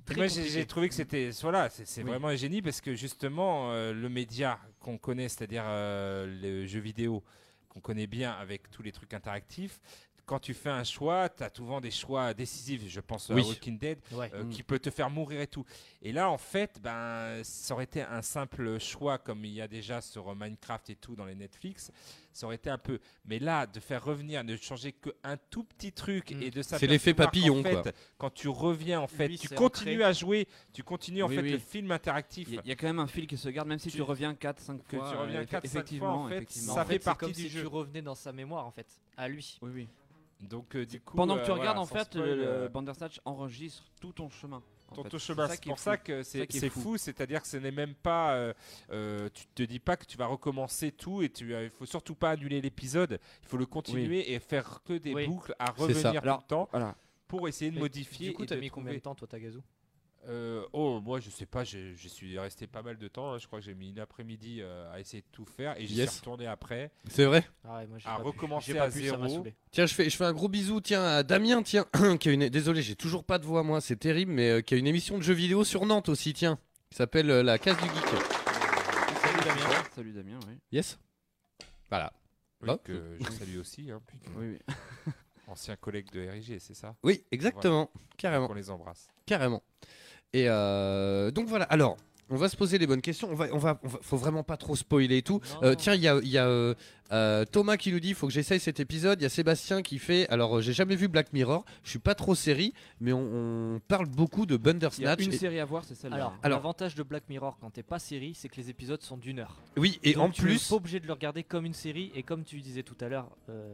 E: très
G: Moi, j'ai-
E: compliqué.
G: j'ai trouvé que c'était. Voilà, c'est c'est
E: Oui.
G: vraiment un génie parce que justement, euh, le média qu'on connaît, c'est-à-dire euh, le jeu vidéo, qu'on connaît bien avec tous les trucs interactifs, quand tu fais un choix, tu as souvent des choix décisifs. Je pense
D: Oui.
G: à Walking Dead.
E: Ouais. Mm.
G: euh, qui peut te faire mourir et tout. Et là, en fait, ben, ça aurait été un simple choix comme il y a déjà sur euh, Minecraft et tout dans les Netflix. Ça aurait été un peu. Mais là, de faire revenir, de changer qu'un tout petit truc
E: Mm.
G: et de
D: C'est l'effet
G: s'apercevoir
D: papillon,
G: qu'en fait,
D: quoi.
G: Quand tu reviens, en fait,
E: Lui,
G: tu
E: c'est
G: continues
E: ancré.
G: à jouer, tu continues en
F: Oui,
G: fait
F: oui.
G: le film interactif.
F: Il y a- il y, a quand même un fil qui se garde, même si tu,
G: Tu-
F: reviens 4-5
G: que
F: fois.
G: tu reviens
F: effe-
G: 4-5 fois, en
F: effectivement,
G: fait,
F: effectivement.
G: ça
E: En
G: fait
E: fait, c'est
G: partie
E: comme
G: du
E: si
G: jeu.
E: tu revenais dans sa mémoire en fait, à lui.
F: Oui, oui.
G: Donc, euh, du coup,
F: Pendant
G: euh,
F: que tu regardes,
G: voilà,
F: en
G: sans
F: fait,
G: spoil,
F: le,
G: euh,
F: Bandersnatch enregistre tout ton chemin. en
G: Ton
F: fait.
G: taux chemin, c'est
F: qui est
G: pour
F: fou.
G: ça que
F: ça
G: c'est
F: qui est
G: c'est
F: fou.
G: fou, c'est-à-dire que ce n'est même pas, euh, euh, tu te dis pas que tu vas recommencer tout et tu, euh, il faut surtout pas annuler l'épisode, il faut le continuer et faire que des
E: Oui.
G: boucles à
D: C'est ça.
G: revenir tout
F: Alors,
G: le temps
F: Voilà.
G: pour essayer de
E: Mais
G: modifier.
E: Du coup,
G: et
E: t'as
G: de
E: mis combien de
G: trouver.
E: temps toi, Tagazu
G: Euh, Oh, moi je sais pas, je, je suis resté pas mal de temps, hein, je crois que j'ai mis une après-midi euh, à essayer de tout faire et j'y
D: Yes.
G: suis retourné après
D: C'est vrai.
E: Ah ouais, moi j'ai
G: à
E: pas pu.
G: recommencer
E: J'ai pas
G: à
E: pu, ça m'a
G: zéro.
E: saoulé.
D: Tiens, je fais, je fais un gros bisou, tiens, à Damien, tiens, qui a une... Désolé, j'ai toujours pas de voix, moi, c'est terrible, mais euh, qui a une émission de jeux vidéo sur Nantes aussi, tiens, qui s'appelle euh, La Case du Geek.
F: Salut Damien. Salut Damien, oui.
D: Yes Voilà.
G: Oui,
D: Ah.
G: que je salue aussi, hein, puisque
F: oui, oui.
G: ancien collègue de RIG, c'est ça
D: Oui, exactement. Carrément,
G: On les embrasse.
D: carrément. Et euh, donc voilà, alors, on va se poser les bonnes questions, on va, on va, on va- faut vraiment pas trop spoiler et tout.
E: Non.
D: Euh, tiens, il y a, il y a, euh, euh, Thomas qui nous dit faut que j'essaye cet épisode. Il y a Sébastien qui fait alors euh, j'ai jamais vu Black Mirror, je suis pas trop série, mais on, on parle beaucoup de
F: Il y a
D: Bandersnatch.
F: une
D: Et-
F: série à voir, c'est celle-là.
E: Alors,
D: Alors-
E: l'avantage de Black Mirror quand t'es pas série, c'est que les épisodes sont d'une heure.
D: oui, et
E: Donc,
D: en
E: tu
D: plus,
E: es pas obligé de le regarder comme une série et comme tu disais tout à l'heure, euh,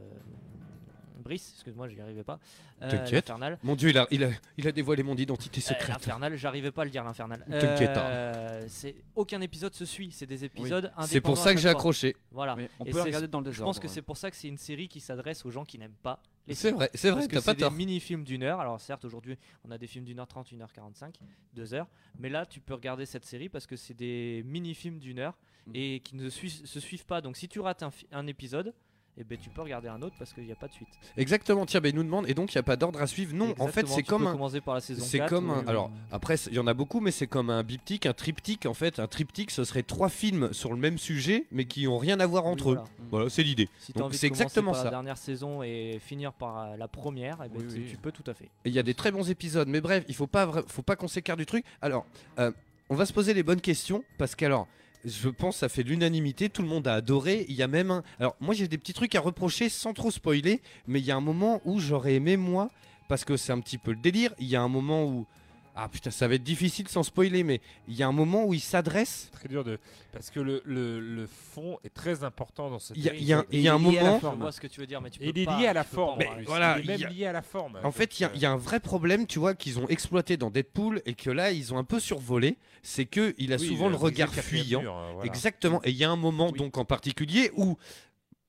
E: Brice, excuse-moi, j'y arrivais pas. euh,
D: T'inquiète.
E: l'Infernal.
D: Mon dieu, il a, il a, il a dévoilé mon identité
E: Euh,
D: secrète.
E: L'infernal, j'arrivais pas à le dire l'infernal.
D: T'inquiète,
E: Euh, c'est aucun épisode se suit, c'est des épisodes indépendants.
D: c'est pour
E: à
D: ça que
E: chaque
D: j'ai
E: fois.
D: accroché.
E: Voilà.
F: Mais on
E: Et
F: peut la
E: c'est-
F: regarder dans le
E: Je
F: désordre. hein.
E: pense que c'est pour ça que c'est une série qui s'adresse aux gens qui n'aiment pas les
D: C'est
E: séries.
D: vrai, c'est vrai,
E: Parce que
D: t'as pas
E: c'est des
D: tort.
E: mini-films d'une heure. Alors certes, aujourd'hui, on a des films d'une heure trente, une heure quarante-cinq, deux heures. Mais là, tu peux regarder cette série parce que c'est des mini-films d'une heure
D: Mm.
F: Mhm.
E: et qui ne sui- se suivent pas. Donc si tu rates un, fi- un épisode, eh ben, tu peux regarder un autre parce qu'il n'y a pas de suite.
D: Exactement. Tiens, ben il nous demande et donc il y a pas d'ordre à suivre. Non, en fait,
E: Exactement,
D: c'est
E: tu peux
D: comme un,
E: commencer par la saison euh,
D: C'est
E: 4
D: comme
E: ou-
D: un- alors après c'est- il y en a beaucoup mais c'est comme un biptyque, un triptyque en fait. Un triptyque ce serait trois films sur le même sujet mais qui ont rien à voir
E: Oui,
D: entre
E: voilà.
D: eux. Voilà, c'est l'idée.
E: Si t'as
D: Donc,
E: envie de
D: c'est
E: commencer
D: exactement
E: par
D: ça.
E: la dernière saison et finir par euh, la première, eh ben,
F: Oui,
E: tu,
F: oui.
E: tu peux tout à fait.
D: Et Il y a des très bons épisodes mais bref, il faut pas vra- faut pas qu'on s'écarte du truc. Alors, euh, on va se poser les bonnes questions parce qu'alors je pense que ça fait l'unanimité, tout le monde a adoré. Il y a même un. Alors, moi j'ai des petits trucs à reprocher sans trop spoiler, mais il y a un moment où j'aurais aimé, moi, parce que c'est un petit peu le délire, il y a un moment où. Ah putain, ça va être difficile sans spoiler, mais il y a un moment où il s'adresse
G: Très dur de. Parce que le, le, le fond est très important dans cette
D: Il y a-
G: série.
D: il y a- il y a un
F: lié à la
D: moment.
E: Je
F: forme.
E: vois ce que tu veux dire, mais tu peux
G: Il est
E: pas-
G: lié à la
E: tu peux pas en
G: forme.
D: Mais
E: parler.
D: voilà,
G: hein, il est même
D: il y a-
G: lié à la forme.
D: En fait, il y a- il y, a un vrai problème, tu vois, qu'ils ont exploité dans Deadpool et que là, ils ont un peu survolé. C'est que il a souvent le regard fuyant. Exactement. Et il y a un moment,
F: Oui.
D: donc en particulier, où.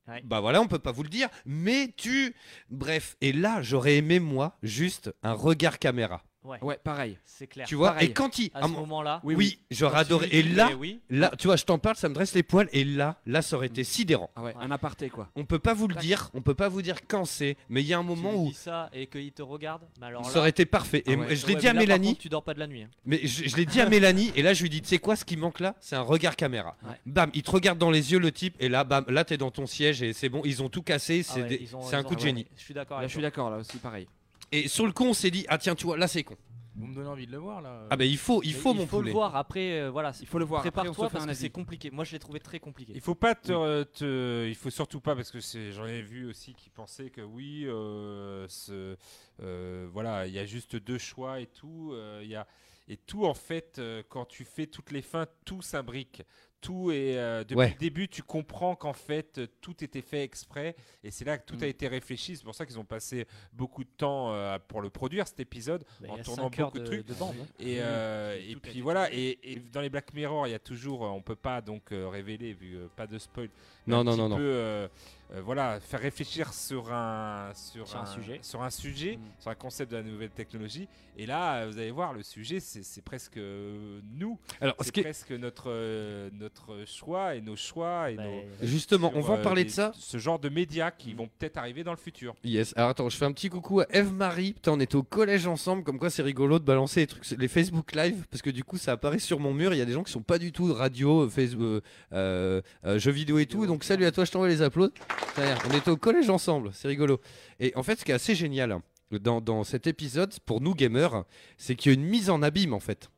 E: Ouais.
D: Bah voilà, on peut pas vous le dire, mais tu. Bref, et là, j'aurais aimé, moi, juste un regard caméra.
E: Ouais,
F: Ouais, pareil.
E: c'est clair.
D: Tu vois
E: Pareil.
D: Et quand il.
E: à
D: ah,
E: ce
D: mon-
E: moment-là,
D: oui,
F: oui.
D: j'aurais
E: quand tu
D: adoré.
E: lui
D: Et
E: dis,
D: là,
E: eh oui,
D: là, tu vois, je t'en parle, ça me dresse les poils. Et là, là, ça aurait été sidérant.
F: Ah ouais,
E: Ouais.
F: un aparté quoi.
D: On peut pas vous le
E: Tac.
D: dire, on peut pas vous dire quand c'est, mais il y a un
E: tu
D: moment
E: lui
D: où
E: dis ça et qu'il te regarde, mais alors
D: ça
E: là-
D: aurait été parfait. Et
F: Ah ouais.
D: moi, je l'ai
E: Ouais,
D: dit à
E: mais là, par
D: Mélanie,
E: contre, tu dors pas de la nuit. hein.
D: mais je, je l'ai dit à Mélanie, et là je lui dis, tu sais quoi, ce qui manque là, c'est un regard caméra.
E: Ouais.
D: Bam, il te regarde dans les yeux le type, et là, bam, là t'es dans ton siège et c'est bon, ils ont tout cassé,
E: Ah
D: c'est
E: ouais,
D: des-
E: ils ont-
D: c'est
E: ils
D: un
E: ont
D: coup de
E: raison.
D: génie.
E: Je suis d'accord
F: Là,
E: avec
F: je suis
E: toi.
F: d'accord là aussi, pareil.
D: Et sur le con, on s'est dit, ah tiens, tu vois, là c'est con.
A: Vous me donnez envie de le voir là.
D: Ah ben il faut, il
E: Mais
D: faut mon
E: faut
D: poulet.
E: le voir après, euh, voilà.
F: Il faut le voir. après, on se
E: Prépare-toi
F: fait
E: parce
F: un
E: que
F: avis.
E: c'est compliqué. Moi, je l'ai trouvé très compliqué.
G: Il faut pas te, euh, te- il faut surtout pas parce que c'est- j'en ai vu aussi qui pensaient que oui, euh, ce- euh, voilà, il y a juste deux choix et tout, euh, il y a et tout en fait euh, quand tu fais toutes les fins, tout s'imbrique, tout est euh, depuis
D: Ouais.
G: le début tu comprends qu'en fait euh, tout était fait exprès et c'est là que
E: Mm.
G: tout a été réfléchi. C'est pour ça qu'ils ont passé beaucoup de temps euh, pour le produire cet épisode
E: Bah, il
G: en
E: y a
G: tournant
E: cinq heures
G: beaucoup de
E: de-
G: trucs.
E: de bande, hein.
G: Et, euh, et
A: tout a
G: puis
A: été
G: voilà, et, et dans les Black Mirror, il y a toujours, euh, on peut pas donc euh, révéler, vu euh, pas de spoil. mais
D: Non,
G: un
D: non,
G: petit
D: non, non.
G: peu, euh, euh, voilà, faire réfléchir sur un, sur,
E: Sur un sujet.
G: sur un sujet,
F: Mm.
G: sur un concept de la nouvelle technologie. Et là, euh, vous allez voir, le sujet, c'est c'est presque euh, nous,
D: Alors, ce
G: c'est
D: qui est-
G: presque notre, euh, notre choix et nos choix et
E: Bah,
G: nos-
D: Justement, on
G: sur,
D: va en
G: euh,
D: parler
G: des-
D: de ça.
G: Ce genre de médias qui vont peut-être arriver dans le futur.
D: Yes. Alors attends, je fais un petit coucou à Eve Marie. Putain, on était au collège ensemble. Comme quoi, c'est rigolo de balancer les trucs, les Facebook Live, parce que du coup, ça apparaît sur mon mur. Il y a des gens qui sont pas du tout de radio, euh, Facebook, euh, euh, euh, jeux vidéo et tout. Donc salut à toi, je t'envoie les applaudissements. Putain, On était au collège ensemble. C'est rigolo. Et en fait, ce qui est assez génial hein, dans, dans cet épisode pour nous gamers, c'est qu'il y a une mise en abîme en fait.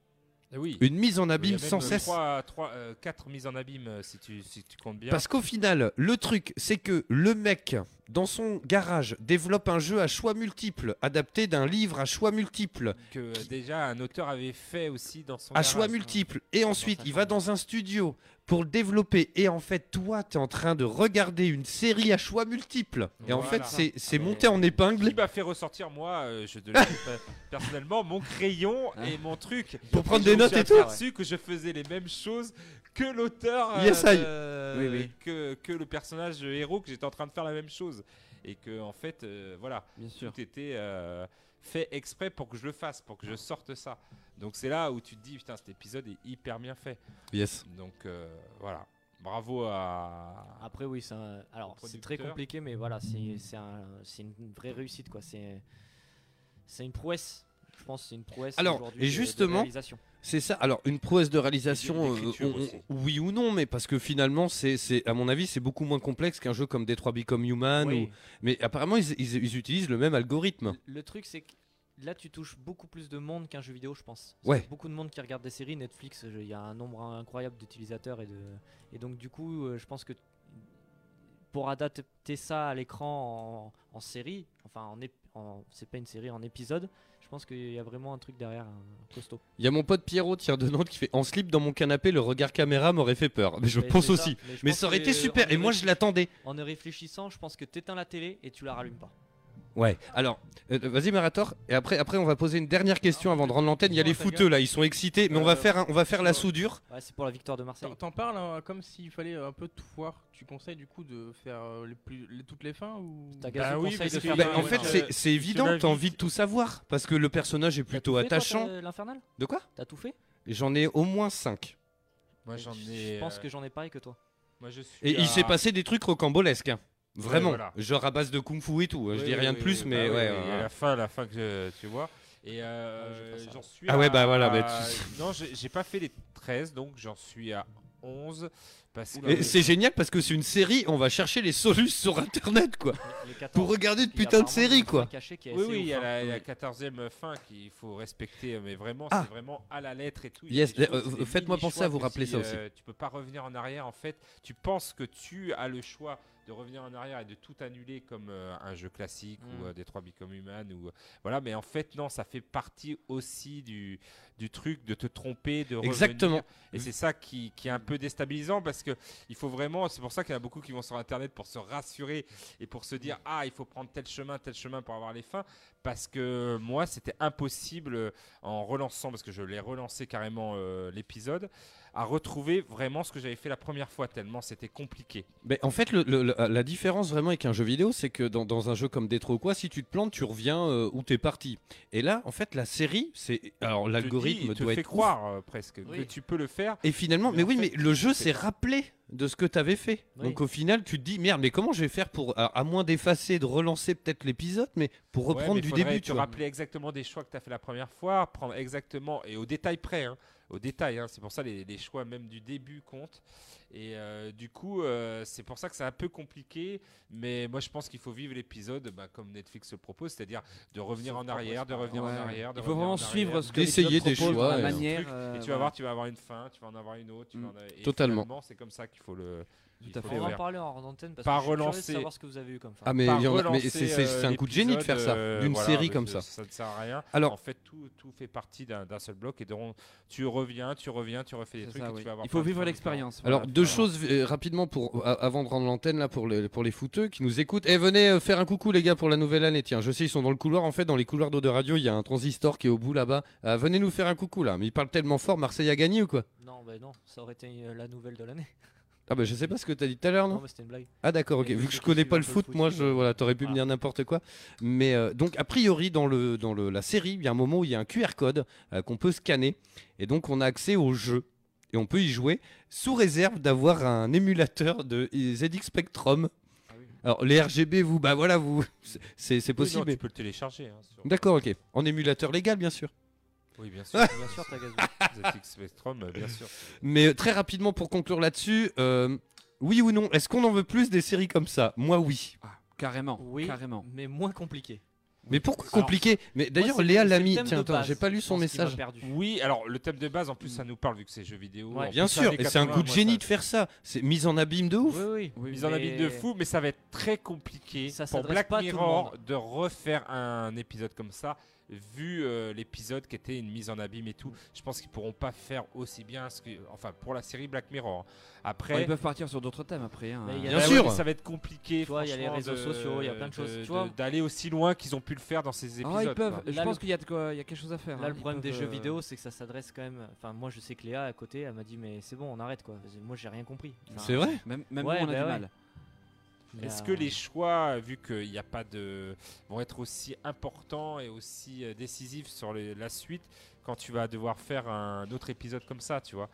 G: Eh oui.
D: Une mise en abîme sans cesse.
G: 4 mises en abîme euh, si tu, si tu comptes bien.
D: Parce qu'au final, le truc, c'est que le mec, dans son garage, développe un jeu à choix multiples, adapté d'un livre à choix multiples,
G: que euh, déjà un auteur avait fait aussi dans son
D: à choix
G: garage. hein.
D: multiples, et ensuite
G: sa
D: il va
G: chambre.
D: dans un studio pour le développer, et en fait, toi, t'es en train de regarder une série à choix multiples, et en fait,
G: Voilà.
D: c'est c'est
G: Ah, mais-
D: monté en épingle.
G: Qui m'a fait ressortir moi, euh, je te le dis pas- personnellement, mon crayon et mon truc
D: Hein Pour prendre
G: Je
D: des
G: me
D: notes
G: suis
D: et tout.
G: aperçu que je faisais les mêmes choses que l'auteur,
D: Yes, I.
G: de-
F: Oui, oui.
G: que que le personnage héros que j'étais en train de faire la même chose et que en fait, euh, voilà,
F: Bien sûr.
G: tout était euh, fait exprès pour que je le fasse, pour que je sorte ça. Donc c'est là où tu te dis putain, cet épisode est hyper bien fait.
D: Yes.
G: Donc euh, voilà, bravo à
E: Après, oui, c'est un- alors
G: Le
E: c'est très
G: producteur.
E: compliqué, mais voilà, c'est c'est un- c'est une vraie réussite, quoi. C'est c'est une prouesse. Je pense que c'est une prouesse.
D: Alors,
E: aujourd'hui
D: et
E: de- de
D: justement,
E: réalisation.
D: C'est ça. Alors, une prouesse de réalisation,
F: Et d- d'écriture
D: euh, on- on-
F: aussi.
D: oui ou non, mais parce que finalement, c'est, c'est- à mon avis, c'est beaucoup moins complexe qu'un jeu comme Detroit Become Human.
E: Oui.
D: ou- Mais apparemment, ils, ils- ils utilisent le même algorithme.
E: Le- Le truc, c'est que là, tu touches beaucoup plus de monde qu'un jeu vidéo, je pense.
D: Ouais.
E: qu'il y a Beaucoup de monde qui regarde des séries. Netflix, je- il y a un nombre incroyable d'utilisateurs. Et, de... et donc, du coup, euh, je pense que t- pour adapter ça à l'écran en, en série, enfin, en ép- en- c'est pas une série, en épisode, je pense qu'il y a vraiment un truc derrière, un costaud.
D: Il y a mon pote Pierrot, tiers de Nantes, qui fait En slip dans mon canapé, le regard caméra m'aurait fait peur. Mais je
E: Mais
D: pense
E: c'est
D: aussi.
E: je
D: Mais
E: pense
D: ça aurait
E: que,
D: été
E: euh,
D: super.
E: en
D: Et
E: ne
D: moi, je l'attendais.
E: réfl- En ne réfléchissant, je pense que t'éteins la télé et tu la rallumes pas.
D: Ouais. Alors, euh, vas-y, Marator. Et après, après, on va poser une dernière question
A: Ah,
D: avant de rendre l'antenne. Il y a
A: non,
D: les
A: ta
D: fouteux
A: gueule.
D: là, ils sont excités. Mais on
A: Euh,
D: va faire, un- on va faire la
A: sur-
D: soudure.
E: Ouais, c'est pour la victoire de Marseille.
A: T'en- T'en parles hein, comme s'il fallait un peu tout voir. Tu conseilles du coup de faire euh, les plus, les- toutes les fins ou
E: T'as
G: Bah
E: gazé
G: oui,
E: conseil
G: parce
E: de
G: que-
E: faire hein.
G: Bah,
E: un-
D: en
G: ouais,
D: fait,
G: non.
D: c'est- c'est évident que t'as
G: m'invites.
D: envie de tout savoir. Parce que le personnage est
E: T'as tout
D: plutôt
E: fait, toi,
D: attachant.
E: t'as- L'infernal
D: De quoi
E: T'as tout fait
D: J'en ai au moins 5.
G: moi j'en ai.
E: Je pense
G: euh,
E: que j'en ai pareil que toi.
G: moi, je suis
D: Et il s'est
G: à-
D: passé des trucs rocambolesques. hein. Vraiment.
G: Ah. voilà.
D: Genre à base de kung-fu et tout. hein. je
G: Oui,
D: dis
G: oui,
D: rien
G: oui,
D: de plus,
G: oui,
D: mais
G: bah oui,
D: ouais.
G: oui,
D: ouais.
G: à la fin, à la fin que euh, tu vois. Et euh,
E: Ouais, j'ai pas ça.
G: j'en suis.
D: Ah
G: à-
D: ouais, bah voilà, bah
G: à-
D: tu-
G: Non, j'ai j'ai pas fait les 13, donc j'en suis à 11. Parce que.
D: Et c'est génial parce que c'est une série, on va chercher les solutions sur internet quoi.
E: Les 14.
D: Pour regarder de
E: Il y a
D: putain de
E: apparemment une
D: série
E: fin
D: quoi.
E: cachée qui est
G: Oui,
E: assez
G: oui, il y a
E: ouf, hein.
G: la, la 14e fin qu'il faut respecter, mais vraiment,
D: Ah.
G: c'est vraiment à la lettre et tout.
D: Yes,
G: Il y a des
D: euh,
G: choses,
D: euh,
G: des
D: faites-moi
G: mini-choix
D: penser à vous
G: que
D: rappeler
G: si,
D: ça aussi.
G: euh, tu peux pas revenir en arrière, en fait. Tu penses que tu as le choix de revenir en arrière et de tout annuler comme euh, un jeu classique
E: Mm.
G: ou euh, des trois Become Human ou euh, voilà, mais en fait non, ça fait partie aussi du, du truc de te tromper, de revenir.
D: Exactement.
G: Et c'est ça qui, qui est un peu déstabilisant parce que il faut vraiment, c'est pour ça qu'il y en a beaucoup qui vont sur internet pour se rassurer et pour se dire ah il faut prendre tel chemin, tel chemin pour avoir les fins parce que moi, c'était impossible euh, en relançant, parce que je l'ai relancé carrément euh, l'épisode, à retrouver vraiment ce que j'avais fait la première fois, tellement c'était compliqué.
D: Mais en fait, le- le- le- euh, la différence vraiment avec un jeu vidéo, c'est que dans, dans un jeu comme Détro ou quoi, si tu te plantes, tu reviens euh, où t'es parti. Et là, en fait, la série, c'est alors
G: Te dit,
D: l'algorithme
G: il te
D: doit
G: fait
D: être ouf.
G: croire euh, presque que
J: Oui.
G: tu peux le faire.
D: Et finalement,
G: Mais
D: mais
G: en
D: oui,
G: fait,
D: mais le jeu
G: c'est-
D: s'est rappelé de ce que t'avais fait.
J: Oui.
D: Donc au final, tu te dis merde, mais comment je vais faire pour à, à moins d'effacer, de relancer peut-être l'épisode, mais pour
G: Ouais,
D: reprendre
G: mais
D: du
G: faudrait
D: début,
G: te
D: tu vois.
G: rappeler exactement des choix que tu as fait la première fois, prendre exactement et au détail près, hein, au détail. hein, c'est pour ça les, les choix même du début comptent. Et euh, du coup, euh, c'est pour ça que c'est un peu compliqué. Mais moi, je pense qu'il faut vivre l'épisode bah, comme Netflix le propose, c'est-à-dire de revenir en arrière, de revenir en
J: Ouais.
G: arrière. De
J: Il faut
G: revenir en
J: vraiment
G: arrière,
J: suivre ce que
D: D'essayer
J: l'épisode
D: des
J: propose,
D: choix,
J: la
D: ouais. Mm.
J: manière.
G: truc, et
J: euh,
G: tu vas
J: voilà.
G: voir, tu vas avoir une fin, tu vas en avoir une autre, tu vas en avoir- et
D: Totalement.
G: finalement, C'est comme ça qu'il faut le. il
F: Tout à
G: faut
F: fait,
G: le
E: On va en
G: faire.
E: parler en antenne parce
G: Pas
E: que je suis curieux de
G: relancer.
E: savoir ce que vous avez eu comme fin.
D: Ah mais,
G: Par
D: il y en a- mais
G: relancer,
D: c'est c'est-
G: euh,
D: c'est un coup de génie de faire ça,
G: l'épisode,
D: d'une
G: euh,
D: série
G: voilà,
D: comme
G: parce
D: ça.
G: que Ça ne sert à rien.
D: Alors-
G: en fait, tout, tout fait partie d'un d'un seul bloc et donc tu reviens, tu reviens, tu refais des
F: C'est
G: trucs.
F: ça,
G: et
F: oui.
G: tu vas avoir
F: Il faut
G: plein de
F: vivre
G: fins
F: l'expérience.
D: Alors
F: voilà.
D: deux choses euh, rapidement pour a- avant de rendre l'antenne là pour les pour les fouteux qui nous écoutent. Eh venez euh, faire un coucou les gars pour la nouvelle année. Tiens, je sais ils sont dans le couloir en fait dans les couloirs d'eau de radio, il y a un transistor qui est au bout là-bas. Euh, venez nous faire un coucou là. Mais ils parlent tellement fort, Marseille a gagné ou quoi
E: Non, bah non, ça aurait été euh, la nouvelle de l'année.
D: Ah bah je sais pas ce que t'as dit tout à l'heure
E: Non,
D: non
E: mais c'était une blague.
D: Ah d'accord, ok.
E: Mais
D: Vu
E: ceux
D: que je
E: qui
D: connais
E: suivent
D: pas
E: un
D: le
E: peu le
D: foot,
E: foot,
D: moi, je, voilà, t'aurais pu me
E: Voilà.
D: dire n'importe quoi. Mais euh, donc, a priori, dans, le, dans le, la série, il y a un moment où il y a un QR code euh, qu'on peut scanner. Et donc, on a accès au jeu. Et on peut y jouer sous réserve d'avoir un émulateur de ZX Spectrum. Alors, les RGB, vous, bah voilà, vous, c'est
G: Oui,
D: c'est
G: non,
D: possible.
G: Tu
D: mais-
G: peux le télécharger. hein, sur-
D: D'accord, ok. En émulateur légal, bien sûr.
G: Oui, bien sûr. bien
E: Bien sûr,
G: sûr.
E: t'as gazou.
G: ZX Spectrum, euh, bien sûr.
D: Mais euh, très rapidement, pour conclure là-dessus, euh, oui ou non, est-ce qu'on en veut plus des séries comme ça Moi, oui.
F: Ah, carrément,
E: Oui,
F: carrément.
E: mais moins compliqué.
D: Mais pourquoi
E: Alors,
D: compliqué Mais d'ailleurs,
E: Moi, c'est-
D: Léa
E: c'est le
D: Lamy,
E: thème
D: tiens,
E: de
D: attends,
E: base,
D: j'ai pas lu
E: je
D: son
E: pense qui m'a
D: message.
E: perdu. Mm.
G: Oui, alors le thème de base, en plus, ça nous parle vu que c'est jeux vidéo.
E: Ouais.
G: en
D: Bien
G: plus,
D: sûr,
G: années
D: et c'est un
G: 80,
D: goût de
G: moi,
D: génie
G: ça-
D: de faire ça. C'est mise en abîme de ouf.
E: Oui, oui.
F: Oui,
G: Mise en
E: Mais-
G: habit de fou, mais ça va être très compliqué
E: Ça
G: pour
E: s'adresse
G: Black
E: pas à tout le
G: Mirror
E: monde.
G: de refaire un épisode comme ça, vu euh, l'épisode qui était une mise en abîme et tout. Je pense qu'ils pourront pas faire aussi bien, ce que, enfin pour la série Black Mirror. hein.
F: Bon,
G: Après,
F: ils peuvent partir sur d'autres thèmes après. hein.
E: Mais il y a-
D: Bien
G: bah
D: sûr.
G: ouais, mais ça va être compliqué.
E: Tu vois, il y a
G: franchement,
E: les réseaux
G: de-
E: sociaux, il y a plein de choses, tu
G: de-
E: vois.
G: d'aller aussi loin qu'ils ont pu le faire dans ces épisodes.
F: Ah, ils peuvent.
G: quoi.
F: Je
E: Là,
F: pense
E: le-
F: qu'il y, a de quoi- il y a quelque chose à faire.
E: Là,
F: hein.
E: le
F: Ils
E: problème des
F: peuvent,
E: jeux
F: euh,
E: vidéo, c'est que ça s'adresse quand même. Enfin, moi, je sais que Léa à côté, elle m'a dit, mais c'est bon, on arrête quoi. Moi, j'ai rien compris. Enfin,
D: C'est vrai
F: Même, même
E: Ouais,
F: nous, on a
E: bah
F: du
E: ouais.
F: mal.
E: il y a-
G: Est-ce que les choix, vu qu'il n'y a pas de. vont être aussi importants et aussi euh, décisifs sur les- la suite quand tu vas devoir faire un autre épisode comme ça, tu vois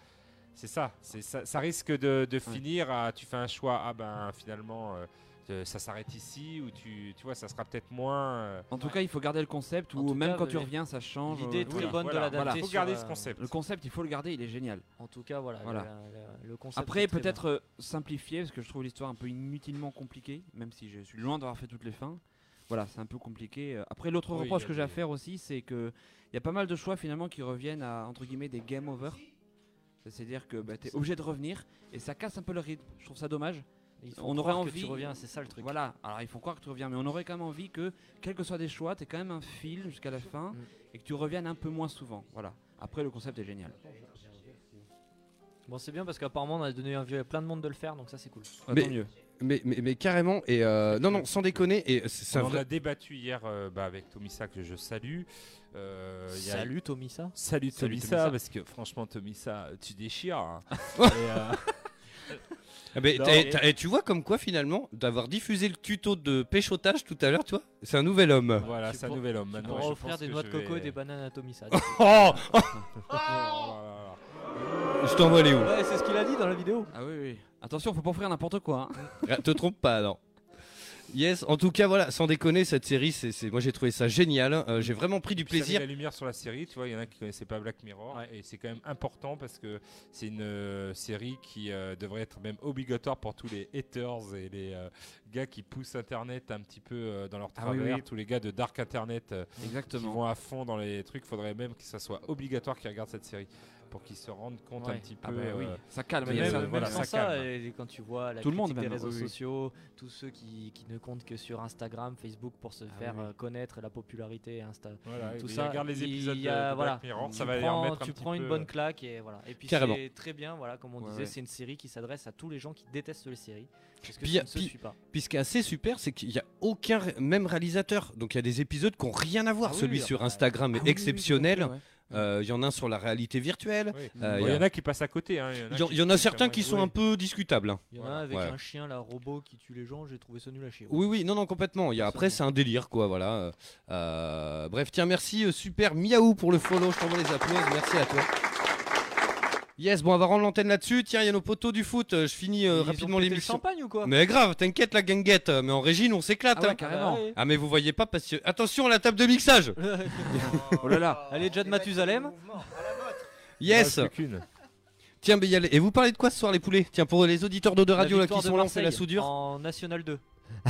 G: C'est ça, c'est ça. Ça risque de, de finir à. Tu fais un choix, ah ben finalement, euh, euh, ça s'arrête ici, ou tu, tu vois, ça sera peut-être moins. euh,
F: En tout cas, il faut garder le concept
E: En
F: ou
E: tout
F: même
E: cas,
F: quand tu
E: euh,
F: reviens, ça change.
E: L'idée est
F: euh,
E: très
G: voilà,
E: bonne
G: voilà,
E: de l'adapter.
G: Il faut
E: sur,
G: garder
E: euh,
G: ce concept.
F: Le concept, il faut le garder, il est génial.
E: En tout cas, voilà.
F: Voilà.
E: la- la- le concept est
F: Après,
E: très
F: peut-être euh, simplifier, parce que je trouve l'histoire un peu inutilement compliquée, même si je suis loin d'avoir fait toutes les fins. Voilà, c'est un peu compliqué. Euh, Après, l'autre
G: Oui, il y
F: reproche
G: a
F: que j'ai à
G: des-
F: faire aussi, c'est que il y a pas mal de choix finalement qui reviennent à entre guillemets des game over. C'est-à-dire que bah, t'es obligé de revenir et ça casse un peu le rythme. Je trouve ça dommage.
E: bien. Il faut
F: on aurait
E: croire que
F: envie-
E: Tu reviens, c'est ça le truc.
F: Voilà, alors il faut croire que tu reviens, mais on aurait quand même envie que, quels que soient des choix, t'aies quand même un fil jusqu'à la fin
E: Mm.
F: et que tu reviennes un peu moins souvent. Voilà. Après, le concept est génial.
E: Bon, c'est bien parce qu'apparemment, on a donné envie à plein de monde de le faire, donc ça, c'est cool.
F: Ah,
D: Mais-
F: tant mieux.
D: mais, mais, mais carrément, et euh, non, non, sans déconner, et c'est c'est un
G: On en
D: vrai-
G: a débattu hier euh, bah, avec Tomissa que je salue. Euh, il y a-
E: Salut, Tomissa.
G: Salut
F: Salut,
G: Tomissa,
F: Tomissa.
G: parce que franchement Tomissa, tu déchires. hein. Et, euh,
D: Ah, mais
G: Non,
D: t'as-
G: mais-
D: t'as- et tu vois comme quoi finalement d'avoir diffusé le tuto de péchotage tout à l'heure, toi, c'est un nouvel homme.
G: Voilà,
E: Tu
G: c'est un
E: pour-
G: nouvel homme.
E: Bah, On
G: Maintenant,
E: va
G: je
E: offrir
G: pense
E: des
G: que
E: noix
G: je
E: de coco
G: vais-
E: et des bananes à Tomissa.
D: Oh,
G: Oh là
D: je t'envoie les où
E: ouais, c'est ce qu'il a dit dans la vidéo.
F: Ah oui, oui. Attention, faut pas offrir n'importe quoi. hein.
D: Ah, Te trompe pas, non. Yes, en tout cas, voilà, sans déconner, cette série, c'est c'est- moi j'ai trouvé ça génial. Euh, j'ai vraiment pris du
G: Puis ça met
D: plaisir.
G: La lumière sur la série, tu vois, il y en a qui connaissaient pas Black Mirror, et c'est quand même important parce que c'est une euh, série qui euh, devrait être même obligatoire pour tous les haters et les euh, gars qui poussent Internet un petit peu euh, dans leur
F: Ah oui,
G: travers,
F: oui.
G: tous les gars de Dark Internet euh, qui
F: Exactement.
G: vont à fond dans les trucs. Faudrait même que ça soit obligatoire qu'ils regardent cette série. pour qu'ils se rendent compte un
E: Ouais.
G: petit peu.
F: Ah bah oui,
G: euh,
F: ça calme.
G: Mais
F: il y a
G: même-
F: ça,
G: même
F: voilà.
G: sans
E: ça,
G: ça calme.
E: et quand tu vois la
F: Tout le monde
E: critique des
F: maintenant,
E: réseaux
F: oui, oui.
E: sociaux, tous ceux qui, qui ne comptent que sur Instagram, Facebook pour
D: Ah
E: se faire
F: oui.
E: euh, connaître la popularité Insta.
G: Voilà,
E: tout
G: et
E: ça,
G: Regarde les
E: il
G: épisodes
E: y
G: de-
E: a-
G: de
E: voilà,
G: Black Mirror,
F: tu
G: ça va
E: tu
G: les
E: prends,
G: remettre un
E: tu
G: petit
E: prends une
G: peu, euh,
E: bonne claque et voilà. Et puis
D: Carrément.
E: c'est très bien, voilà, comme on
F: Ouais,
E: disait,
F: ouais.
E: c'est une série qui s'adresse à tous les gens qui détestent les séries parce que
D: Puis
E: ça
D: y a-
E: ne se
D: puis-
E: suit pas.
D: Puis ce qui est assez super, c'est qu'il n'y a aucun ré- même réalisateur. Donc il y a des épisodes qui n'ont rien à voir.
E: Ah oui,
D: Celui
E: oui,
D: sur
E: alors,
D: Instagram est
F: Ah oui, oui, oui, tout à fait,
D: exceptionnel.
F: ouais.
D: Euh, Il y en a un sur la réalité virtuelle.
G: Oui.
D: Euh,
G: Bon,
D: il
G: Il
D: y
G: y
D: a-
G: en a qui passent à côté. hein,
D: Il y, en-
G: qui-
D: il y en a certains qui sont
G: Oui.
D: un peu discutables. hein.
E: Il y en a
G: Voilà,
E: un avec
D: ouais.
E: un chien, là, robot qui tue les gens, j'ai trouvé ça nul à chier.
D: Oui, oui, non, non, complètement. Il y a, après,
E: Absolument.
D: c'est un délire, quoi, voilà. Euh, bref, tiens, merci, euh, super miaou pour le follow. Je t'envoie les applaudissements. Merci à toi. Yes, bon, on va rendre l'antenne là-dessus. Tiens, il y a nos poteaux du foot. euh, Je finis euh,
E: Ils ont
D: rapidement
E: pété le
D: l'émission.
E: champagne ou quoi
D: Mais grave, t'inquiète, la ganguette. euh, Mais en régine, on s'éclate.
E: Ah ouais,
D: hein.
E: carrément.
D: Ah, mais vous voyez pas parce que. Attention à la table de mixage
F: Oh là là.
E: Allez, John Mathusalem. Ah,
D: Yes
G: Il en reste plus qu'une.
D: Tiens, mais il y a les- et vous parlez de quoi ce soir, les poulets Tiens, pour les auditeurs d'eau de radio là, qui
E: victoire de
D: sont là, on fait la
E: Marseille
D: soudure.
E: En National 2.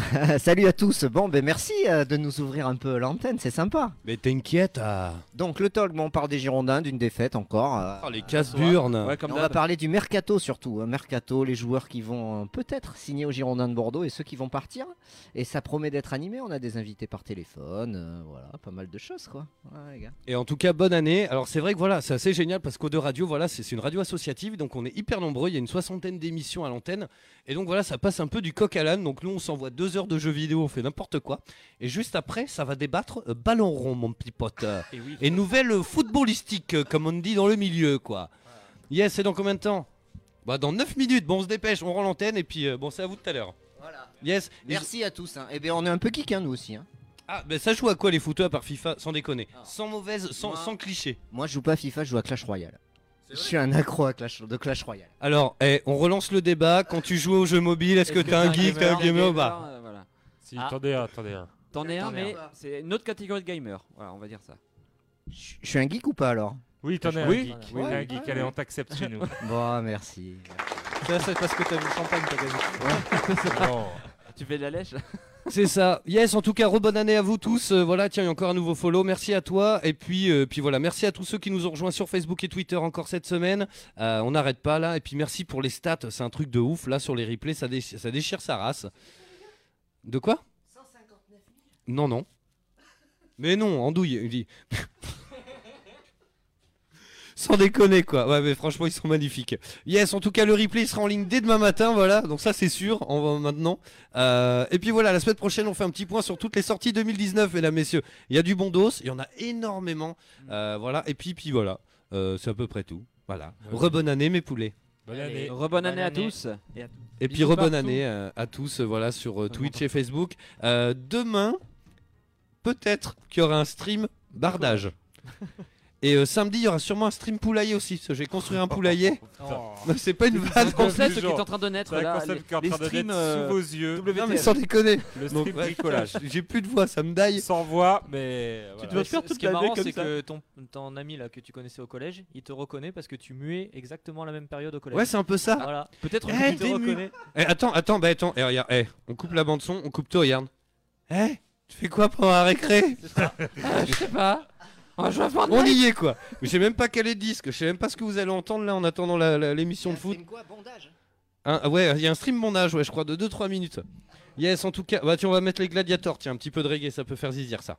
J: Salut à tous. Bon, ben merci euh, de nous ouvrir un peu l'antenne, c'est sympa.
D: Mais t'inquiète, ah.
J: Donc le talk, bon, on part des Girondins, d'une défaite encore. euh,
D: Oh, les casse-burnes
F: Ouais, comme
J: on va
F: d'hab.
J: parler du mercato surtout. hein, mercato, les joueurs qui vont euh, peut-être signer aux Girondins de Bordeaux et ceux qui vont partir. Et ça promet d'être animé. On a des invités par téléphone. euh, voilà, pas mal de choses quoi. Ouais, les gars.
D: Et en tout cas, bonne année. Alors, c'est vrai que voilà, c'est assez génial parce qu'au de radio, voilà, c'est c'est une radio associative, donc on est hyper nombreux. Il y a une soixantaine d'émissions à l'antenne. Et donc voilà, ça passe un peu du coq à l'âne. Donc nous, on s'envoie deux heures de jeux vidéo, on fait n'importe quoi. Et juste après, ça va débattre euh, ballon rond, mon petit pote. euh,
F: Et oui.
D: et nouvelle euh, footballistique, euh, comme on dit dans le milieu, quoi. Yes, et dans combien de temps Bah, dans 9 minutes. Bon, on se dépêche, on rend l'antenne et puis euh, bon, c'est à vous tout à l'heure. Yes. Et
J: Merci à tous. hein. Eh bien, on est un peu geek hein, nous aussi. hein.
D: je- Ah, ben ça joue à quoi les footeux à part FIFA Sans déconner.
J: Ah.
D: Sans mauvaise, sans,
J: Moi-
D: sans cliché.
J: Moi, je joue pas à FIFA, je joue à Clash Royale. Je suis un accro à Clash, de Clash Royale.
D: Alors, eh, on relance le débat. Quand tu joues aux jeux mobiles, est-ce que t'es un geek, t'es un gamer Bah,
F: euh, voilà.
G: Si,
F: Ah.
G: Attendez, attendez. hein.
F: T'en es un,
J: Attends,
F: mais
J: merde.
F: c'est une autre catégorie de gamer. Voilà, on va dire ça.
J: Je je suis un geek ou pas alors
G: Oui, t'en es un
F: Oui.
G: geek.
E: Voilà.
G: Oui, t'es un
J: Ouais.
G: geek. Allez, on t'accepte chez nous.
J: Bon, merci.
E: Ça, c'est parce que t'as vu le champagne, t'as gagné.
G: Bon.
F: Tu fais de la lèche
D: c'est ça. Yes, en tout cas, rebonne année à vous tous. Euh, voilà, tiens, il y a encore un nouveau follow. Merci à toi. Et puis, euh, puis voilà, merci à tous ceux qui nous ont rejoints sur Facebook et Twitter encore cette semaine. Euh, on n'arrête pas là. Et puis merci pour les stats. C'est un truc de ouf là sur les replays. Ça, déch- ça déchire sa race. De quoi 159 000 Non, non. Mais non, andouille. Il dit. Sans déconner quoi. Ouais, mais franchement, ils sont magnifiques. Yes, en tout cas, le replay il sera en ligne dès demain matin. Voilà, donc ça c'est sûr. On va maintenant. Euh, et puis voilà, la semaine prochaine, on fait un petit point sur toutes les sorties 2019, mesdames, messieurs. Il y a du bon dos, il y en a énormément. Euh, voilà, et puis, puis voilà, Euh, c'est à peu près tout. Voilà.
G: Ouais.
D: Rebonne année, mes poulets.
G: Bonne
E: Allez.
G: année.
F: Rebonne année à
E: année.
F: tous.
D: Et puis,
F: Bisous
D: rebonne
F: partout.
D: année euh, à tous, euh, voilà, sur euh,
F: Ça
D: Twitch et Facebook. Euh, demain, peut-être qu'il y aura un stream bardage. Et euh, samedi, il y aura sûrement un stream poulailler aussi, parce que j'ai construit un poulailler.
G: Oh.
D: Non, C'est pas une vanne,
F: Le
G: Comme
F: concept qui est
G: toujours.
F: en train de naître
G: C'est un
F: là.
G: concept qui est en
F: les
G: train de
F: streams,
G: naître
F: euh,
G: sous vos yeux.
D: non, mais
F: WTF.
D: sans déconner.
G: Le
D: Donc,
G: stream
D: ouais,
G: bricolage.
D: j'ai plus de voix, ça me daille.
G: Sans voix, mais. voilà.
E: Ouais, ce- ce qui est marrant, c'est que ton, ton ami là que tu connaissais au collège, il te reconnaît parce que tu muais exactement à la même période au collège.
D: Ouais, c'est un peu ça.
E: Voilà. Peut-être
D: Eh,
E: qu'il te
D: des murs.
E: reconnaît.
D: Eh, attends, attends, bah attends, eh, regarde, eh, on coupe la bande son, on coupe toi, regarde. Eh, tu fais quoi pendant la récré Ah, Je sais pas.
F: On joue à Fortnite.
D: On y est quoi. Mais je sais même pas quel est le disque, je sais même pas ce que vous allez entendre là en attendant la- la- l'émission de foot.
J: quoi, bondage
D: Hein, ah ouais, il y a un stream bondage, ouais, je crois, de 2-3 minutes. Yes, en tout cas, bah tiens, on va mettre les gladiators, tiens, un petit peu de reggae, ça peut faire zizir ça.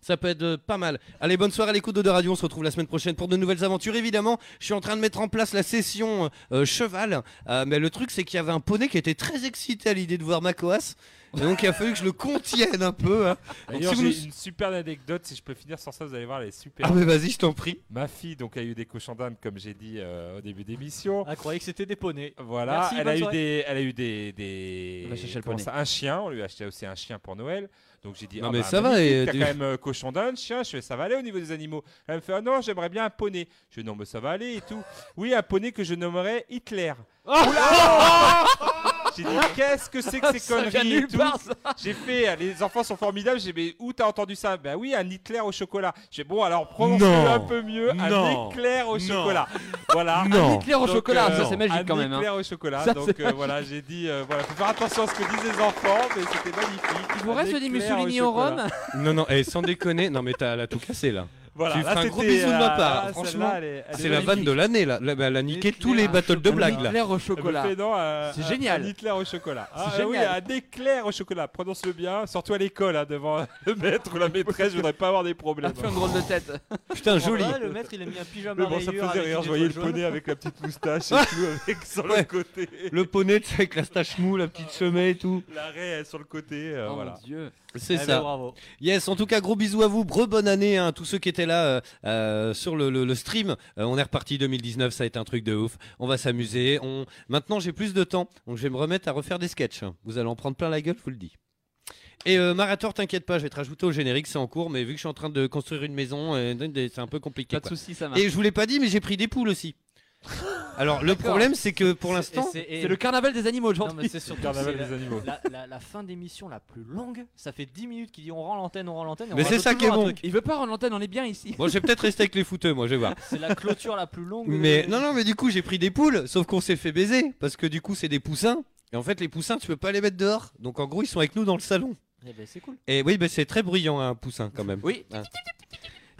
D: Ça peut être euh, pas mal. Allez, bonne soirée à l'écoute de Radio. On se retrouve la semaine prochaine pour de nouvelles aventures. Évidemment, je suis en train de mettre en place la session euh, euh, cheval. Euh, mais le truc, c'est qu'il y avait un poney qui était très excité à l'idée de voir ma coasse. Et donc, il a fallu que je le contienne un peu. hein. Donc,
G: D'ailleurs,
D: si vous
G: j'ai
D: nous-
G: une super anecdote. Si je peux finir sur ça, vous allez voir, elle est super.
D: Ah, mais vas-y, je t'en prie.
G: Ma fille, donc, a eu des cochons d'âne, comme j'ai dit euh, au début d'émission.
E: Ah, croyais que c'était des poneys.
G: Voilà,
E: Merci,
G: elle
E: bonne
G: a, eu
E: soirée.
G: des, elle a eu des. des-
F: On va chercher le
G: comment
F: poney.
G: ça, un chien, on lui a acheté aussi un chien pour Noël. Donc j'ai dit,
D: Non,
G: ah
D: mais
G: bah,
D: ça va,
G: magnifique,
D: et
G: T'as
D: du-
G: quand même euh, cochon d'Inde, chien, je fais, ça va aller au niveau des animaux. Elle me fait, ah non, j'aimerais bien un poney. Je fais, non, mais ça va aller et tout. Oui, un poney que je nommerais Hitler.
E: Oh
G: Oula J'ai dit, qu'est-ce que c'est que ces
F: Ça vient
G: conneries et
F: nulle
G: tout
F: part, ça.
G: J'ai fait, euh, les enfants sont formidables. J'ai dit, mais où t'as entendu ça Ben oui, un Hitler au chocolat. J'ai dit, bon, alors prononce
D: Non.
G: un peu mieux,
D: Non.
G: un éclair au
D: Non.
G: chocolat. Voilà.
D: Non.
F: Hitler au
G: Donc,
F: chocolat,
G: euh,
F: ça c'est magique
G: un
F: quand même. hein.
G: éclair au chocolat.
F: Ça,
G: donc
F: c'est
G: euh, voilà, j'ai dit, euh, voilà, faut faire attention à ce que disent les enfants, mais c'était magnifique.
F: Il vous
G: Un
D: euh,
F: reste des
G: éclair
F: Mussolini au
G: chocolat.
F: rhum
D: Non, non, eh, sans déconner. Non, mais t'as elle a tout cassé là.
G: Voilà,
D: Tu
G: là,
D: feras un gros
G: c'était,
D: bisou de ma
G: euh,
D: part,
G: là,
D: franchement.
G: celle-là, elle est- elle
D: C'est
G: est
D: la vanne
G: magnifique.
D: de
G: euh,
D: l'année là. Là, bah, Elle a niqué tous les
F: Éclair
D: battles de
F: au chocolat.
D: blagues là.
F: Éclair au
G: Elle me
F: chocolat.
G: fait, non, euh,
F: C'est
G: un-
F: génial.
G: Un éclair au chocolat. Ah,
F: C'est
G: euh, oui,
F: génial.
G: un éclair au chocolat. Prononce-le bien. Surtout à l'école, hein, devant le maître ou la maîtresse, je voudrais pas avoir des problèmes.
F: Elle fait un drôle de tête.
D: Putain, joli.
E: Ah, le maître, il a mis un pyjama
G: Mais bon, ça me
E: rayures
G: faisait
E: avec
G: rire.
E: une
G: Je voyais le
E: étoile jaune.
G: poney avec la petite moustache et tout, avec sur le
D: Ouais.
G: côté.
D: Le poney tu sais, avec la stache mou, la petite semée et tout.
G: L'arrêt elle est sur le côté. euh,
F: Oh
G: voilà. Eh ben,
F: mon dieu.
D: C'est
E: Ah, bah,
D: ça.
E: bravo.
D: Yes, en tout cas, gros bisous à vous, bre bonne année hein, à tous ceux qui étaient là euh, euh, sur le, le- le stream. Euh, on est reparti 2019, ça a été un truc de ouf. On va s'amuser. On... Maintenant, j'ai plus de temps, donc je vais me remettre à refaire des sketchs. Vous allez en prendre plein la gueule, je vous le dis. Et euh, Marator, t'inquiète pas, je vais te rajouter au générique, c'est en cours, mais vu que je suis en train de construire une maison, euh, c'est un peu compliqué.
F: Pas de
D: quoi.
F: soucis, ça marche.
D: Et je vous l'ai pas dit, mais j'ai pris des poules aussi. Alors, le problème, c'est que pour
E: C'est-
D: l'instant,
E: et C'est et-
F: C'est le carnaval des animaux
E: Non, mais
F: aujourd'hui.
E: c'est surtout
G: Carnaval
E: c'est
G: des
E: la-
G: animaux.
E: la, la- la fin d'émission la plus longue. Ça fait 10 minutes qu'il dit on rend l'antenne, on rend l'antenne. et on
D: Mais c'est
E: rajoute
D: ça
E: toujours
D: qui est
E: un
D: bon.
E: truc.
F: Il veut pas rendre l'antenne, on est bien ici.
D: bon, je vais peut-être rester avec les fouteux, moi, je vais voir.
E: C'est la clôture la plus longue.
D: Mais
E: de-
D: non, non, mais du coup, j'ai pris des poules, sauf qu'on s'est fait baiser, parce que du coup, c'est des poussins. Et en fait, les poussins, tu peux pas les mettre dehors. Donc, en gros, ils sont avec nous dans le salon.
E: Eh ben, c'est cool.
D: Et oui, bah, c'est très bruyant, hein, un poussin, quand même.
F: Oui.
D: Hein.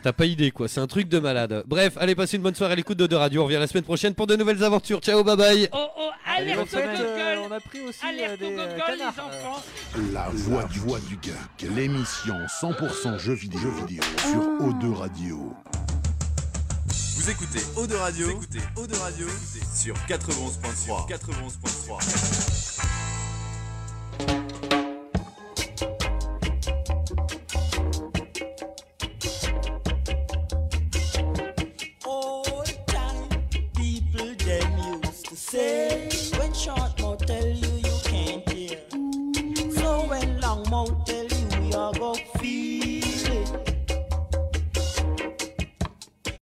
D: T'as pas idée, quoi. C'est un truc de malade. Bref, allez, passez une bonne soirée à l'écoute de Deux Radio. On revient la semaine prochaine pour de nouvelles aventures. Ciao, bye bye.
K: Oh oh,
E: Allez, bonne
K: alerte au
E: semaine.
K: Google
E: On a pris aussi euh,
K: Alerte au
E: des euh,
K: Google, les
E: canards. euh,
K: enfants
B: La voix, du, du geek, l'émission 100% jeux vidéo, jeux vidéo sur O2 Radio.
C: Vous écoutez Eau de Radio, écoutez Eau de Radio, sur 91.3, 91.3.